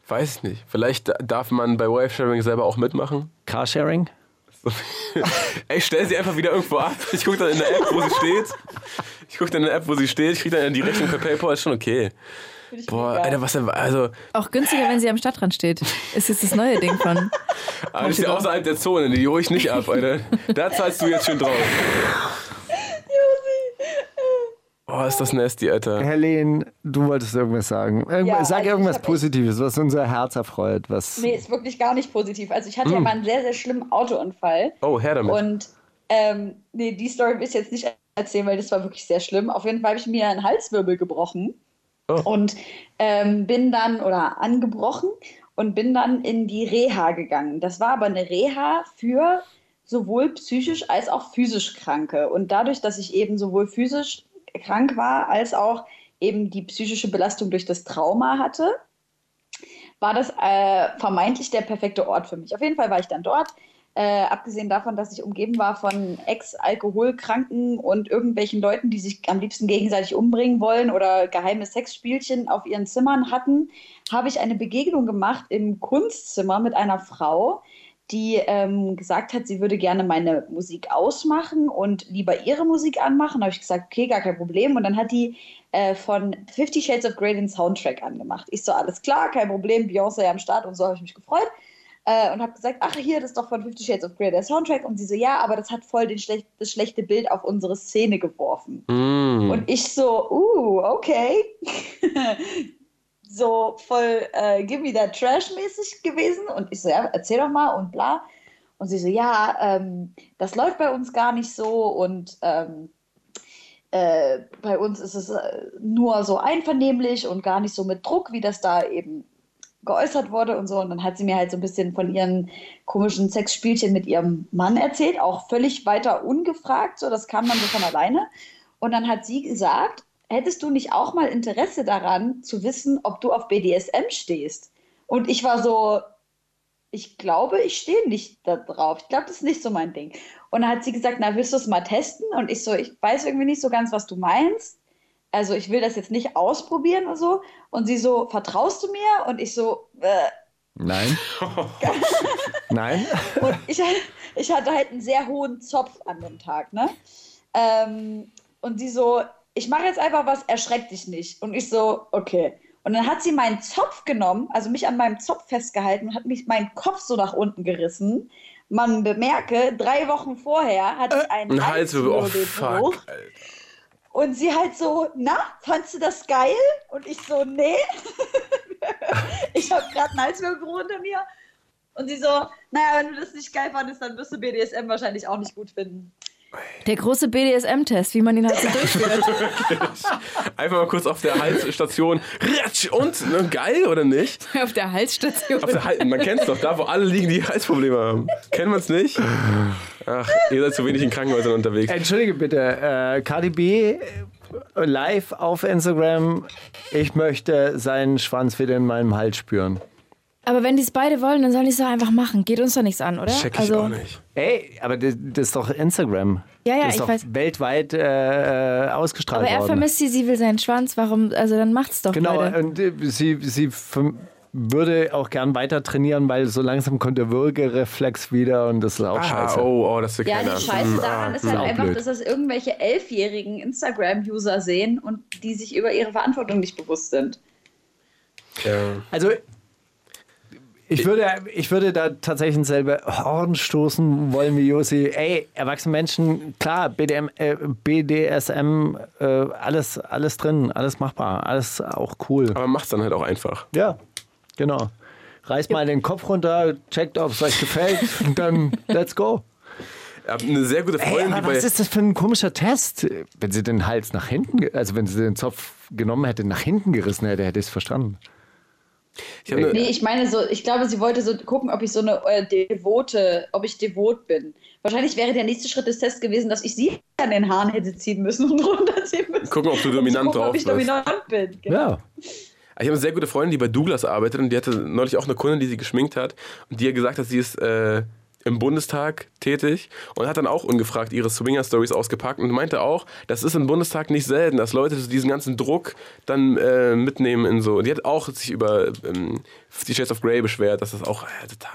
Speaker 6: Weiß ich nicht. Vielleicht da- darf man bei Wife-Sharing selber auch
Speaker 1: *laughs*
Speaker 6: mitmachen.
Speaker 1: Carsharing?
Speaker 6: Ey, stell sie einfach wieder irgendwo ab. Ich gucke dann in der App, wo sie steht. Ich gucke dann in der App, wo sie steht. Ich kriege dann die Rechnung per PayPal. Ist schon okay. Boah, Alter, was denn? Also,
Speaker 7: Auch günstiger, wenn sie am Stadtrand steht. Ist jetzt das neue Ding von.
Speaker 6: aber das Ah, ist ja außerhalb der Zone. Die hole ich nicht ab, *laughs* Alter. Da zahlst du jetzt schön drauf. Boah, Oh, ist das nasty, Alter.
Speaker 1: Helen, du wolltest irgendwas sagen. Irgend
Speaker 8: Ja,
Speaker 1: sag
Speaker 8: also ich
Speaker 1: irgendwas
Speaker 8: hab echt-
Speaker 1: Positives, was unser Herz erfreut. Was
Speaker 8: Nee, ist wirklich gar nicht positiv. Also ich hatte
Speaker 1: Mm.
Speaker 8: ja mal einen sehr, sehr schlimmen Autounfall.
Speaker 6: Oh, her damit.
Speaker 8: Und ähm, nee, die Story will ich jetzt nicht erzählen, weil das war wirklich sehr schlimm. Auf jeden Fall habe ich mir einen Halswirbel gebrochen
Speaker 6: Oh.
Speaker 8: und ähm, bin dann oder angebrochen und bin dann in die Reha gegangen. Das war aber eine Reha für sowohl psychisch als auch physisch Kranke. Und dadurch, dass ich eben sowohl physisch krank war als auch eben die psychische Belastung durch das Trauma hatte, war das äh, vermeintlich der perfekte Ort für mich. Auf jeden Fall war ich dann dort. Äh, abgesehen davon, dass ich umgeben war von Ex-Alkoholkranken und irgendwelchen Leuten, die sich am liebsten gegenseitig umbringen wollen oder geheime Sexspielchen auf ihren Zimmern hatten, habe ich eine Begegnung gemacht im Kunstzimmer mit einer Frau, die ähm, gesagt hat, sie würde gerne meine Musik ausmachen und lieber ihre Musik anmachen. Da habe ich gesagt, okay, gar kein Problem. Und dann hat die äh, von Fifty Shades of Grey den Soundtrack angemacht. Ich so, alles klar, kein Problem, Beyoncé am Start und so habe ich mich gefreut. Äh, und habe gesagt, ach, hier, das ist doch von Fifty Shades of Grey der Soundtrack. Und sie so, ja, aber das hat voll den schlech das schlechte Bild auf unsere Szene geworfen.
Speaker 6: Mm.
Speaker 8: Und ich so, uh, okay. *laughs* so voll äh, Give Me That Trash-mäßig gewesen. Und ich so, ja, erzähl doch mal und bla. Und sie so, ja, ähm, das läuft bei uns gar nicht so und ähm, äh, bei uns ist es äh, nur so einvernehmlich und gar nicht so mit Druck, wie das da eben geäußert wurde und so. Und dann hat sie mir halt so ein bisschen von ihren komischen Sexspielchen mit ihrem Mann erzählt, auch völlig weiter ungefragt. So, das kam dann so von alleine. Und dann hat sie gesagt, hättest du nicht auch mal Interesse daran, zu wissen, ob du auf BDSM stehst? Und ich war so, ich glaube, ich stehe nicht da drauf. Ich glaube, das ist nicht so mein Ding. Und dann hat sie gesagt, na, willst du es mal testen? Und ich so, ich weiß irgendwie nicht so ganz, was du meinst. Also ich will das jetzt nicht ausprobieren und so. Und sie so, vertraust du mir? Und ich so, äh,
Speaker 1: Nein. Nein.
Speaker 8: und ich, ich hatte halt einen sehr hohen Zopf an dem Tag, ne? Ähm, und sie so, ich mache jetzt einfach was, erschreck dich nicht. Und ich so, okay. Und dann hat sie meinen Zopf genommen, also mich an meinem Zopf festgehalten und hat mich meinen Kopf so nach unten gerissen. Man bemerke, drei Wochen vorher hatte ich einen
Speaker 6: Ein Hals, oh
Speaker 8: Halswirbelbruch.
Speaker 6: fuck. Alter.
Speaker 8: Und sie halt so, na, fandst du das geil? Und ich so, nee. *laughs* ich habe gerade einen Halswirbelbruch unter mir. Und sie so, naja, wenn du das nicht geil fandest, dann wirst du BDSM wahrscheinlich auch nicht gut finden.
Speaker 7: Der große BDSM-Test, wie man ihn *laughs* halt so durchführt.
Speaker 6: Einfach mal kurz auf der Halsstation. Ratsch und ne, geil oder nicht?
Speaker 7: Auf der Halsstation.
Speaker 6: Auf der Hals, man kennt's doch, da wo alle liegen, die Halsprobleme haben. Kennen wir's nicht? Ach, ihr seid zu wenig in Krankenhäusern unterwegs.
Speaker 1: Entschuldige bitte, äh, Cardi B äh, live auf Instagram. Ich möchte seinen Schwanz wieder in meinem Hals spüren.
Speaker 7: Aber wenn die es beide wollen, dann sollen die es doch einfach machen. Geht uns doch nichts an, oder?
Speaker 6: Check ich
Speaker 7: also,
Speaker 6: auch nicht.
Speaker 1: Ey, aber das, das ist doch Instagram.
Speaker 7: Ja, ja,
Speaker 1: das ist
Speaker 7: ich
Speaker 1: doch
Speaker 7: weiß.
Speaker 1: weltweit äh, äh, ausgestrahlt
Speaker 7: Aber er
Speaker 1: worden.
Speaker 7: vermisst sie, sie will seinen Schwanz. Warum? Also dann macht's doch
Speaker 1: Genau,
Speaker 7: beide.
Speaker 1: und äh, sie, sie verm- würde auch gern weiter trainieren, weil so langsam kommt der Würgereflex wieder und das ist auch
Speaker 6: Ah,
Speaker 1: scheiße.
Speaker 6: oh, oh, das will
Speaker 8: Ja,
Speaker 6: keiner.
Speaker 8: die Scheiße
Speaker 6: Hm,
Speaker 8: daran
Speaker 6: ah,
Speaker 8: ist halt
Speaker 1: sau
Speaker 8: einfach,
Speaker 1: blöd.
Speaker 8: dass das irgendwelche elfjährigen Instagram-User sehen und die sich über ihre Verantwortung nicht bewusst sind.
Speaker 6: ja.
Speaker 1: Also ich würde, ich würde da tatsächlich ins selbe Horn stoßen wollen wie Josi. Ey, erwachsene Menschen, klar, BDM, äh, BDSM, äh, alles, alles drin, alles machbar, alles auch cool.
Speaker 6: Aber macht's dann halt auch einfach.
Speaker 1: Ja, genau. Reiß mal den Kopf runter, checkt, ob es euch gefällt und dann let's go.
Speaker 6: Ich hab eine sehr gute
Speaker 1: Ey,
Speaker 6: Freundin, die
Speaker 1: aber
Speaker 6: bei.
Speaker 1: was ist das für ein komischer Test? Wenn sie den Hals nach hinten, ge- also wenn sie den Zopf genommen hätte, nach hinten gerissen hätte, hätte ich es verstanden.
Speaker 6: ich hab eine,
Speaker 8: Nee, ich meine so, ich glaube, sie wollte so gucken, ob ich so eine äh, Devote, ob ich devot bin. Wahrscheinlich wäre der nächste Schritt des Tests gewesen, dass ich sie an den Haaren hätte ziehen müssen und *laughs* runterziehen müssen.
Speaker 6: Gucken, ob du
Speaker 8: Um zu
Speaker 6: dominant
Speaker 8: gucken,
Speaker 6: drauf
Speaker 8: ob ich
Speaker 6: bist.
Speaker 8: dominant bin. Genau.
Speaker 1: Ja.
Speaker 6: ich hab eine sehr gute Freundin, die bei Douglas arbeitet und die hatte neulich auch eine Kundin, die sie geschminkt hat und die hat gesagt, dass sie ist äh, im Bundestag tätig und hat dann auch ungefragt ihre Swinger-Stories ausgepackt und meinte auch, das ist im Bundestag nicht selten, dass Leute so diesen ganzen Druck dann äh, mitnehmen in so. Und die hat auch sich über ähm, die Shades of Grey beschwert, dass das auch äh, total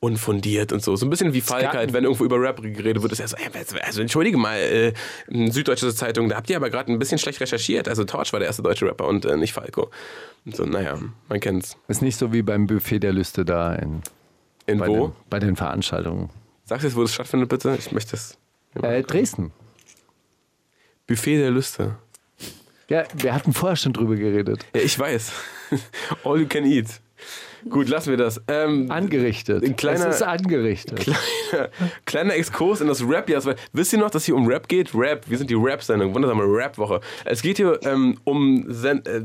Speaker 6: unfundiert und so. So ein bisschen wie Falk
Speaker 1: gab-
Speaker 6: halt, wenn irgendwo über Rap geredet wird, ist er so, ey, also entschuldige mal, äh, Süddeutsche Zeitung, da habt ihr aber gerade ein bisschen schlecht recherchiert. Also Torch war der erste deutsche Rapper und äh, nicht Falco. Und so, naja, man kennt's.
Speaker 1: Ist nicht so wie beim Buffet der Lüste da in,
Speaker 6: In
Speaker 1: bei,
Speaker 6: wo?
Speaker 1: Den, bei den Veranstaltungen.
Speaker 6: Sagst du jetzt, wo das stattfindet, bitte? Ich möchte das.
Speaker 1: Äh, Dresden.
Speaker 6: Buffet der Lüste.
Speaker 1: Ja, wir hatten vorher schon drüber geredet.
Speaker 6: Ja, ich weiß. *laughs* All you can eat. Gut, lassen wir das. Ähm,
Speaker 1: Angerichtet.
Speaker 6: Ein kleiner-
Speaker 1: es ist angerichtet.
Speaker 6: Kleiner Exkurs in das Rap, ja. Wisst ihr noch, dass hier um Rap geht? Rap, wir sind die Rap-Sendung, wundersame Rap-Woche. Es geht hier ähm, um Sen äh,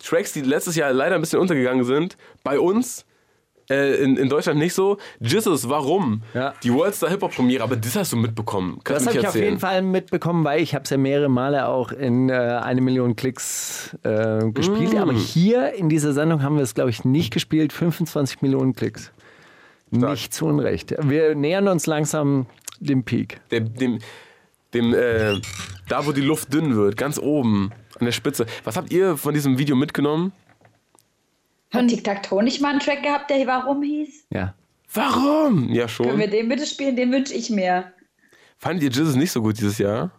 Speaker 6: Tracks, die letztes Jahr leider ein bisschen untergegangen sind. Bei uns, äh, in, in Deutschland nicht so. Jizzes, warum?
Speaker 1: Ja.
Speaker 6: Die Worldstar Hip-Hop-Premiere, aber das hast du mitbekommen. Kannst
Speaker 1: Das
Speaker 6: du
Speaker 1: habe
Speaker 6: nicht
Speaker 1: ich auf
Speaker 6: erzählen.
Speaker 1: jeden Fall mitbekommen, weil ich habe es ja mehrere Male auch in äh, eine Million Klicks äh, gespielt. Aber hier in dieser Sendung haben wir es, glaube ich, nicht gespielt. 25 Millionen Klicks. Nicht zu Unrecht. Wir nähern uns langsam dem Peak.
Speaker 6: dem, dem, dem äh, da wo die Luft dünn wird, ganz oben an der Spitze. Was habt ihr von diesem Video mitgenommen?
Speaker 8: Hat Tic-Tac-Toe nicht mal einen Track gehabt, der warum hieß?
Speaker 1: Ja.
Speaker 6: Warum? Ja
Speaker 8: Können wir
Speaker 6: schon.
Speaker 8: den bitte spielen? Den wünsche ich mir.
Speaker 6: Fandet ihr Jizzes nicht so gut dieses Jahr?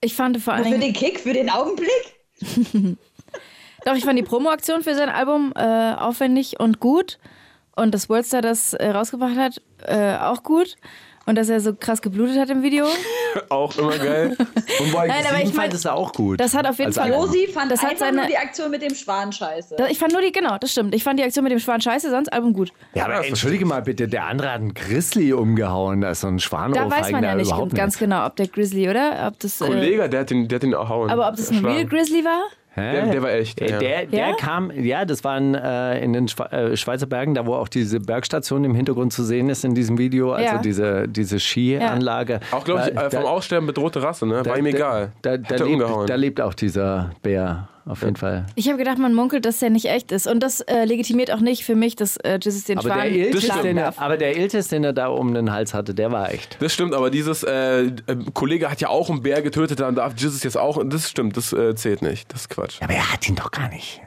Speaker 7: Ich fand vor allen
Speaker 8: Für
Speaker 7: Dingen.
Speaker 8: den Kick, für den Augenblick?
Speaker 7: Doch, ich fand die Promoaktion für sein Album äh, aufwendig und gut. Und dass Worldstar das äh, rausgebracht hat, äh, auch gut. Und dass er so krass geblutet hat im Video.
Speaker 6: Auch immer
Speaker 7: *laughs*
Speaker 6: geil.
Speaker 1: Und Boy
Speaker 7: Nein, aber ich mein,
Speaker 1: fand es auch gut.
Speaker 7: das hat auf jeden
Speaker 1: Als
Speaker 7: Fall-
Speaker 1: Album.
Speaker 8: Josi fand
Speaker 7: Das hat
Speaker 8: einfach
Speaker 7: seine-
Speaker 8: nur die Aktion mit dem Schwan scheiße.
Speaker 7: Da- Ich fand nur die, genau, das stimmt. Ich fand die Aktion mit dem Schwan scheiße, sonst Album gut.
Speaker 1: Ja, aber entschuldige mal bitte, der andere hat einen Grizzly umgehauen. Da ist so ein
Speaker 7: Da
Speaker 1: Schwanohrfeigen
Speaker 7: weiß man ja nicht
Speaker 1: überhaupt
Speaker 7: ganz genau, ob der Grizzly, oder? Ob das, äh,
Speaker 6: Kollege, der hat den, der hat den auch hauen.
Speaker 7: aber ob das ein
Speaker 6: Erschlagen.
Speaker 7: Real Grizzly war?
Speaker 1: Hä?
Speaker 6: Der- der war echt,
Speaker 1: Der,
Speaker 6: ja.
Speaker 1: der, der
Speaker 7: Ja?
Speaker 1: kam, ja, das waren äh, in den Schwe äh, Schweizer Bergen, da wo auch diese Bergstation im Hintergrund zu sehen ist in diesem Video, also
Speaker 7: Ja.
Speaker 1: diese, diese Skianlage.
Speaker 6: Auch, glaube ich,
Speaker 1: Da-
Speaker 6: äh, vom
Speaker 1: da-
Speaker 6: Aussterben bedrohte Rasse, ne? War
Speaker 1: da-
Speaker 6: ihm egal.
Speaker 1: Da, da,
Speaker 6: Hat er umgehauen.
Speaker 1: lebt, da lebt auch dieser Bär, auf jeden Fall.
Speaker 7: Ich habe gedacht, man munkelt, dass der nicht echt ist. Und das äh, legitimiert auch nicht für mich, dass äh, Jesus den
Speaker 1: Aber
Speaker 7: Schwan
Speaker 1: der, Iltis,
Speaker 7: schlagen
Speaker 1: den
Speaker 7: darf.
Speaker 1: er, aber der Iltis, den er da um den Hals hatte, der war echt.
Speaker 6: das stimmt, aber dieses äh, äh, Kollege hat ja auch einen Bär getötet, dann darf Jesus jetzt auch. Das stimmt, das äh, zählt nicht. Das ist Quatsch.
Speaker 1: Aber er hat ihn doch gar nicht.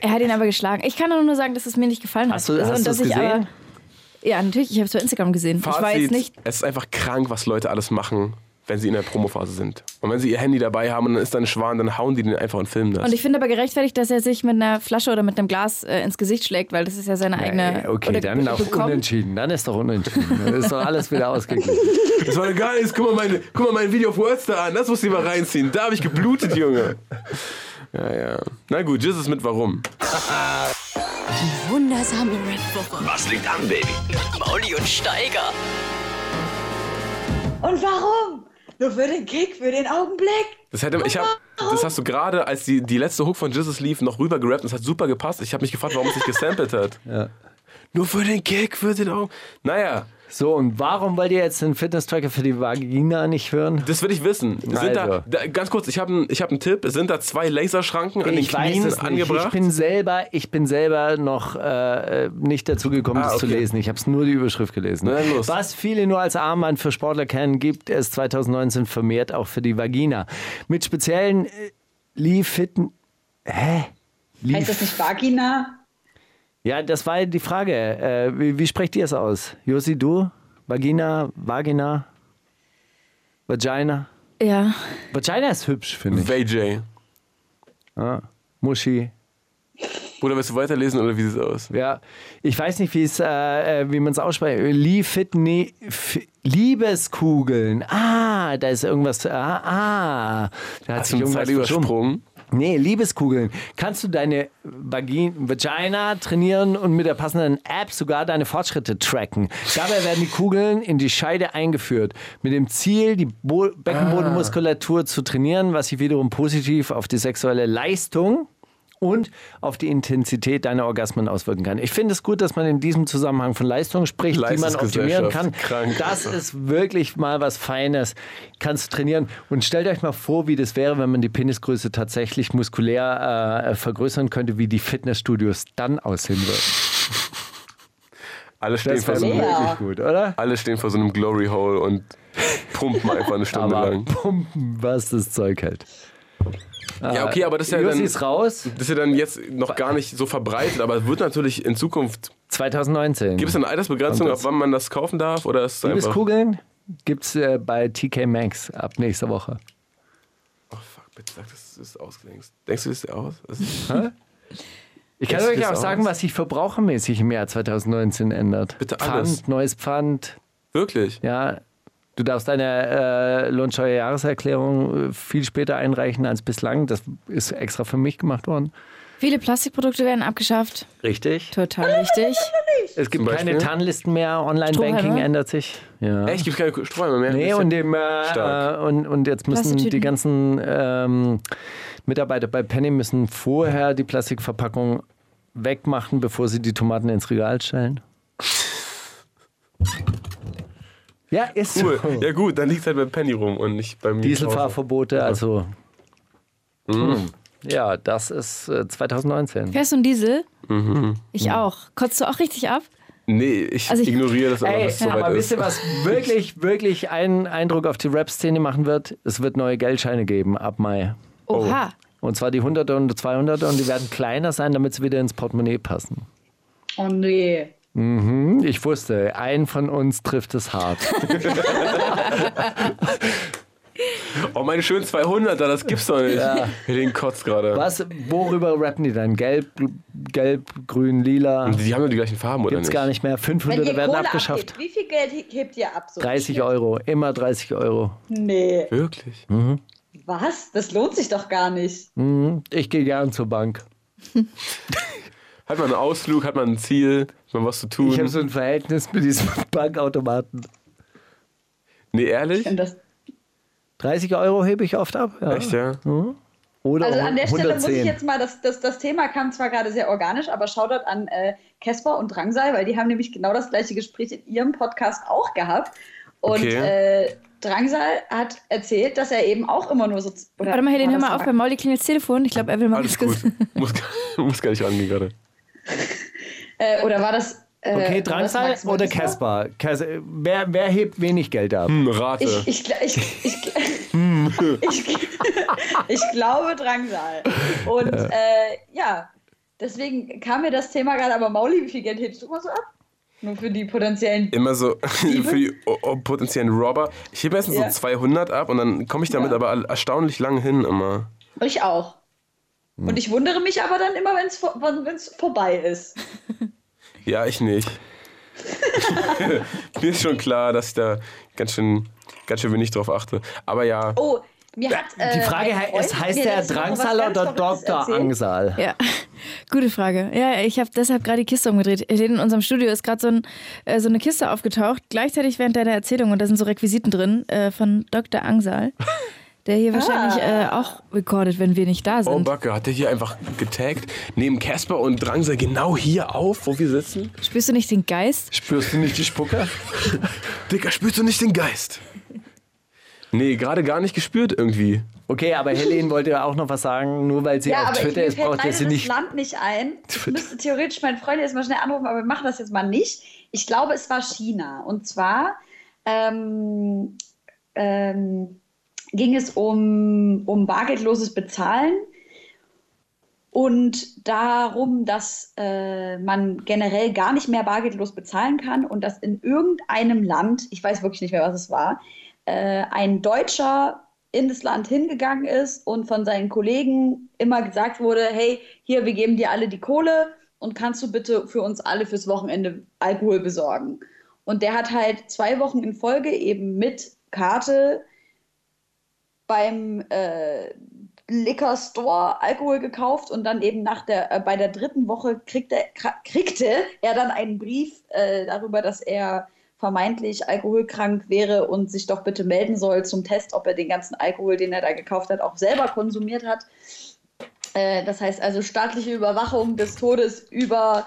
Speaker 7: Er hat ihn aber geschlagen. Ich kann nur sagen, dass es mir nicht gefallen
Speaker 1: Hast
Speaker 7: hat.
Speaker 1: du-
Speaker 7: Also,
Speaker 1: hast
Speaker 7: und dass
Speaker 1: du's
Speaker 7: ich
Speaker 1: gesehen?
Speaker 7: aber, ja, natürlich, ich habe es bei Instagram gesehen. ich war jetzt nicht.
Speaker 6: es ist einfach krank, was Leute alles machen, wenn sie in der Promophase sind. Und wenn sie ihr Handy dabei haben und dann ist da ein Schwan, dann hauen die den einfach und filmen das.
Speaker 7: Und ich finde aber gerechtfertigt, dass er sich mit einer Flasche oder mit einem Glas äh, ins Gesicht schlägt, weil das ist ja seine eigene.
Speaker 1: Ey, Äh, okay,
Speaker 7: oder
Speaker 1: dann auch
Speaker 7: bekommt.
Speaker 1: unentschieden. Dann ist doch unentschieden. Dann ist doch alles wieder ausgeglichen.
Speaker 6: das war doch gar nichts. Guck mal, meine, guck mal mein Video auf Wordstar an. Das musst du dir mal reinziehen. Da habe ich geblutet, Junge. Ja, ja. Na gut, Jesus mit warum.
Speaker 4: Wundersame Red Booker.
Speaker 3: Was liegt an, Baby?
Speaker 2: Mauli und Steiger.
Speaker 8: Und warum? Nur für den Kick, für den Augenblick.
Speaker 6: Das, hätte, ich hab, das hast du gerade, als die, die letzte Hook von Jesus lief, noch rüber gerappt. Das hat super gepasst. Ich habe mich gefragt, warum es nicht gesampelt
Speaker 1: *laughs*
Speaker 6: hat. Nur für den Kick, für den Augen. Naja,
Speaker 1: So, und warum wollt ihr jetzt den Fitness-Tracker für die Vagina nicht hören?
Speaker 6: das will ich wissen. Sind da,
Speaker 1: Also.
Speaker 6: da, ganz kurz, ich habe einen hab einen Tipp. Sind da zwei Laserschranken an den
Speaker 1: ich weiß
Speaker 6: Knien
Speaker 1: es nicht.
Speaker 6: angebracht?
Speaker 1: Ich bin selber, ich bin selber noch äh, nicht dazu gekommen,
Speaker 6: Ah,
Speaker 1: das zu
Speaker 6: okay.
Speaker 1: lesen. Ich habe es nur die Überschrift gelesen.
Speaker 6: Na, los.
Speaker 1: Was viele nur als Armband für Sportler kennen, gibt es 2019 vermehrt auch für die Vagina. Mit speziellen äh, Lee Fitten. Hä? Lee
Speaker 8: Heißt Halt das nicht Vagina?
Speaker 1: ja, das war die Frage. Äh, wie, wie sprecht ihr es aus? Josi, du? Vagina, Vagina, Vagina.
Speaker 7: Ja,
Speaker 1: Vagina ist hübsch, finde ich.
Speaker 6: VJ. Ah,
Speaker 1: Ja. Muschi.
Speaker 6: Bruder, willst du weiterlesen oder wie sieht's aus?
Speaker 1: Ja, ich weiß nicht, wie es, äh, äh, wie man es ausspricht. Lie Fitne, F Liebeskugeln. Ah, da ist irgendwas. Ah, ah. Da hat
Speaker 6: Hast
Speaker 1: sich
Speaker 6: du eine
Speaker 1: irgendwas
Speaker 6: Zeit
Speaker 1: verschoben.
Speaker 6: übersprungen?
Speaker 1: Nee, Liebeskugeln. Kannst du deine Vagin Vagina trainieren und mit der passenden App sogar deine Fortschritte tracken? Dabei werden die Kugeln in die Scheide eingeführt, mit dem Ziel, die Bo
Speaker 6: Ah.
Speaker 1: Beckenbodenmuskulatur zu trainieren, was sich wiederum positiv auf die sexuelle Leistung und auf die Intensität deiner Orgasmen auswirken kann. Ich finde es gut, dass man in diesem Zusammenhang von Leistung spricht, die man optimieren
Speaker 6: Leistungsgesellschaft.
Speaker 1: kann.
Speaker 6: Krank.
Speaker 1: Das ist wirklich mal was Feines. Kannst trainieren. Und stellt euch mal vor, wie das wäre, wenn man die Penisgröße tatsächlich muskulär äh, vergrößern könnte, wie die Fitnessstudios dann aussehen würden.
Speaker 6: Alle stehen,
Speaker 1: Das
Speaker 6: vor
Speaker 1: wäre
Speaker 6: so einem,
Speaker 8: Ja.
Speaker 1: wirklich gut, oder?
Speaker 6: alle stehen vor so einem Glory Hole und pumpen einfach eine Stunde
Speaker 1: Aber
Speaker 6: lang.
Speaker 1: *laughs* pumpen, was das Zeug hält.
Speaker 6: Ja, okay, aber das ist ja
Speaker 1: Jussi
Speaker 6: dann,
Speaker 1: ist raus,
Speaker 6: das ist ja dann jetzt noch gar nicht so verbreitet, aber es wird natürlich in Zukunft.
Speaker 1: 2019.
Speaker 6: Gibt es eine Altersbegrenzung,
Speaker 1: Und
Speaker 6: ab
Speaker 1: das-
Speaker 6: wann man das kaufen darf? Oder ist es einfach.
Speaker 1: Liebeskugeln gibt es äh, bei TK Maxx ab nächster Woche.
Speaker 6: Oh fuck, bitte sag, das ist ausgelenkt. Denkst du, das ist aus? Das ist,
Speaker 1: Ich kann
Speaker 6: Jetzt
Speaker 1: euch
Speaker 6: geht's
Speaker 1: auch
Speaker 6: aus.
Speaker 1: sagen, was sich verbrauchermäßig im Jahr 2019 ändert.
Speaker 6: Bitte
Speaker 1: Pfand,
Speaker 6: alles.
Speaker 1: neues Pfand.
Speaker 6: wirklich?
Speaker 1: Ja, du darfst deine äh, Lohnsteuerjahreserklärung äh, viel später einreichen als bislang. Das ist extra für mich gemacht worden.
Speaker 7: viele Plastikprodukte werden abgeschafft.
Speaker 1: Richtig.
Speaker 7: Total
Speaker 1: *laughs*
Speaker 7: wichtig.
Speaker 1: Es gibt
Speaker 6: Zum
Speaker 1: keine
Speaker 6: Beispiel?
Speaker 1: Tarnlisten mehr. Online-Banking
Speaker 7: Strohhalme?
Speaker 1: ändert sich. Ja.
Speaker 6: Echt, gibt keine Sträume mehr?
Speaker 1: Nee,
Speaker 6: Ist ja-
Speaker 1: und, dem, äh,
Speaker 6: Stark.
Speaker 1: und, und jetzt müssen
Speaker 7: Plastiktüten.
Speaker 1: die ganzen ähm, Mitarbeiter bei Penny müssen vorher die Plastikverpackung wegmachen, bevor sie die Tomaten ins Regal stellen. Ja, ist so.
Speaker 6: cool. Ja, gut, dann liegt es halt bei Penny rum und nicht bei mir. zu Hause.
Speaker 1: Dieselfahrverbote, also.
Speaker 6: Mhm.
Speaker 1: Hm. Ja, das ist äh, 2019.
Speaker 7: Fährst du einen Diesel?
Speaker 1: Mhm.
Speaker 7: Ich auch. Kotzt du auch richtig ab?
Speaker 6: Nee, ich
Speaker 7: Also ich-
Speaker 6: ignoriere das einfach,
Speaker 1: Ey,
Speaker 6: bis es soweit
Speaker 1: aber
Speaker 6: ist.
Speaker 1: wisst ihr, was wirklich, wirklich einen Eindruck auf die Rap-Szene machen wird? Es wird neue Geldscheine geben ab Mai.
Speaker 7: Oha.
Speaker 1: Und zwar die 100er und die 200er und die werden kleiner sein, damit sie wieder ins Portemonnaie passen.
Speaker 8: Oh nee.
Speaker 1: Hm, Ich wusste, einen von uns trifft es *laughs* hart.
Speaker 6: Oh, meine schönen 200er, das gibt's doch nicht. Den kotzt gerade.
Speaker 1: Was, worüber rappen die dann? Gelb, gelb, grün, lila?
Speaker 6: Die haben ja die gleichen Farben, oder
Speaker 1: Gibt's
Speaker 6: nicht?
Speaker 1: gar nicht mehr.
Speaker 8: Wenn
Speaker 1: 500er
Speaker 8: ihr
Speaker 1: werden
Speaker 8: Kohle
Speaker 1: abgeschafft.
Speaker 8: abgebt, wie viel Geld he- hebt ihr ab? So
Speaker 1: 30
Speaker 8: richtig?
Speaker 1: Euro, immer 30 Euro.
Speaker 8: Nee.
Speaker 6: Wirklich?
Speaker 8: Was? Das lohnt sich doch gar nicht.
Speaker 1: Ich gehe gern zur Bank.
Speaker 6: Hat man einen Ausflug, hat man ein Ziel, hat man was zu tun?
Speaker 1: Ich habe so ein Verhältnis mit diesem *laughs* Bankautomaten.
Speaker 6: nee, ehrlich?
Speaker 8: Und das,
Speaker 1: 30 Euro hebe ich oft ab. Ja.
Speaker 6: Echt, ja?
Speaker 1: Oder
Speaker 8: Also an der Stelle
Speaker 1: 110.
Speaker 8: muss ich jetzt mal, das, das, das Thema kam zwar gerade sehr organisch, aber Shoutout an äh, Casper und Drangsal, weil die haben nämlich genau das gleiche Gespräch in ihrem Podcast auch gehabt. Und
Speaker 6: Okay.
Speaker 8: äh, Drangsal hat erzählt, dass er eben auch immer nur so... z- Oder
Speaker 7: Warte mal, Helene, hör
Speaker 8: war Oh, das
Speaker 7: mal auf,
Speaker 8: Dra-
Speaker 7: bei Mauli klingelt das Telefon. Ich glaube, er will mal
Speaker 6: Alles
Speaker 7: was
Speaker 8: *laughs*
Speaker 6: gut.
Speaker 7: wissen.
Speaker 6: Muss, gar- muss gar nicht rangehen gerade.
Speaker 8: Äh, oder war das... Äh, war
Speaker 1: Okay,
Speaker 8: das
Speaker 1: Drangsal
Speaker 8: Max
Speaker 1: oder
Speaker 8: Mutzke?
Speaker 1: Casper? Cas- Wer, wer hebt wenig Geld ab?
Speaker 6: Hm, rate.
Speaker 8: Ich,
Speaker 1: Äh.
Speaker 8: ich, gl- ich,
Speaker 1: *laughs*
Speaker 8: ich, gl- *laughs* ich, *laughs* ich glaube Drangsal. Und äh, ja, deswegen kam mir das Thema gerade, aber Mauli, wie viel Geld hebst du immer so ab? Nur für die potenziellen.
Speaker 6: Immer
Speaker 8: *laughs*
Speaker 6: so *laughs* für die o- o- potenziellen Robber. Ich hebe erstens
Speaker 8: Ja.
Speaker 6: so 200 ab und dann komme ich damit aber al- erstaunlich lang hin immer.
Speaker 8: Ich auch.
Speaker 1: Hm.
Speaker 8: Und ich wundere mich aber dann immer, wenn es wenn's vorbei ist.
Speaker 6: Ja, ich
Speaker 8: *laughs*
Speaker 6: nicht. Mir ist schon klar, dass ich da ganz schön, ganz schön wenig drauf achte. Aber ja,
Speaker 8: Oh, mir hat.
Speaker 1: Die
Speaker 8: äh,
Speaker 1: Frage,
Speaker 8: mein
Speaker 1: he-
Speaker 8: Freund
Speaker 1: es heißt
Speaker 8: mir
Speaker 1: der
Speaker 8: letzte Woche was
Speaker 1: Drangsal
Speaker 8: ganz
Speaker 1: oder
Speaker 8: Verrücktes
Speaker 1: Dr.
Speaker 8: erzählt.
Speaker 1: Angsal?
Speaker 7: Ja, *laughs* gute Frage. Ja, ich habe deshalb gerade die Kiste umgedreht. Hier In unserem Studio ist gerade so, ein, äh, so eine Kiste aufgetaucht, gleichzeitig während deiner Erzählung. Und da sind so Requisiten drin äh, von Dr. Angsal, der hier wahrscheinlich äh, auch recordet, wenn wir nicht da
Speaker 6: oh
Speaker 7: sind.
Speaker 6: Backe, hat der hier einfach getaggt? Neben Casper und Drangsal genau hier auf, wo wir sitzen?
Speaker 7: Spürst du nicht den Geist?
Speaker 1: Spürst du nicht die Spucke?
Speaker 6: *laughs* Dicker, spürst du nicht den Geist? Nee, gerade gar nicht gespürt irgendwie.
Speaker 1: Okay, aber Helene wollte ja auch noch was sagen, nur weil sie
Speaker 8: Ja,
Speaker 1: auf
Speaker 8: aber
Speaker 1: Twitter
Speaker 8: ich,
Speaker 1: ist,
Speaker 8: mir fällt
Speaker 1: braucht ihr
Speaker 8: leider
Speaker 1: sie
Speaker 8: das
Speaker 1: nicht.
Speaker 8: Land nicht
Speaker 1: *laughs*
Speaker 8: ein. Ich müsste theoretisch meinen Freund jetzt mal schnell anrufen, aber wir machen das jetzt mal nicht. Ich glaube, es war China. Und zwar ähm, ähm, ging es um, um bargeldloses Bezahlen und darum, dass äh, man generell gar nicht mehr bargeldlos bezahlen kann und dass in irgendeinem Land, ich weiß wirklich nicht mehr, was es war, äh, ein Deutscher in das Land hingegangen ist und von seinen Kollegen immer gesagt wurde, hey, hier, wir geben dir alle die Kohle und kannst du bitte für uns alle fürs Wochenende Alkohol besorgen. Und der hat halt zwei Wochen in Folge eben mit Karte beim äh, Liquor Store Alkohol gekauft und dann eben nach der, äh, bei der dritten Woche kriegte, kra- kriegte er dann einen Brief äh, darüber, dass er vermeintlich alkoholkrank wäre und sich doch bitte melden soll zum Test, ob er den ganzen Alkohol, den er da gekauft hat, auch selber konsumiert hat. Äh, das heißt also staatliche Überwachung des Todes über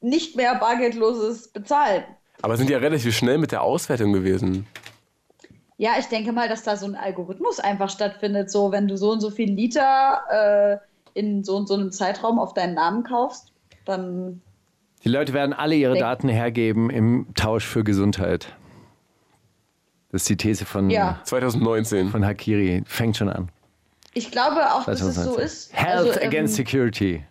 Speaker 8: nicht mehr bargeldloses Bezahlen.
Speaker 6: Aber sind ja relativ schnell mit der Auswertung gewesen.
Speaker 8: Ja, ich denke mal, dass da so ein Algorithmus einfach stattfindet. So, wenn du so und so viel Liter äh, in so und so einem Zeitraum auf deinen Namen kaufst, dann.
Speaker 1: Die Leute werden alle ihre
Speaker 8: Denk-
Speaker 1: Daten hergeben im Tausch für Gesundheit. Das ist die These von,
Speaker 8: Ja.
Speaker 6: 2019.
Speaker 1: von Hakiri. Fängt schon an.
Speaker 8: Ich glaube auch, dass es
Speaker 1: 2019.
Speaker 8: so ist.
Speaker 1: Health
Speaker 8: Also, ähm,
Speaker 1: against Security.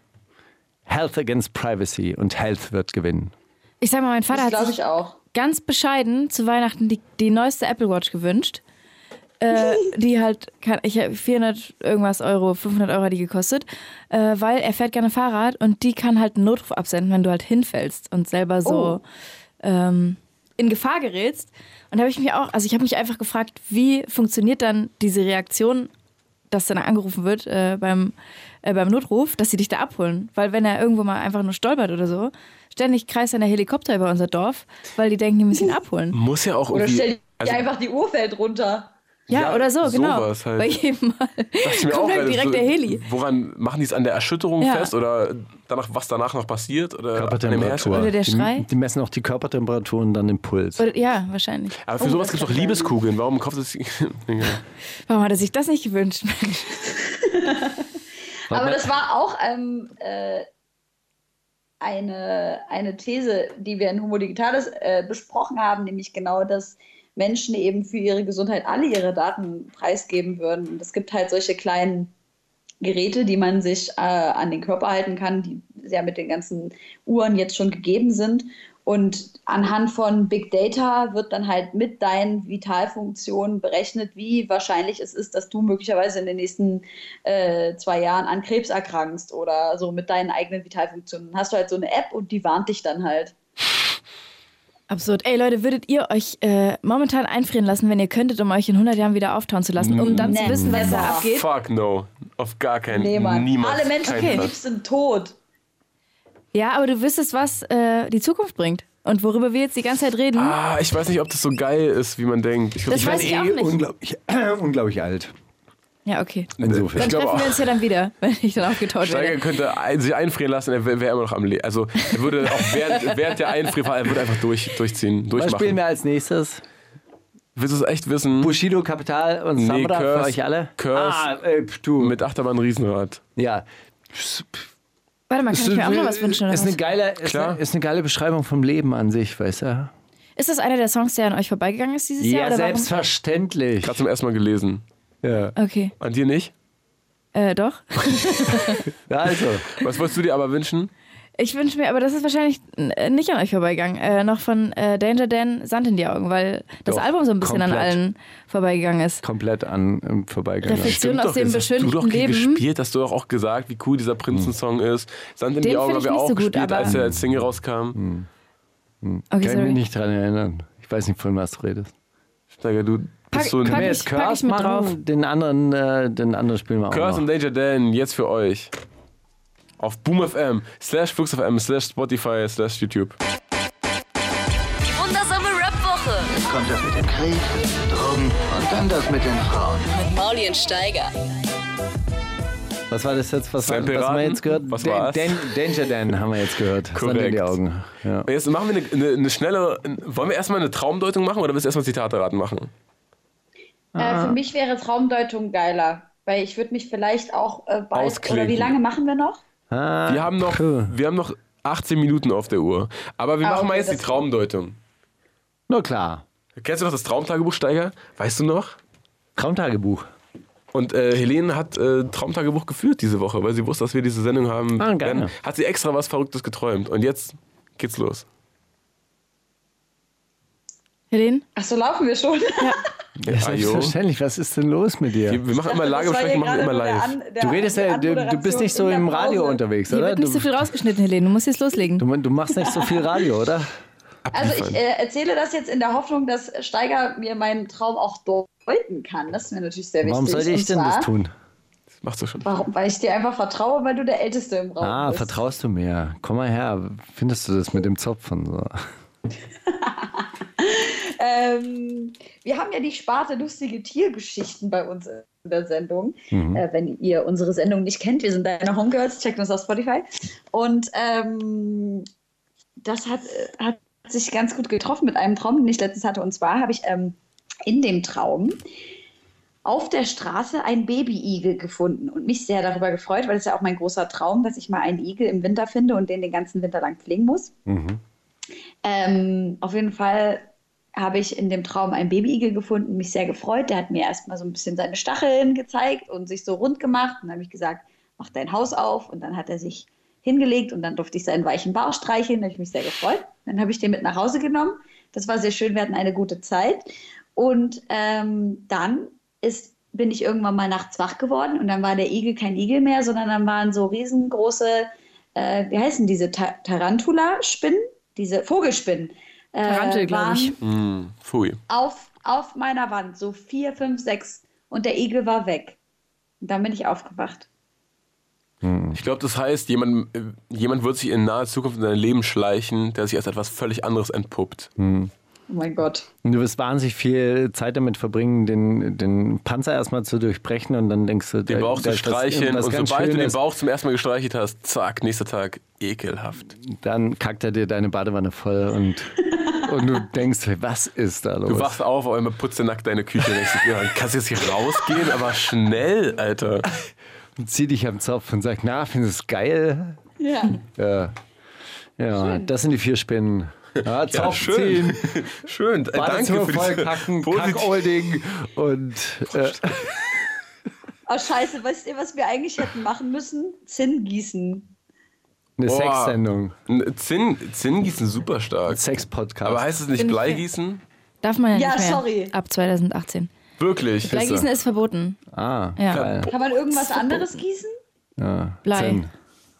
Speaker 1: Health against Privacy und Health wird gewinnen.
Speaker 7: Ich sag mal, mein Vater
Speaker 8: Das
Speaker 7: hat
Speaker 8: glaube
Speaker 7: sich
Speaker 8: ich auch.
Speaker 7: ganz bescheiden zu Weihnachten die, die neueste Apple Watch gewünscht. Äh, die halt, kann, ich habe 400 irgendwas Euro, 500 Euro hat die gekostet, äh, weil er fährt gerne Fahrrad und die kann halt einen Notruf absenden, wenn du halt hinfällst und selber so ähm, in Gefahr gerätst. Und da habe ich mich auch, also ich habe mich einfach gefragt, wie funktioniert dann diese Reaktion, dass dann angerufen wird äh, beim, äh, beim Notruf, dass sie dich da abholen. Weil wenn er irgendwo mal einfach nur stolpert oder so, ständig kreist dann der Helikopter über unser Dorf, weil die denken, die müssen ihn
Speaker 6: *laughs*
Speaker 7: abholen.
Speaker 6: Muss ja auch
Speaker 8: Oder
Speaker 6: irgendwie.
Speaker 8: stell dir
Speaker 6: also,
Speaker 8: einfach die Uhr fällt runter.
Speaker 7: Ja,
Speaker 6: Ja,
Speaker 7: oder so, genau.
Speaker 6: sowas halt.
Speaker 7: Bei jedem Mal
Speaker 6: dachte ich mir auch
Speaker 7: kommt halt
Speaker 6: gerade
Speaker 7: direkt
Speaker 6: so,
Speaker 7: der Heli.
Speaker 6: Woran machen die es an der Erschütterung
Speaker 7: Ja.
Speaker 6: fest oder danach, was danach noch passiert? Oder an dem
Speaker 1: Körpertemperatur.
Speaker 7: Oder
Speaker 6: Hersteller?
Speaker 7: der Schrei?
Speaker 1: Die, die messen auch die Körpertemperatur und dann den Puls.
Speaker 7: Oder, ja, wahrscheinlich.
Speaker 6: Aber für sowas gibt es doch Liebeskugeln. Warum kauft es. *laughs* Ja.
Speaker 7: Warum hat er sich das nicht gewünscht? *laughs* Mensch?
Speaker 8: Aber das war auch ähm, äh, eine, eine These, die wir in Homo Digitalis äh, besprochen haben, nämlich genau, dass Menschen eben für ihre Gesundheit alle ihre Daten preisgeben würden. Und es gibt halt solche kleinen Geräte, die man sich äh, an den Körper halten kann, die ja mit den ganzen Uhren jetzt schon gegeben sind. Und anhand von Big Data wird dann halt mit deinen Vitalfunktionen berechnet, wie wahrscheinlich es ist, dass du möglicherweise in den nächsten äh, zwei Jahren an Krebs erkrankst oder so mit deinen eigenen Vitalfunktionen. Dann Hast du halt so eine App und die warnt dich dann halt.
Speaker 7: Absurd. Ey Leute, würdet ihr euch äh, momentan einfrieren lassen, wenn ihr könntet, um euch in 100 Jahren wieder auftauen zu lassen, um dann zu
Speaker 8: Nee.
Speaker 7: wissen, was da
Speaker 8: Never.
Speaker 7: abgeht?
Speaker 6: Fuck no. Auf gar keinen
Speaker 8: Nee, Mann.
Speaker 6: Niemals.
Speaker 8: Alle Menschen,
Speaker 6: Keinen
Speaker 8: die du
Speaker 6: Fall.
Speaker 8: liebst, sind tot.
Speaker 7: Ja, aber du wüsstest, was äh, die Zukunft bringt und worüber wir jetzt die ganze Zeit reden.
Speaker 6: Ah, ich weiß nicht, ob das so geil ist, wie man denkt. Ich glaub,
Speaker 7: Das
Speaker 6: ich
Speaker 1: *clears throat*
Speaker 7: weiß ich auch nicht.
Speaker 1: unglaublich, unglaublich eh alt.
Speaker 7: Ja, okay.
Speaker 1: Insofern.
Speaker 7: Dann
Speaker 6: Ich glaube
Speaker 7: treffen wir
Speaker 6: auch.
Speaker 7: uns ja dann wieder, *laughs* wenn ich dann aufgetauscht
Speaker 6: Steiger
Speaker 7: werde.
Speaker 6: könnte ein, sich einfrieren lassen, er wäre wär immer noch am Leben. Also er würde
Speaker 7: *laughs*
Speaker 6: auch während, während der Einfrierphase, er würde einfach durch, durchziehen,
Speaker 1: Was spielen
Speaker 6: durchmachen.
Speaker 1: wir als nächstes?
Speaker 6: Willst du es echt wissen?
Speaker 1: Bushido, Kapital und
Speaker 6: Nee,
Speaker 1: Samra für
Speaker 6: Curse.
Speaker 1: euch alle?
Speaker 6: Curse.
Speaker 1: Ah, äh, pf, du.
Speaker 6: Mit Achterbahn Riesenrad.
Speaker 1: ja.
Speaker 7: Warte mal, kann ich mir auch noch was wünschen? Oder
Speaker 1: ist,
Speaker 7: was?
Speaker 1: eine geile, ist,
Speaker 6: Klar.
Speaker 1: eine, ist eine geile Beschreibung vom Leben an sich, weißt du?
Speaker 7: Ist das einer der Songs, der an euch vorbeigegangen ist dieses Jahr?
Speaker 1: Ja,
Speaker 7: Oder
Speaker 1: selbstverständlich.
Speaker 6: Gerade zum ersten Mal gelesen.
Speaker 1: Ja.
Speaker 7: Warum? Okay,
Speaker 6: An dir nicht?
Speaker 7: äh, doch.
Speaker 1: Also,
Speaker 6: Was wolltest du dir aber wünschen?
Speaker 7: Ich wünsche mir, aber das ist wahrscheinlich äh, nicht an euch vorbeigegangen, äh, noch von äh, Danger Dan Sand in die Augen, weil das
Speaker 1: Doch,
Speaker 7: Album so ein bisschen an
Speaker 1: komplett.
Speaker 7: allen vorbeigegangen ist.
Speaker 1: komplett an ähm, im Vorbeigang.
Speaker 7: Reflexion
Speaker 6: Stimmt
Speaker 7: aus
Speaker 6: doch,
Speaker 7: dem
Speaker 6: jetzt hast du doch
Speaker 7: beschönigten Leben.
Speaker 6: gespielt, hast du doch auch gesagt, wie cool dieser Prinzen-Song ist. Sand in
Speaker 7: Den
Speaker 6: die Augen
Speaker 7: find
Speaker 6: haben
Speaker 7: ich
Speaker 6: wir
Speaker 7: nicht
Speaker 6: auch
Speaker 7: so gut,
Speaker 6: gespielt,
Speaker 7: aber-
Speaker 6: als er als Single rauskam.
Speaker 7: Okay,
Speaker 1: Kann ich mich
Speaker 7: sorry.
Speaker 1: nicht dran erinnern. Ich weiß nicht, von was du redest.
Speaker 6: Steiger, du bist
Speaker 7: Pack-
Speaker 6: so ein
Speaker 7: pack-
Speaker 1: Können wir
Speaker 7: ich-
Speaker 1: jetzt
Speaker 7: pack ich
Speaker 1: Curse
Speaker 7: mit
Speaker 1: machen?
Speaker 7: drauf.
Speaker 1: Den anderen, äh, den anderen spielen wir auch
Speaker 6: Curse und
Speaker 1: noch.
Speaker 6: Danger Dan, jetzt für euch. Auf Boom FM, slash Flux FM, slash Spotify, slash YouTube.
Speaker 2: Die wundersame Rap-Woche
Speaker 3: Kommt das mit dem Krieg, Drogen und dann das mit den Frauen.
Speaker 2: mit Maulien Steiger.
Speaker 1: Was war das jetzt? Was,
Speaker 6: Sein
Speaker 1: was haben wir
Speaker 6: Piraten?
Speaker 1: jetzt gehört?
Speaker 6: Was
Speaker 1: Dan-
Speaker 6: war's?
Speaker 1: Dan, Danger Dan haben wir jetzt gehört. Sand in
Speaker 6: Korrekt.
Speaker 1: die Augen. Ja.
Speaker 6: Jetzt machen wir eine, eine, eine schnelle. Wollen wir erstmal eine Traumdeutung machen oder willst du erstmal Zitate raten machen?
Speaker 8: Äh,
Speaker 1: Ah.
Speaker 8: für mich wäre Traumdeutung geiler, weil ich würde mich vielleicht auch äh, bald.
Speaker 6: Ausklinken.
Speaker 8: Oder wie lange machen wir noch?
Speaker 1: Ah,
Speaker 6: Wir haben noch,
Speaker 1: cool.
Speaker 6: wir haben noch 18 Minuten auf der Uhr. Aber wir
Speaker 8: Ah,
Speaker 6: machen mal
Speaker 8: okay,
Speaker 6: jetzt die
Speaker 8: das-
Speaker 6: Traumdeutung.
Speaker 1: Na klar.
Speaker 6: Kennst du noch das Traumtagebuch, Steiger? Weißt du noch?
Speaker 1: Traumtagebuch.
Speaker 6: Und äh, Helene hat äh, Traumtagebuch geführt diese Woche, weil sie wusste, dass wir diese Sendung haben.
Speaker 1: Ah, geil.
Speaker 6: Dann hat sie extra was Verrücktes geträumt. Und jetzt geht's los.
Speaker 7: Helene?
Speaker 8: Ach so, laufen wir schon.
Speaker 1: Ja,
Speaker 6: Ah, jo.
Speaker 1: selbstverständlich. Was ist denn los mit dir?
Speaker 6: Wir, wir machen immer
Speaker 8: Das war hier
Speaker 6: Lagebesprechungen, machen
Speaker 8: gerade
Speaker 6: immer
Speaker 8: nur der
Speaker 6: live.
Speaker 8: An- der-
Speaker 1: Du redest
Speaker 8: die
Speaker 1: ja, du, du bist nicht so
Speaker 8: Anmoderation
Speaker 1: im
Speaker 8: in der Pause.
Speaker 1: Radio unterwegs,
Speaker 7: Hier
Speaker 1: oder?
Speaker 7: wird nicht
Speaker 1: Du,
Speaker 7: so viel rausgeschnitten, Helene. Du musst jetzt loslegen.
Speaker 1: du, du machst nicht so viel Radio, oder?
Speaker 8: Also ich äh, erzähle das jetzt in der Hoffnung, dass Steiger mir meinen Traum auch deuten kann. Das ist mir natürlich sehr wichtig.
Speaker 1: Warum sollte ich
Speaker 8: Und
Speaker 1: denn
Speaker 8: zwar-
Speaker 1: das tun?
Speaker 6: Machst du schon.
Speaker 8: Warum? Weil ich dir einfach vertraue, weil du der Älteste im Raum
Speaker 1: Ah,
Speaker 8: bist.
Speaker 1: vertraust du mir? Komm mal her. Findest du das mit dem Zopf und so?
Speaker 8: Ähm, wir haben ja die Sparte lustige Tiergeschichten bei uns in der Sendung. Äh, wenn ihr unsere Sendung nicht kennt, wir sind deine Homegirls, checkt uns auf Spotify. Und ähm, das hat, äh, hat sich ganz gut getroffen mit einem Traum, den ich letztens hatte. Und zwar habe ich ähm, in dem Traum auf der Straße einen Babyigel gefunden und mich sehr darüber gefreut, weil es ja auch mein großer Traum, dass ich mal einen Igel im Winter finde und den den ganzen Winter lang pflegen muss.
Speaker 6: Mhm.
Speaker 8: Ähm, auf jeden Fall habe ich in dem Traum einen Babyigel gefunden, mich sehr gefreut. Der hat mir erstmal so ein bisschen seine Stacheln gezeigt und sich so rund gemacht. Und dann habe ich gesagt, mach dein Haus auf. Und dann hat er sich hingelegt und dann durfte ich seinen weichen Bauch streicheln. Da habe ich mich sehr gefreut. Dann habe ich den mit nach Hause genommen. Das war sehr schön, wir hatten eine gute Zeit. Und ähm, dann ist, bin ich irgendwann mal nachts wach geworden und dann war der Igel kein Igel mehr, sondern dann waren so riesengroße, äh, wie heißen diese Ta Tarantula-Spinnen? Diese Vogelspinnen. Äh,
Speaker 7: Tarantel, glaub
Speaker 8: waren
Speaker 7: ich.
Speaker 6: Mm, pfui.
Speaker 8: Auf, auf meiner Wand, so vier, fünf, sechs. Und der Igel war weg. Und dann bin ich aufgewacht.
Speaker 6: Ich glaube, das heißt, jemand, äh, jemand wird sich in naher Zukunft in dein Leben schleichen, der sich als etwas völlig anderes entpuppt.
Speaker 8: Oh mein Gott.
Speaker 1: Und du wirst wahnsinnig viel Zeit damit verbringen, den, den Panzer erstmal zu durchbrechen und dann denkst du,
Speaker 6: Den Bauch zu streicheln. Und sobald du den
Speaker 1: Bauch
Speaker 6: Bauch zum ersten Mal gestreichelt hast, zack, nächster Tag, ekelhaft.
Speaker 1: dann kackt er dir deine Badewanne voll und, und
Speaker 8: *laughs*
Speaker 1: du denkst, was ist da los?
Speaker 6: Du wachst auf, aber immer putzt der nackt deine Küche. Und denkst, dir, ja, kannst jetzt hier rausgehen, aber schnell, Alter.
Speaker 1: zieh dich am Zopf und sagt, na, findest du es geil?
Speaker 8: Ja.
Speaker 1: Ja, ja das sind die vier Spinnen. Ja,
Speaker 6: *laughs* Ja,
Speaker 1: Zopf ziehen,
Speaker 6: *laughs* schön. Äh, danke
Speaker 1: Badezimmer
Speaker 6: für diese
Speaker 1: vollkacken,
Speaker 6: positiv-
Speaker 1: Kackolding und äh,
Speaker 8: *laughs* Oh, scheiße, weißt ihr, was wir eigentlich hätten machen müssen? Zinn gießen.
Speaker 1: eine
Speaker 6: Boah.
Speaker 1: Sexsendung,
Speaker 6: N- Zinn, Zinngießen super stark.
Speaker 1: Sex-Podcast.
Speaker 6: Aber heißt es nicht Bleigießen?
Speaker 7: Darf man ja,
Speaker 8: Ja,
Speaker 7: nicht mehr.
Speaker 8: sorry.
Speaker 7: Ab 2018.
Speaker 6: Wirklich.
Speaker 7: Bleigießen ist verboten.
Speaker 1: ah,
Speaker 7: Ja.
Speaker 1: geil.
Speaker 8: Kann man irgendwas anderes gießen?
Speaker 7: Blei.
Speaker 1: Zinn.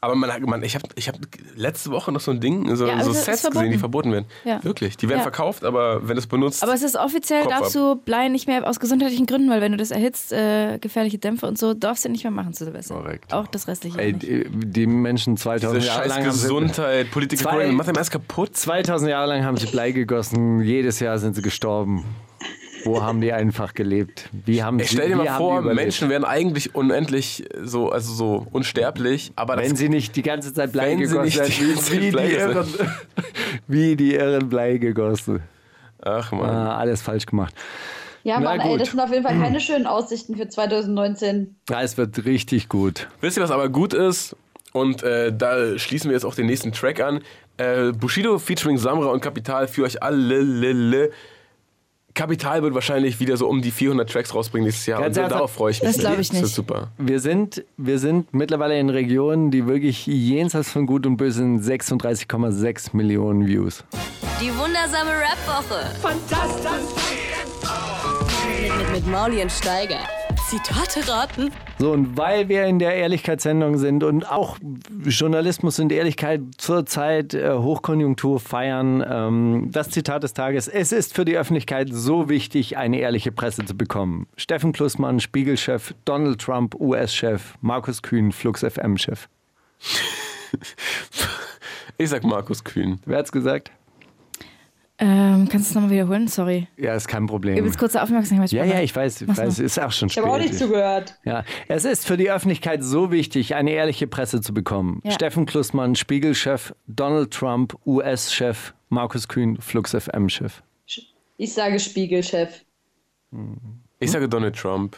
Speaker 6: Aber man, hat- man, ich habe ich hab letzte Woche noch so ein Ding, so,
Speaker 7: Ja, aber
Speaker 6: so
Speaker 7: das ist
Speaker 6: Sets
Speaker 7: verboten.
Speaker 6: gesehen, die verboten werden.
Speaker 7: Ja.
Speaker 6: Wirklich. Die werden
Speaker 7: Ja.
Speaker 6: verkauft, aber wenn du es benutzt.
Speaker 7: Aber es ist offiziell,
Speaker 6: Kopf
Speaker 7: darfst
Speaker 6: ab.
Speaker 7: du Blei nicht mehr aus gesundheitlichen Gründen, weil wenn du das erhitzt, äh, gefährliche Dämpfe und so, darfst du nicht mehr machen zu Silvester.
Speaker 1: Korrekt.
Speaker 7: Auch das restliche.
Speaker 1: Ey,
Speaker 7: nicht.
Speaker 1: die, die Menschen 2000
Speaker 6: diese
Speaker 1: Jahre
Speaker 6: scheiß
Speaker 1: lang haben sie-
Speaker 6: Gesundheit, Politiker,
Speaker 1: Zwei-
Speaker 6: macht einem erst kaputt.
Speaker 1: 2000 Jahre lang haben sie Blei gegossen, jedes Jahr sind sie gestorben. Wo haben die einfach gelebt? Wie haben
Speaker 6: Ich
Speaker 1: sie,
Speaker 6: stell dir
Speaker 1: wie
Speaker 6: mal
Speaker 1: haben
Speaker 6: vor,
Speaker 1: die überlebt?
Speaker 6: Menschen wären eigentlich unendlich so, also so unsterblich, aber
Speaker 1: wenn
Speaker 6: das
Speaker 1: sie nicht die ganze Zeit Blei
Speaker 6: Wenn sie
Speaker 1: gegossen
Speaker 6: nicht die
Speaker 1: hätten,
Speaker 6: ganze Zeit
Speaker 1: wie,
Speaker 6: Blei
Speaker 1: die irren, *laughs*
Speaker 6: gegessen
Speaker 1: wie die irren Blei gegossen.
Speaker 6: Ach man.
Speaker 1: Ah, alles falsch gemacht.
Speaker 8: Ja,
Speaker 1: Na
Speaker 8: Mann, ey,
Speaker 1: gut.
Speaker 8: das sind auf jeden Fall
Speaker 7: *clears throat*
Speaker 8: keine schönen Aussichten für 2019.
Speaker 1: Ja, Ah, es wird richtig gut.
Speaker 6: Wisst ihr, was aber gut ist? Und äh, da schließen wir jetzt auch den nächsten Track an. Äh, Bushido featuring Samra und Kapital für euch alle. Le, le. Kapital wird wahrscheinlich wieder so um die 400 Tracks rausbringen nächstes Jahr.
Speaker 1: Ganz
Speaker 6: Und so,
Speaker 1: einfach-
Speaker 6: darauf freue ich mich.
Speaker 7: Das glaub ich
Speaker 6: Das
Speaker 7: nicht.
Speaker 6: ist super.
Speaker 1: Wir sind, wir sind mittlerweile in Regionen, die wirklich jenseits von Gut und Böse sind. 36,6 Millionen Views.
Speaker 2: Die wundersame Rap-Woche. Fantastisch. Mit, mit, mit Mauli und Steiger. Zitate raten.
Speaker 1: So, und weil wir in der Ehrlichkeitssendung sind und auch Journalismus und Ehrlichkeit zurzeit äh, Hochkonjunktur feiern, ähm, das Zitat des Tages. Es ist für die Öffentlichkeit so wichtig, eine ehrliche Presse zu bekommen. Steffen Klussmann, Spiegelchef, Donald Trump, US-Chef, Markus Kühn, Flux FM-Chef.
Speaker 6: *laughs* Ich sag Markus Kühn.
Speaker 1: Wer hat's gesagt?
Speaker 7: Ähm, kannst du es nochmal wiederholen? Sorry.
Speaker 1: Ja, ist kein Problem.
Speaker 7: Übelst kurze Aufmerksamkeit.
Speaker 1: Ja, ja, ich weiß, ich
Speaker 7: Mach's
Speaker 1: weiß,
Speaker 7: mal.
Speaker 1: ist auch schon
Speaker 8: Ich
Speaker 1: spät.
Speaker 8: habe auch nicht zugehört.
Speaker 1: Ja, es ist für die Öffentlichkeit so wichtig, eine ehrliche Presse zu bekommen.
Speaker 7: Ja.
Speaker 1: Steffen Klussmann, Spiegelchef, Donald Trump, US-Chef, Markus Kühn, Flux FM-Chef.
Speaker 8: Ich sage Spiegelchef.
Speaker 6: Ich sage Donald Trump.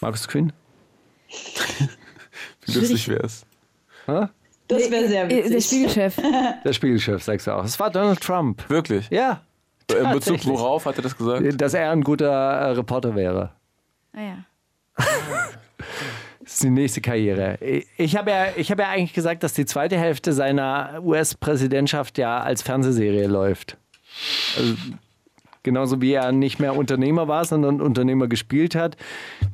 Speaker 1: Markus Kühn?
Speaker 6: Wie lustig wär's.
Speaker 8: Das wäre sehr
Speaker 7: Äh, Der
Speaker 8: witzig.
Speaker 1: *laughs*
Speaker 7: Spiegelchef.
Speaker 1: Der Spiegelchef, sagst du auch. Es war Donald Trump.
Speaker 6: Wirklich. Äh,
Speaker 1: Ja,
Speaker 6: In Bezug
Speaker 1: tatsächlich.
Speaker 6: worauf hat er das gesagt?
Speaker 1: dass er ein guter äh, Reporter wäre.
Speaker 7: Ah ja.
Speaker 1: Das ist die nächste Karriere. Ich habe ja, ich habe ja eigentlich gesagt, dass die zweite Hälfte seiner US-Präsidentschaft ja als Fernsehserie läuft. Also, genauso wie er nicht mehr Unternehmer war, sondern Unternehmer gespielt hat,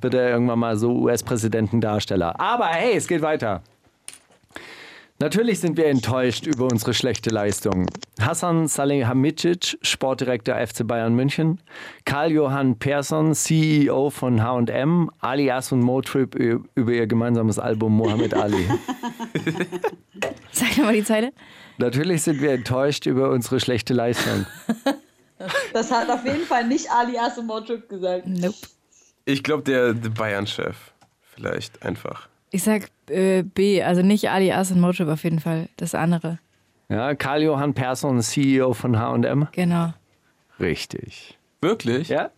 Speaker 1: wird er irgendwann mal so US-Präsidentendarsteller. Aber hey, es geht weiter. Natürlich sind wir enttäuscht über unsere schlechte Leistung. Hassan Salihamidzic, Sportdirektor FC Bayern München, Karl-Johann Persson, CEO von H&M, Alias und Motrip ü- über ihr gemeinsames Album Mohammed Ali.
Speaker 7: Sag nochmal die Zeile.
Speaker 1: Natürlich sind wir enttäuscht über unsere schlechte Leistung.
Speaker 8: Das hat auf jeden Fall nicht Ali Asimotrup gesagt.
Speaker 7: Nope.
Speaker 6: Ich glaube, der, der Bayern-Chef. Vielleicht einfach.
Speaker 7: Ich sag äh, B, also nicht Ali As und Motrip auf jeden Fall. Das andere.
Speaker 1: Ja, Karl-Johann Persson, CEO von H&M.
Speaker 7: Genau.
Speaker 1: Richtig.
Speaker 6: Wirklich?
Speaker 1: Ja?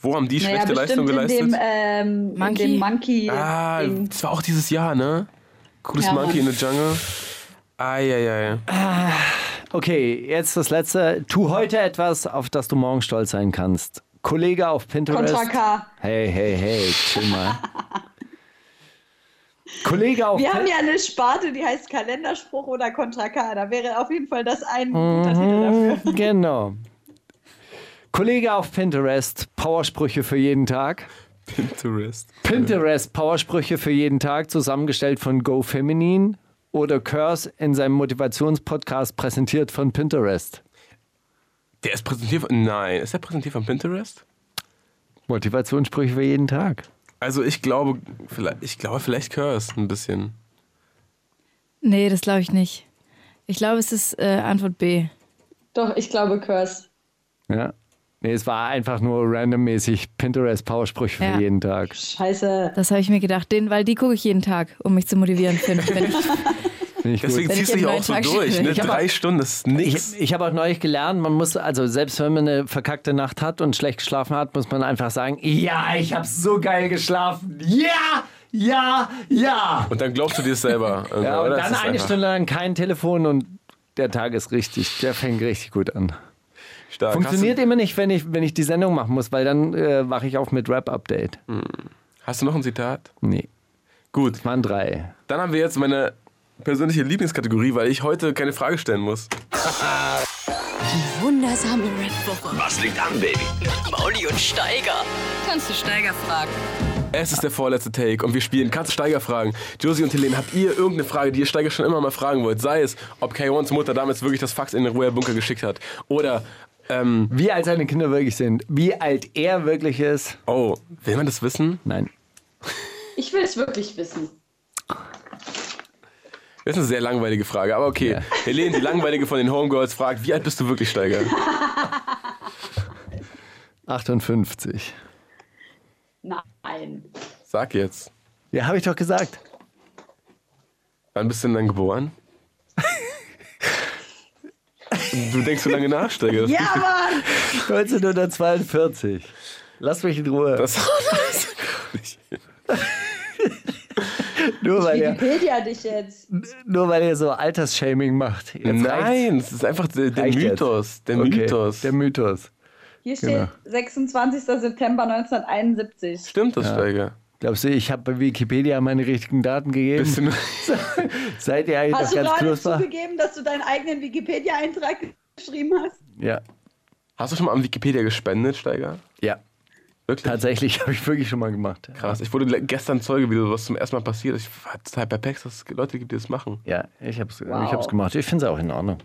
Speaker 6: Wo haben die
Speaker 8: Naja,
Speaker 6: schlechte Leistung
Speaker 8: bestimmt in
Speaker 6: geleistet?
Speaker 8: dem, ähm, in
Speaker 7: Monkey?
Speaker 8: dem Monkey.
Speaker 6: ah,
Speaker 8: Ding.
Speaker 6: das war auch dieses Jahr, ne? Cooles
Speaker 8: Ja,
Speaker 6: Monkey in
Speaker 8: Mann.
Speaker 6: the Jungle. Eieiei.
Speaker 1: Okay, jetzt das letzte. Tu heute etwas, auf das du morgen stolz sein kannst. Kollege auf Pinterest.
Speaker 8: Contra K.
Speaker 1: Hey, hey, hey, chill mal. Kollege auf
Speaker 8: Wir haben ja eine Sparte, die heißt Kalenderspruch oder Contra K. Da wäre auf jeden Fall das ein guter Titel dafür.
Speaker 1: Genau. Kollege auf Pinterest, Powersprüche für jeden Tag.
Speaker 6: *laughs* Pinterest.
Speaker 1: Pinterest, Powersprüche für jeden Tag, zusammengestellt von Go Feminine oder Curse in seinem Motivationspodcast präsentiert von Pinterest.
Speaker 6: Der ist präsentiert von. Nein, ist der präsentiert von Pinterest?
Speaker 1: Motivationssprüche für jeden Tag.
Speaker 6: Also ich glaube, vielleicht, ich glaube, vielleicht Curse ein bisschen.
Speaker 7: Nee, das glaube ich nicht. Ich glaube, es ist äh, Antwort B.
Speaker 8: Doch, ich glaube Curse.
Speaker 1: Ja. Nee, es war einfach nur randommäßig Pinterest Powersprüche
Speaker 7: Ja.
Speaker 1: für jeden Tag.
Speaker 8: Scheiße.
Speaker 7: Das habe ich mir gedacht. Den, weil die gucke ich jeden Tag, um mich zu motivieren, finde ich. *laughs* Wenn ich
Speaker 1: Finde ich gut.
Speaker 6: Deswegen
Speaker 7: Wenn ich
Speaker 6: ziehst du dich
Speaker 7: im
Speaker 6: auch
Speaker 7: neuen
Speaker 6: so
Speaker 7: Tag
Speaker 6: durch.
Speaker 7: stehe.
Speaker 6: Ne?
Speaker 7: Ich
Speaker 1: hab
Speaker 6: Drei
Speaker 1: auch-
Speaker 6: Stunden ist
Speaker 1: Ich,
Speaker 6: nichts.
Speaker 1: ich habe auch neulich gelernt, man muss, also selbst wenn man eine verkackte Nacht hat und schlecht geschlafen hat, muss man einfach sagen, ja, ich habe so geil geschlafen. Ja, ja, ja.
Speaker 6: Und dann glaubst du dir es
Speaker 1: *laughs*
Speaker 6: selber. Also,
Speaker 1: Ja, und
Speaker 6: oder?
Speaker 1: dann
Speaker 6: Das ist
Speaker 1: eine
Speaker 6: einfach
Speaker 1: Stunde lang kein Telefon und der Tag ist richtig, der fängt richtig gut an.
Speaker 6: Stark.
Speaker 1: Funktioniert
Speaker 6: Hast
Speaker 1: immer nicht, wenn ich, wenn ich die Sendung machen muss, weil dann äh, wache ich auf mit Rap-Update.
Speaker 6: du, hast du noch ein Zitat?
Speaker 1: Nee,
Speaker 6: Hm. Gut.
Speaker 1: waren drei.
Speaker 6: Dann haben wir jetzt meine persönliche Lieblingskategorie, weil ich heute keine Frage stellen muss.
Speaker 5: Wundersame Rap-Woche.
Speaker 2: Mauli und Steiger. Kannst du Steiger fragen?
Speaker 6: Es ist der vorletzte Take und wir spielen Kannst du Steiger fragen. Josie und Helene, habt ihr irgendeine Frage, die ihr Steiger schon immer mal fragen wollt? Sei es, ob K1s Mutter damals wirklich das Fax in den Royal Bunker geschickt hat. Oder, ähm,
Speaker 1: Wie alt seine Kinder wirklich sind, wie alt er wirklich ist.
Speaker 6: oh, will man das wissen?
Speaker 1: Nein.
Speaker 8: Ich will es wirklich wissen.
Speaker 6: Das ist eine sehr langweilige Frage, aber okay. Helene, die langweilige von den Homegirls, fragt, wie alt bist du wirklich, Steiger?
Speaker 1: 58.
Speaker 8: Nein.
Speaker 6: Sag jetzt.
Speaker 1: Ja, habe ich doch gesagt.
Speaker 6: Wann bist du denn dann geboren? Du denkst so lange nach, Steiger. Das-
Speaker 8: Ja, Mann!
Speaker 1: 1942. Lass mich in Ruhe. *laughs*
Speaker 6: Das *laughs*
Speaker 1: nur, weil ihr,
Speaker 8: Wikipedia dich jetzt.
Speaker 1: nur weil ihr so Altersshaming macht. Jetzt reicht's.
Speaker 6: Nein, es ist einfach der, der
Speaker 1: Reicht jetzt.
Speaker 6: Mythos. Der
Speaker 1: Okay,
Speaker 6: Mythos.
Speaker 1: Der Mythos.
Speaker 8: Hier steht
Speaker 6: Genau.
Speaker 8: 26. September 1971.
Speaker 6: Stimmt das, Steiger?
Speaker 1: Glaubst du, ich habe bei Wikipedia meine richtigen Daten gegeben?
Speaker 6: Bist du
Speaker 1: *laughs*
Speaker 6: nur,
Speaker 1: Seid ihr eigentlich
Speaker 8: Hast
Speaker 1: noch
Speaker 8: du
Speaker 1: ganz
Speaker 8: gerade
Speaker 1: knusper?
Speaker 8: zugegeben, dass du deinen eigenen Wikipedia-Eintrag geschrieben hast?
Speaker 1: Ja.
Speaker 6: hast du schon mal an Wikipedia gespendet, Steiger?
Speaker 1: ja,
Speaker 6: Wirklich?
Speaker 1: tatsächlich habe ich wirklich schon mal gemacht.
Speaker 6: Krass. Ich wurde le- gestern Zeuge, wie sowas zum ersten Mal passiert ist. Ich war total perplex, dass es Leute gibt, die das machen.
Speaker 1: Ja, ich habe es ich hab's gemacht. Ich finde es auch in Ordnung.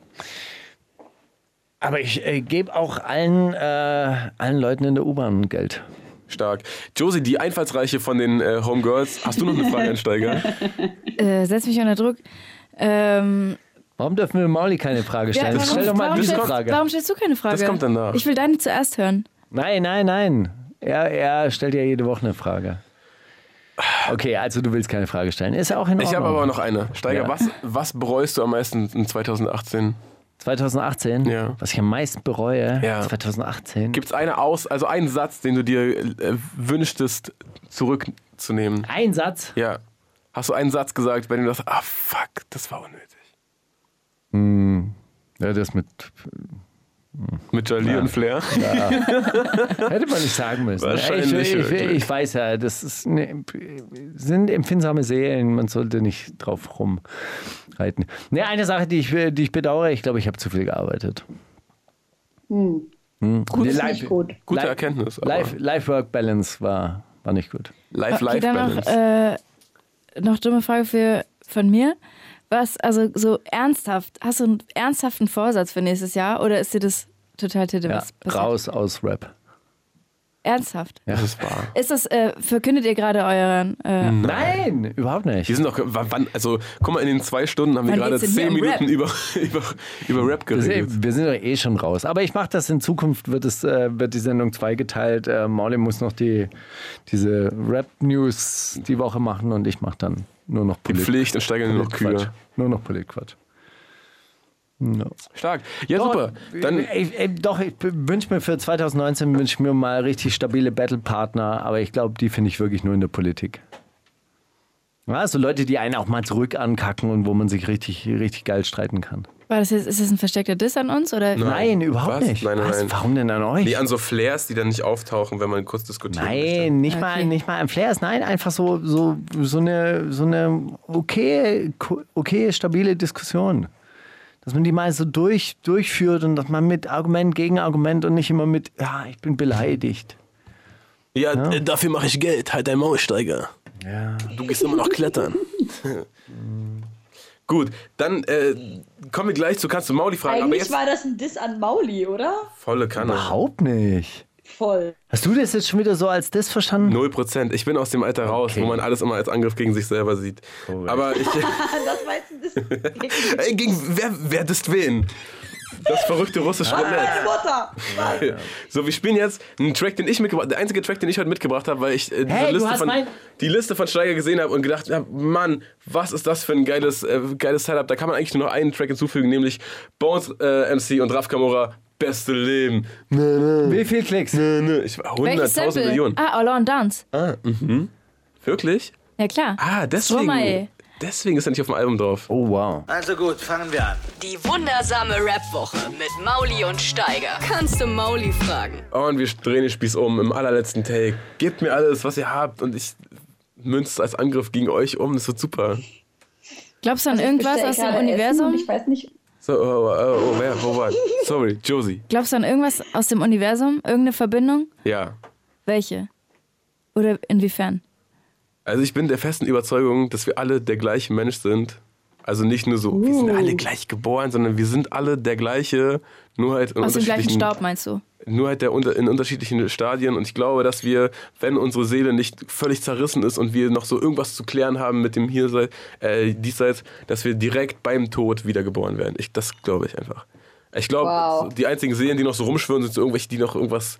Speaker 1: Aber ich äh, gebe auch allen, äh, allen Leuten in der U-Bahn Geld.
Speaker 6: Stark. Josie, die Einfallsreiche von den äh, Homegirls. Hast du noch eine Frage an Steiger?
Speaker 1: *laughs*
Speaker 7: Äh, setz mich unter Druck. Ähm,
Speaker 1: Warum dürfen wir Mauli keine Frage
Speaker 7: ja,
Speaker 1: stellen?
Speaker 7: warum-
Speaker 1: Stell doch mal
Speaker 7: warum,
Speaker 1: die
Speaker 7: stellst,
Speaker 1: Frage.
Speaker 7: warum stellst du keine Frage?
Speaker 6: Das kommt danach.
Speaker 7: Ich will deine zuerst hören.
Speaker 1: Nein, nein, nein. Er, er stellt ja jede Woche eine Frage. Okay, also du willst keine Frage stellen. Ist ja auch in Ordnung.
Speaker 6: Ich habe aber noch eine. Steiger,
Speaker 1: Ja.
Speaker 6: was, was bereust du am meisten in 2018?
Speaker 1: 2018,
Speaker 6: Ja.
Speaker 1: was ich am meisten bereue,
Speaker 6: Ja.
Speaker 1: 2018.
Speaker 6: Gibt es eine aus, also einen Satz, den du dir äh, wünschtest, zurückzunehmen?
Speaker 1: Ein Satz.
Speaker 6: Ja. Hast du einen Satz gesagt, bei dem du sagst, ah fuck, das war unnötig?
Speaker 1: Ja, das mit.
Speaker 6: Mit Jolie und Flair?
Speaker 1: Hätte man nicht
Speaker 6: *laughs*
Speaker 1: sagen müssen.
Speaker 6: Wahrscheinlich
Speaker 1: ich, ich, ich,
Speaker 6: wirklich.
Speaker 1: ich weiß ja, das ist ne, sind empfindsame Seelen. Man sollte nicht drauf rumreiten. Ne, eine Sache, die ich, die ich bedauere, ich glaube, ich habe zu viel gearbeitet.
Speaker 8: Gut,
Speaker 1: Nee,
Speaker 8: ist
Speaker 1: leid-
Speaker 8: nicht gut.
Speaker 6: Gute
Speaker 1: Live-
Speaker 6: Erkenntnis. aber
Speaker 1: Life- Life-Work-Balance war, war nicht gut.
Speaker 6: Life,
Speaker 7: Okay,
Speaker 6: life
Speaker 7: dann
Speaker 6: Balance.
Speaker 7: noch, äh, noch dumme Frage für, von mir. Was, also so ernsthaft, hast du einen ernsthaften Vorsatz für nächstes Jahr oder ist dir das total titte,
Speaker 1: Ja,
Speaker 7: was passiert?
Speaker 1: raus aus Rap.
Speaker 7: Ernsthaft?
Speaker 6: das ist wahr.
Speaker 7: Ist das, äh, verkündet ihr gerade euren, äh,
Speaker 6: Hm.
Speaker 1: Nein, überhaupt nicht.
Speaker 6: Die sind doch, wann, wann- also guck mal, in den zwei Stunden haben wir
Speaker 7: Wann
Speaker 6: gerade
Speaker 7: geht's denn
Speaker 6: zehn
Speaker 7: hier um
Speaker 6: Minuten über, *laughs* über, über Rap
Speaker 1: Das ist
Speaker 6: geredet.
Speaker 1: eh- wir sind doch eh schon raus. Aber ich mache das in Zukunft, wird, es, äh, wird die Sendung zweigeteilt. Äh, Mauli muss noch die, diese Rap-News die Woche machen und ich mache dann nur noch
Speaker 6: Die
Speaker 1: Polit
Speaker 6: Pflicht und steigern nur noch
Speaker 1: Quatsch.
Speaker 6: Kühe.
Speaker 1: Nur noch Politquatsch. No.
Speaker 6: Stark. Ja, super. Dann,
Speaker 1: ey, ey, äh, doch, ich wünsche mir für 2019 wünsch mir mal richtig stabile Battle-Partner, aber ich glaube, die finde ich wirklich nur in der Politik. Ja, so Leute, die einen auch mal zurück ankacken und wo man sich richtig, richtig geil streiten kann.
Speaker 7: war das jetzt, ist das ein versteckter Diss an uns oder?
Speaker 1: Nein, überhaupt
Speaker 6: Was?
Speaker 1: nicht.
Speaker 6: Nein, nein,
Speaker 1: Was?
Speaker 6: nein.
Speaker 1: Warum denn an euch?
Speaker 6: nee, an so Flares, die dann nicht auftauchen, wenn man kurz diskutiert.
Speaker 1: Nein, nicht mal,
Speaker 7: Okay.
Speaker 1: nicht mal ein Flares, nein, einfach so, so, so eine, so eine okay, ko- okay, stabile Diskussion. Dass man die mal so durch, durchführt und dass man mit Argument gegen Argument und nicht immer mit, ja, ich bin beleidigt.
Speaker 6: Ja, äh, dafür mache ich Geld. Halt dein Maulsteiger.
Speaker 1: Ja.
Speaker 6: Du gehst immer noch klettern. *laughs* Gut, dann äh, kommen wir gleich zu Kannst du Mauli fragen. Aber
Speaker 8: Eigentlich
Speaker 6: jetzt
Speaker 8: war das ein Diss an Mauli, oder?
Speaker 6: volle Kanne.
Speaker 1: Überhaupt nicht.
Speaker 8: Voll.
Speaker 1: Hast du das jetzt schon wieder so als das verstanden?
Speaker 6: Null Prozent. Ich bin aus dem Alter raus,
Speaker 1: Okay.
Speaker 6: wo man alles immer als Angriff gegen sich selber sieht. Aber
Speaker 8: *laughs*
Speaker 6: ich. *laughs*
Speaker 8: Das war jetzt ein Diss gegen
Speaker 6: Ey, gegen wer, wer disst wen? Das verrückte russische Roulette.
Speaker 8: meine Mutter.
Speaker 6: *laughs* So, wir spielen jetzt einen Track, den ich mitgebracht Der einzige Track, den ich heute mitgebracht habe, weil ich äh, diese
Speaker 1: Hey, du
Speaker 6: Liste
Speaker 1: hast
Speaker 6: von,
Speaker 1: mein-
Speaker 6: die Liste von Steiger gesehen habe und gedacht habe, Mann, was ist das für ein geiles, äh, geiles Setup? Da kann man eigentlich nur noch einen Track hinzufügen, nämlich Bones äh, MC und Raf Kamora, Beste Leben. Nö, nö,
Speaker 1: Wie viel Klicks?
Speaker 6: nö, nö. Ich war
Speaker 7: Welches
Speaker 6: 100.000
Speaker 7: Sample?
Speaker 6: Millionen.
Speaker 7: Ah, All on Dance.
Speaker 6: Wirklich?
Speaker 7: Ja, klar.
Speaker 6: Ah, deswegen.
Speaker 7: Stromae.
Speaker 6: Deswegen ist er nicht auf dem Album drauf.
Speaker 1: Oh wow.
Speaker 3: Also gut, fangen wir an.
Speaker 2: Die wundersame Rap-Woche mit Mauli und Steiger. Kannst du Mauli fragen?
Speaker 6: Und wir drehen den Spieß um im allerletzten Take. Gebt mir alles, was ihr habt und ich münze es als Angriff gegen euch um. Das wird super.
Speaker 7: Glaubst du an irgendwas
Speaker 8: Also Ich
Speaker 7: aus dem
Speaker 8: gerade essen und
Speaker 7: Universum?
Speaker 8: Ich weiß nicht.
Speaker 6: So, oh, oh, oh, wer, wo war ich? Sorry, Josie.
Speaker 7: Glaubst du an irgendwas aus dem Universum? Irgendeine Verbindung?
Speaker 6: Ja.
Speaker 7: Welche? Oder inwiefern?
Speaker 6: Also ich bin der festen Überzeugung, dass wir alle der gleiche Mensch sind Also nicht nur so, wir
Speaker 7: Uh.
Speaker 6: sind alle gleich geboren, sondern wir sind alle der gleiche, nur halt in
Speaker 7: Aus dem gleichen
Speaker 6: unterschiedlichen-
Speaker 7: Staub, meinst du?
Speaker 6: nur halt der unter, in unterschiedlichen Stadien. Und ich glaube, dass wir, wenn unsere Seele nicht völlig zerrissen ist und wir noch so irgendwas zu klären haben mit dem Hiersei, äh, Diesseits, dass wir direkt beim Tod wiedergeboren werden. Ich, das glaube ich einfach. Ich glaube, so
Speaker 8: Wow.
Speaker 6: die einzigen Seelen, die noch so rumschwirren, sind so irgendwelche, die noch irgendwas,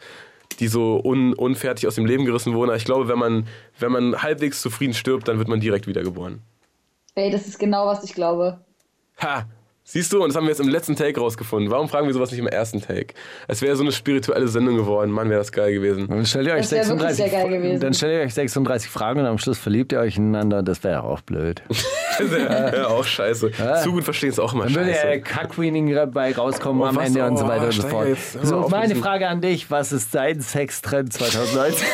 Speaker 6: die so un, unfertig aus dem Leben gerissen wurden. Aber ich glaube, wenn man, wenn man halbwegs zufrieden stirbt, dann wird man direkt wiedergeboren.
Speaker 8: Ey, das ist genau, was ich glaube.
Speaker 6: Ha! Siehst du, und das haben wir jetzt im letzten Take rausgefunden. Warum fragen wir sowas nicht im ersten Take? Es wäre so eine spirituelle Sendung geworden. Mann, wäre das geil gewesen.
Speaker 1: Dann stellt ihr euch
Speaker 8: Das wär wirklich
Speaker 1: 36,
Speaker 8: sehr geil gewesen.
Speaker 1: dann stellt ihr euch 36 Fragen und am Schluss verliebt ihr euch ineinander. Das wäre ja auch blöd.
Speaker 6: ja, ja, auch scheiße. Zu gut verstehen ist auch immer
Speaker 1: Dann würde ja
Speaker 6: scheiße.
Speaker 1: Cuckweening dabei rauskommen
Speaker 6: Oh,
Speaker 1: am
Speaker 6: was?
Speaker 1: Ende und so
Speaker 6: Oh,
Speaker 1: weiter und so
Speaker 6: Steiger,
Speaker 1: fort.
Speaker 6: jetzt Oh, hör mal
Speaker 1: So,
Speaker 6: auf mit
Speaker 1: meine
Speaker 6: diesem-
Speaker 1: Frage an dich: Was ist dein
Speaker 6: *laughs*
Speaker 1: Sextrend 2019?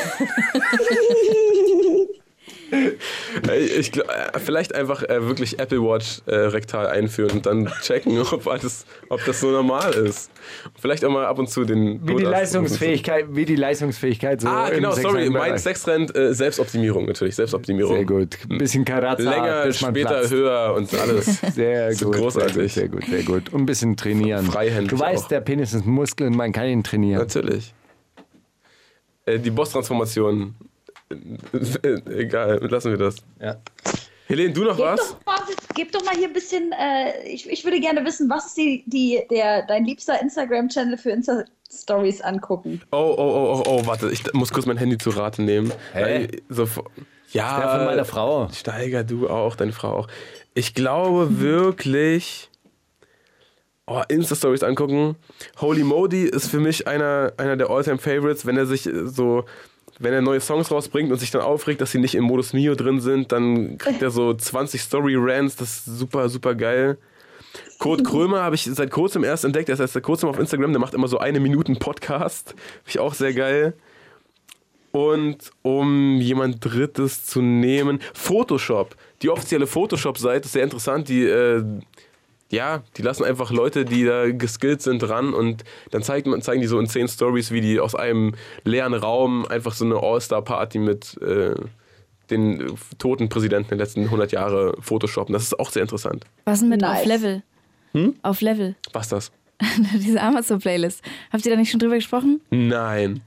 Speaker 6: Ey, Ich, glaub, äh, vielleicht einfach äh, wirklich Apple Watch äh, rektal einführen und dann checken, *laughs* ob, alles, ob das so normal ist. Vielleicht auch mal ab und zu den
Speaker 1: wie die
Speaker 6: Notarzt-
Speaker 1: Leistungsfähigkeit, wie die Leistungsfähigkeit so.
Speaker 6: Ah,
Speaker 1: im
Speaker 6: genau,
Speaker 1: Sex
Speaker 6: sorry.
Speaker 1: sein
Speaker 6: Mein
Speaker 1: wird.
Speaker 6: Sextrend, äh, Selbstoptimierung natürlich, Selbstoptimierung.
Speaker 1: Sehr gut. Ein bisschen Karatza.
Speaker 6: Hm. Länger,
Speaker 1: bis man
Speaker 6: später,
Speaker 1: platzt. *laughs*
Speaker 6: höher und alles.
Speaker 1: Sehr
Speaker 6: So
Speaker 1: gut.
Speaker 6: großartig.
Speaker 1: Sehr gut, sehr gut. Und ein bisschen trainieren.
Speaker 6: Freihändig
Speaker 1: Du weißt,
Speaker 6: auch.
Speaker 1: der Penis ist ein Muskel und man kann ihn trainieren.
Speaker 6: Natürlich. Äh, die Boss-Transformation. Äh, Egal, lassen wir das.
Speaker 1: Ja.
Speaker 6: Helene, du noch
Speaker 8: Gib
Speaker 6: was?
Speaker 8: doch, mal, gib doch mal hier ein bisschen, äh, ich, ich würde gerne wissen, was ist die, die, der, dein liebster Instagram-Channel für Insta-Stories angucken?
Speaker 6: Oh, oh, oh, oh, oh, warte, ich muss kurz mein Handy zu Rate nehmen.
Speaker 1: Hä?
Speaker 6: Weil So, ja.
Speaker 1: Der von meiner Frau.
Speaker 6: Steiger, du auch, deine Frau auch. Ich glaube wirklich. Oh, Insta-Stories angucken. Holy Modi ist für mich einer, einer der All-Time-Favorites, wenn er sich äh, so. Wenn er neue Songs rausbringt und sich dann aufregt, dass sie nicht im Modus Mio drin sind, dann kriegt er so 20 Story-Rants. Das ist super, super geil. Kurt Krömer habe ich seit kurzem erst entdeckt. Er ist erst seit kurzem auf Instagram. Der macht immer so eine Minuten Podcast. Finde ich auch sehr geil. Und um jemand Drittes zu nehmen, Photoshop. Die offizielle Photoshop-Seite ist sehr interessant. Die, äh, ja, die lassen einfach Leute, die da geskillt sind, ran und dann zeigt man, zeigen die so in zehn Stories, wie die aus einem leeren Raum einfach so eine All-Star-Party mit äh, den äh, toten Präsidenten der letzten 100 Jahre photoshoppen. Das ist auch sehr interessant.
Speaker 7: Was denn mit
Speaker 8: Nice.
Speaker 7: auf Level?
Speaker 1: Hm?
Speaker 7: Auf Level. *laughs*
Speaker 6: Was ist das?
Speaker 7: Diese Amazon-Playlist. Habt ihr da nicht schon drüber
Speaker 1: *laughs*
Speaker 7: gesprochen?
Speaker 6: Nein.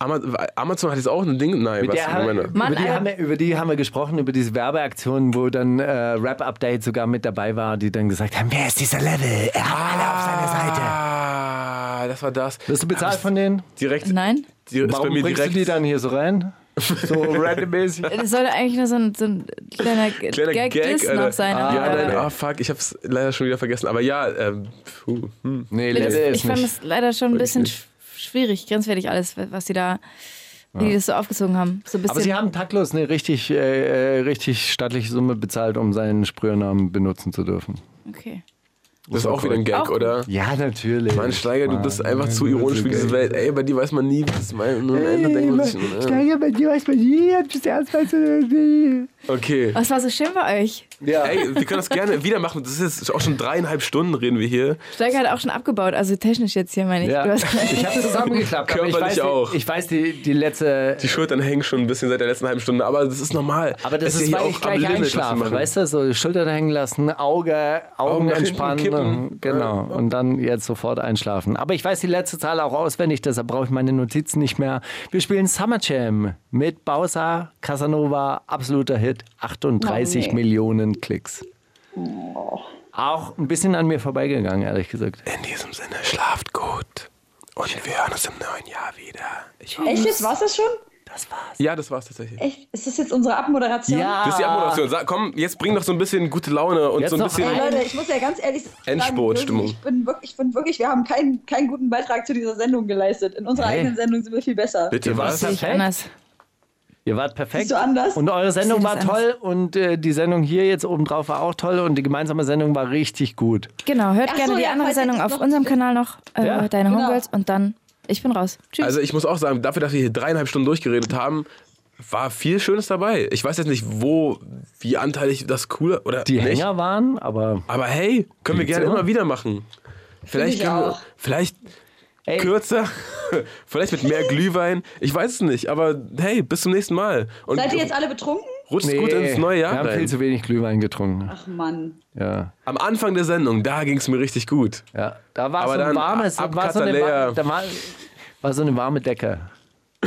Speaker 6: Ama- Amazon hat jetzt auch ein Ding. Nein,
Speaker 1: Mit
Speaker 6: was?
Speaker 1: der haben,
Speaker 6: Moment.
Speaker 1: über,
Speaker 7: Mann,
Speaker 1: die
Speaker 7: Alter.
Speaker 1: haben wir, über die haben wir gesprochen, über diese Werbeaktion, wo dann äh, Rap-Update sogar mit dabei war, die dann gesagt haben, wer ist dieser Level? Er hat alle auf seiner Seite.
Speaker 6: Ah, das war das.
Speaker 1: Wirst du bezahlt von denen?
Speaker 6: Direkt.
Speaker 7: Nein?
Speaker 6: Die, ist bei
Speaker 1: Warum
Speaker 6: mir
Speaker 1: bringst
Speaker 6: direkt.
Speaker 1: du die dann hier so rein? So randommäßig.
Speaker 7: Das sollte eigentlich nur so ein, so ein
Speaker 1: *laughs*
Speaker 7: kleiner, G-
Speaker 6: Kleiner
Speaker 7: Gag, Diss
Speaker 6: Alter.
Speaker 7: noch sein.
Speaker 6: Ah,
Speaker 7: aber-
Speaker 6: ja, nein,
Speaker 1: okay.
Speaker 6: ah, fuck, ich hab's leider schon wieder vergessen. Aber ja, ähm, puh, hm.
Speaker 1: Nee,
Speaker 7: Das,
Speaker 1: Level
Speaker 7: ich
Speaker 1: ist
Speaker 7: fand
Speaker 1: nicht.
Speaker 7: das leider schon ein
Speaker 6: Wirklich
Speaker 7: bisschen
Speaker 6: nicht.
Speaker 7: sch- schwierig, grenzwertig alles, was sie da, wie die das so aufgezogen haben. So ein bisschen.
Speaker 1: Aber sie haben taktlos eine richtig, äh, äh, richtig stattliche Summe bezahlt, um seinen Sprühnamen benutzen zu dürfen.
Speaker 7: okay.
Speaker 6: das ist auch wieder ein Gag,
Speaker 7: Auch-
Speaker 6: oder?
Speaker 1: Ja, natürlich.
Speaker 6: Mann, Steiger, du
Speaker 1: Mann,
Speaker 6: bist einfach zu
Speaker 1: Mann,
Speaker 6: ironisch für
Speaker 1: okay.
Speaker 6: diese Welt. Ey, bei dir weiß man nie, was man am Ende denkt man sich. Ne?
Speaker 1: Steiger, bei dir weiß man nie, ob das erst mal so-
Speaker 6: Okay.
Speaker 7: Was war so schön bei euch?
Speaker 1: Ja.
Speaker 6: Ey, wir können das gerne wieder machen. Das ist jetzt auch schon dreieinhalb Stunden reden wir hier.
Speaker 7: Steiger hat auch schon abgebaut, also technisch jetzt hier meine ich.
Speaker 1: Ja.
Speaker 7: Du hast-
Speaker 1: *laughs*
Speaker 7: *laughs*
Speaker 1: Ich habe zusammengeklappt. aber ich
Speaker 6: Körperlich
Speaker 1: weiß, die-
Speaker 6: auch.
Speaker 1: Ich weiß die, die letzte.
Speaker 6: Die Schultern hängen schon ein bisschen seit der letzten halben Stunde, aber das ist normal.
Speaker 1: aber das
Speaker 6: Es
Speaker 1: ist,
Speaker 6: hier
Speaker 1: weil
Speaker 6: auch
Speaker 1: ich
Speaker 6: am
Speaker 1: gleich
Speaker 6: Limit, was wir
Speaker 1: einschlafe.
Speaker 6: machen.
Speaker 1: Weißt du, so Schulter hängen lassen, Auge, Augen
Speaker 6: Augen nach hinten
Speaker 1: entspannen.
Speaker 6: kippen.
Speaker 1: Genau.
Speaker 6: Ja.
Speaker 1: Und dann jetzt sofort einschlafen. Aber ich weiß die letzte Zahl auch auswendig, deshalb brauche ich meine Notizen nicht mehr. Wir spielen Summer Jam mit Bowser, Casanova, absoluter Hit, 38
Speaker 8: Oh, nee.
Speaker 1: Millionen Klicks. Auch ein bisschen an mir vorbeigegangen, ehrlich gesagt.
Speaker 6: In diesem Sinne, schlaft gut. Und wir hören uns im neuen Jahr wieder. Ich
Speaker 8: Oh, Echt jetzt? War's das schon?
Speaker 6: ja, das war's tatsächlich.
Speaker 8: Echt? Ist das jetzt unsere Abmoderation?
Speaker 6: Das ist die Abmoderation. Sag, komm, jetzt bring doch so ein bisschen gute Laune und
Speaker 1: Jetzt
Speaker 6: so ein
Speaker 1: noch
Speaker 6: bisschen.
Speaker 1: ein-
Speaker 8: Ey, Leute, ich muss ja ganz ehrlich sagen,
Speaker 6: Endspurt-Stimmung.
Speaker 8: Ich bin wirklich, ich bin wirklich wir haben keinen, keinen guten Beitrag zu dieser Sendung geleistet. In unserer
Speaker 1: Hey.
Speaker 8: eigenen Sendung sind wir viel besser.
Speaker 6: Bitte was?
Speaker 1: warst-
Speaker 7: Sehe ich anders.
Speaker 1: Ihr wart perfekt.
Speaker 8: Siehst du anders?
Speaker 1: Und eure Sendung
Speaker 7: Siehst
Speaker 1: war
Speaker 7: du das
Speaker 1: toll und äh, die Sendung hier jetzt obendrauf war auch toll und die gemeinsame Sendung war richtig gut.
Speaker 7: Genau, hört
Speaker 8: Ach
Speaker 7: gerne
Speaker 8: so,
Speaker 7: die
Speaker 8: ja,
Speaker 7: andere
Speaker 8: falls ihr
Speaker 7: Sendung
Speaker 8: das
Speaker 7: auf
Speaker 8: noch-
Speaker 7: unserem Kanal noch, äh,
Speaker 1: Ja.
Speaker 7: deine
Speaker 8: Genau.
Speaker 7: Homegirls und dann, ich bin raus. Tschüss.
Speaker 6: Also ich muss auch sagen, dafür, dass wir hier dreieinhalb Stunden durchgeredet haben, war viel Schönes dabei. Ich weiß jetzt nicht, wo, wie anteilig das cool oder
Speaker 1: Die
Speaker 6: nicht.
Speaker 1: Hänger waren, aber
Speaker 6: Aber hey, können wir
Speaker 1: Gibt's
Speaker 6: gerne
Speaker 1: immer.
Speaker 6: immer wieder machen. Vielleicht
Speaker 8: ich
Speaker 6: können wir,
Speaker 8: auch.
Speaker 6: vielleicht
Speaker 1: Ey.
Speaker 6: kürzer, *laughs* vielleicht mit mehr Glühwein. Ich weiß es nicht, aber hey, bis zum nächsten Mal. Und
Speaker 8: Seid ihr jetzt alle betrunken?
Speaker 6: Rutscht gut ins neue
Speaker 1: Wir
Speaker 6: Jahr
Speaker 1: haben viel
Speaker 6: rein.
Speaker 1: zu wenig Glühwein getrunken.
Speaker 8: Ach Mann.
Speaker 1: Ja.
Speaker 6: Am Anfang der Sendung, da ging es mir richtig gut.
Speaker 1: Ja, da war
Speaker 6: Aber
Speaker 1: so ein
Speaker 6: dann
Speaker 1: warmes,
Speaker 6: ab- ab
Speaker 1: war so, eine,
Speaker 6: Cataleya.
Speaker 1: wa- da war, war so eine warme Decke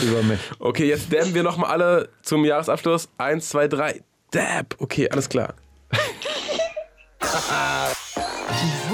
Speaker 1: über mich.
Speaker 6: Okay, jetzt dabben wir nochmal alle zum Jahresabschluss. Eins, zwei, drei. Dab. Okay, alles klar.